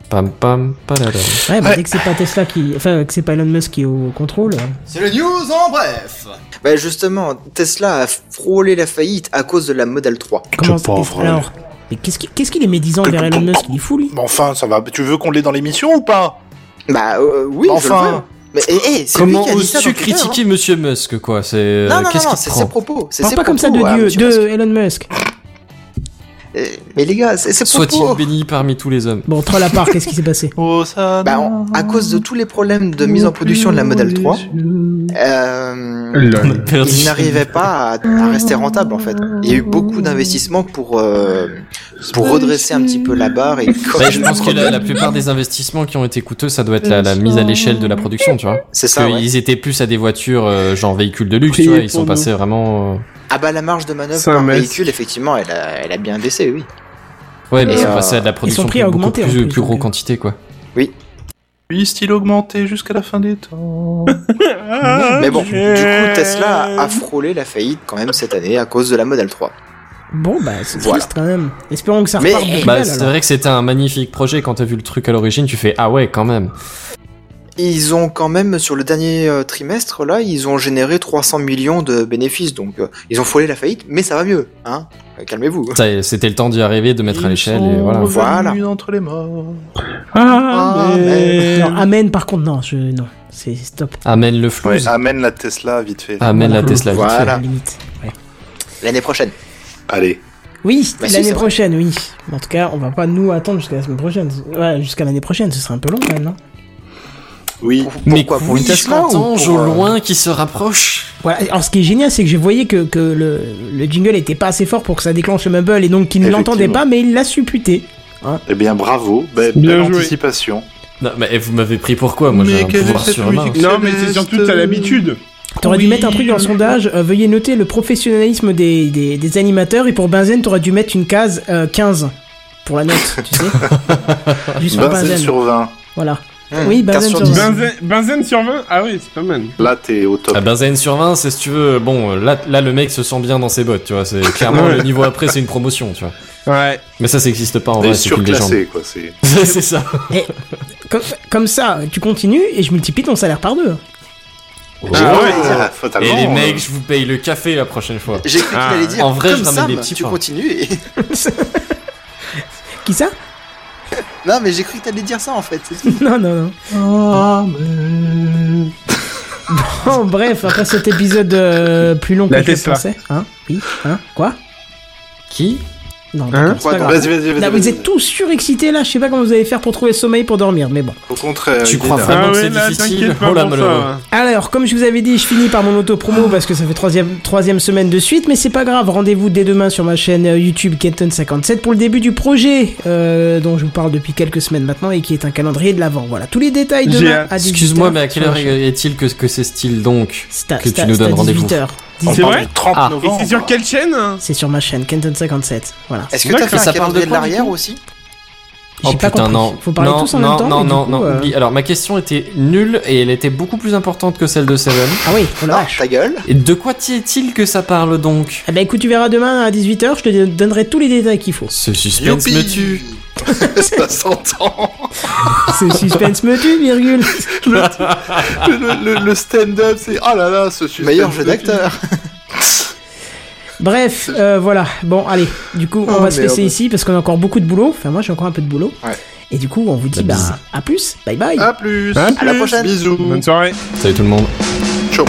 C: Pam pam paladam.
A: Ouais, bah, dès que c'est pas Tesla qui. Enfin, que c'est pas Elon Musk qui est au contrôle. euh,
M: C'est les news en bref
E: Bah justement, Tesla a frôlé la faillite à cause de la Model 3.
A: Comment
K: Je pauvre.
A: Alors, mais qu'est-ce qui- qu'est-ce qu'il est médisant vers Elon Musk Il est fou, lui.
K: Mais enfin, ça va. Tu veux qu'on l'ait dans l'émission ou pas
E: Bah euh, oui,
K: Bah
E: je le
K: enfin.
E: veux. Mais hé, hé, c'est lui
C: Comment
E: qui a dit ça
C: oses-tu
E: dans Twitter, hein.
C: critiquer Monsieur Musk, quoi C'est euh,
E: Non, non, non,
C: qu'est-ce
E: non,
C: qu'il
E: c'est
C: prend
E: ses propos. C'est
A: Parle
E: ses
A: pas comme ça de
E: propos, hein,
A: Dieu,
E: monsieur
A: de
E: Musk.
A: Elon Musk.
E: Euh, Mais les gars, c'est ses
C: Soit-il
E: propos.
C: béni parmi tous les hommes.
A: Bon, troll à part, qu'est-ce qui s'est passé
K: Oh, ça.
E: Bah, en- à cause de tous les problèmes de mise en production de la Model 3, euh,
C: On a perdu.
E: il n'arrivait pas à, à rester rentable en fait. Il y a eu beaucoup d'investissements pour euh, pour redresser un petit peu la barre et
C: Ouais,
E: corriger
C: Bah, je
E: le
C: pense que la,
E: problème.
C: la plupart des investissements qui ont été coûteux, ça doit être la, la mise à l'échelle de la production, tu vois.
E: c'est ça.
C: Parce
E: ouais.
C: qu'ils étaient plus à des voitures euh, genre véhicules de luxe,
H: Priez
C: tu vois. Ils
H: pour
C: sont passés vraiment. euh,
E: Ah bah la marge de manœuvre
H: C'est un
E: par
H: mess.
E: véhicule effectivement, elle a, elle a bien baissé, oui.
C: Ouais, mais
E: Et,
C: ils sont
E: euh,
C: passés à hein, de la production
A: prix à
C: beaucoup
A: augmenter, en
C: plus,
A: plus,
C: plus grosse
A: donc.
C: quantité, quoi.
K: Puis style augmenté jusqu'à la fin des temps.
E: Mais bon, du
H: Ah,
E: coup Tesla a frôlé la faillite quand même cette année à cause de la Model 3.
A: Bon, bah, c'est
E: Voilà.
A: triste quand même. Espérons que ça
E: Mais- eh,
A: reparte de plus
C: Bah,
A: belle,
C: c'est
A: alors.
C: vrai que c'était un magnifique projet quand t'as vu le truc à l'origine, tu fais ah ouais, quand même.
E: ils ont quand même, sur le dernier euh, trimestre, là, ils ont généré 300 millions de bénéfices. Donc, euh, ils ont frôlé la faillite, mais ça va mieux. Hein Euh, Calmez-vous.
C: Ça y est, C'était le temps d'y arriver, de mettre à l'échelle et voilà.
E: Voilà.
K: entre les morts.
H: Ah,
A: Ah, Non, amen, par contre, non, je, non, c'est stop.
C: Amène le flou.
K: Ouais, amène la Tesla vite fait.
C: Amène la Tesla vite
E: ah, Voilà.
C: fait.
E: L'année prochaine.
K: Allez.
A: Oui,
E: Bah si,
A: l'année
E: c'est vrai.
A: prochaine, oui. En tout cas, on va pas nous attendre jusqu'à la semaine prochaine. Ouais, jusqu'à l'année prochaine, ce serait un peu long quand même, non
K: Oui.
C: Mais
E: Pourquoi Pour une
C: oui,
E: Tesla ou
C: Ange
E: pour,
C: au
E: euh,
C: loin qui se rapproche.
A: Voilà. Alors, ce qui est génial, c'est que je voyais que, que le, le jingle était pas assez fort pour que ça déclenche le mumble et donc qu'il ne l'entendait
K: Effectivement.
A: pas, mais il l'a supputé.
K: Eh bien, bravo. Be-
H: Bien
K: belle
H: joué.
K: anticipation.
C: Non, mais eh, vous m'avez pris
A: Ah,
C: pourquoi Moi, j'ai
K: Mais
C: un
K: quelle
C: pouvoir
K: est cette
C: sur la main.
K: musique
H: Non, mais c'est surtout t'as l'habitude.
A: T'aurais dû
K: Oui.
A: mettre un truc dans le sondage, euh, veuillez noter le professionnalisme des, des, des animateurs, et pour Benzen, t'aurais dû mettre une case euh, 15 pour la note, tu sais. Juste pour
K: Benzen
A: Benzen.
K: sur 20.
A: Voilà.
E: Hmm,
A: Oui,
E: 15
A: Benzen
E: sur
A: sur
E: 10.
A: 20.
H: Benzen, Benzen sur 20 Ah oui, c'est pas mal.
K: Là, t'es au top.
C: Ah ben Zayn sur 20, c'est si tu veux, bon, là, là le mec se sent bien dans ses bottes, tu vois, c'est clairement
H: Ouais.
C: le niveau après c'est une promotion, tu vois.
H: Ouais.
C: Mais ça, ça existe pas en
K: T'es
C: vrai, c'est une légende.
K: surclassé, quoi. C'est.
C: c'est ça.
A: Comme, comme ça, tu continues et je multiplie ton salaire par deux.
H: Ah ouais.
K: Ah,
C: Et
K: fatalement,
C: les
K: euh,
C: mecs, je vous paye le café la prochaine fois.
E: J'ai cru qu'il
H: Ah,
E: allait dire.
C: en vrai, je
E: comme
C: ramène
E: Sam,
C: des petits
E: tu
C: points.
E: continues. et-
A: Qui ça
E: non, mais j'ai cru que t'allais dire ça en fait. c'est tout.
A: Non, non, non. Bon, bref, après cet épisode euh, plus long que
H: La
A: je le
H: Tesla.
A: pensais. Hein Oui Hein Quoi
C: Qui
A: Non, d'accord, c'est
K: Quoi,
A: pas
K: attends,
A: grave.
K: vas-y, vas-y, vas-y.
A: Là,
K: vas-y,
A: vous êtes tous surexcités là, je sais pas comment vous allez faire pour trouver le sommeil pour dormir, mais bon.
K: Au contraire.
C: Tu
K: il est
C: crois
K: là.
C: vraiment
H: ah
C: que
H: ouais,
C: c'est
H: là,
C: difficile.
H: t'inquiète pas
C: Oh là,
H: pour
C: malheureux.
H: ça.
A: Alors, comme je vous avais dit, je finis par mon auto-promo parce que ça fait troisième, troisième semaine de suite, mais c'est pas grave. Rendez-vous dès demain sur ma chaîne euh, YouTube Kenton57 pour le début du projet euh, dont je vous parle depuis quelques semaines maintenant et qui est un calendrier de l'avant. Voilà, tous les détails
H: J'ai
A: demain
H: hâte.
A: à 18h.
C: Excuse-moi, mais à quelle heure
A: Sur ma chaîne.
C: est-il que, que c'est style donc
A: C'est à-
C: que tu
A: c'est à-
C: nous donnes
A: c'est à
C: rendez-vous
A: 18h.
K: On
H: C'est
K: parle
H: vrai
K: du 30
C: Ah.
H: Et
K: novembre.
H: c'est sur quelle chaîne hein
A: C'est sur ma chaîne Kenton57. Voilà.
E: Est-ce que t'as fait
C: D'accord. Ça
E: un
C: parle de
E: calendrier de
C: quoi, du
E: l'arrière
C: coup
E: aussi
A: J'ai pas compris.
C: Oh, non.
A: Faut parler
C: non,
A: tous en
C: non,
A: même temps,
C: Non,
A: mais
C: non,
A: du
C: non,
A: coup, euh,
C: oublie. Alors ma question était nulle et elle était beaucoup plus importante que celle de Seven.
A: Ah oui, oh la
E: Non,
A: vache.
E: ta gueule.
C: Et de quoi t'y est-il que ça parle donc
A: Eh ben écoute, tu verras demain à 18h, je te donnerai tous les détails qu'il faut.
C: Ce suspense
K: Youpi
C: me tue.
K: Ça s'entend.
A: Ce suspense me tue, virgule.
K: Le, le- le stand-up, c'est. Oh là là, ce suspense.
E: Meilleur jeu
K: de film.
E: d'acteur.
A: Bref, euh, voilà. Bon, allez. Du coup, on
E: Oh,
A: va se laisser
E: merde.
A: ici parce qu'on a encore beaucoup de boulot. Enfin, moi, j'ai encore un peu de boulot.
E: Ouais.
A: Et du coup, on vous dit
C: La
A: bah,
C: bise.
A: à plus. Bye bye.
K: À plus.
H: À
E: la prochaine.
K: Bisous.
H: Bonne soirée.
C: Salut tout le monde.
K: Ciao.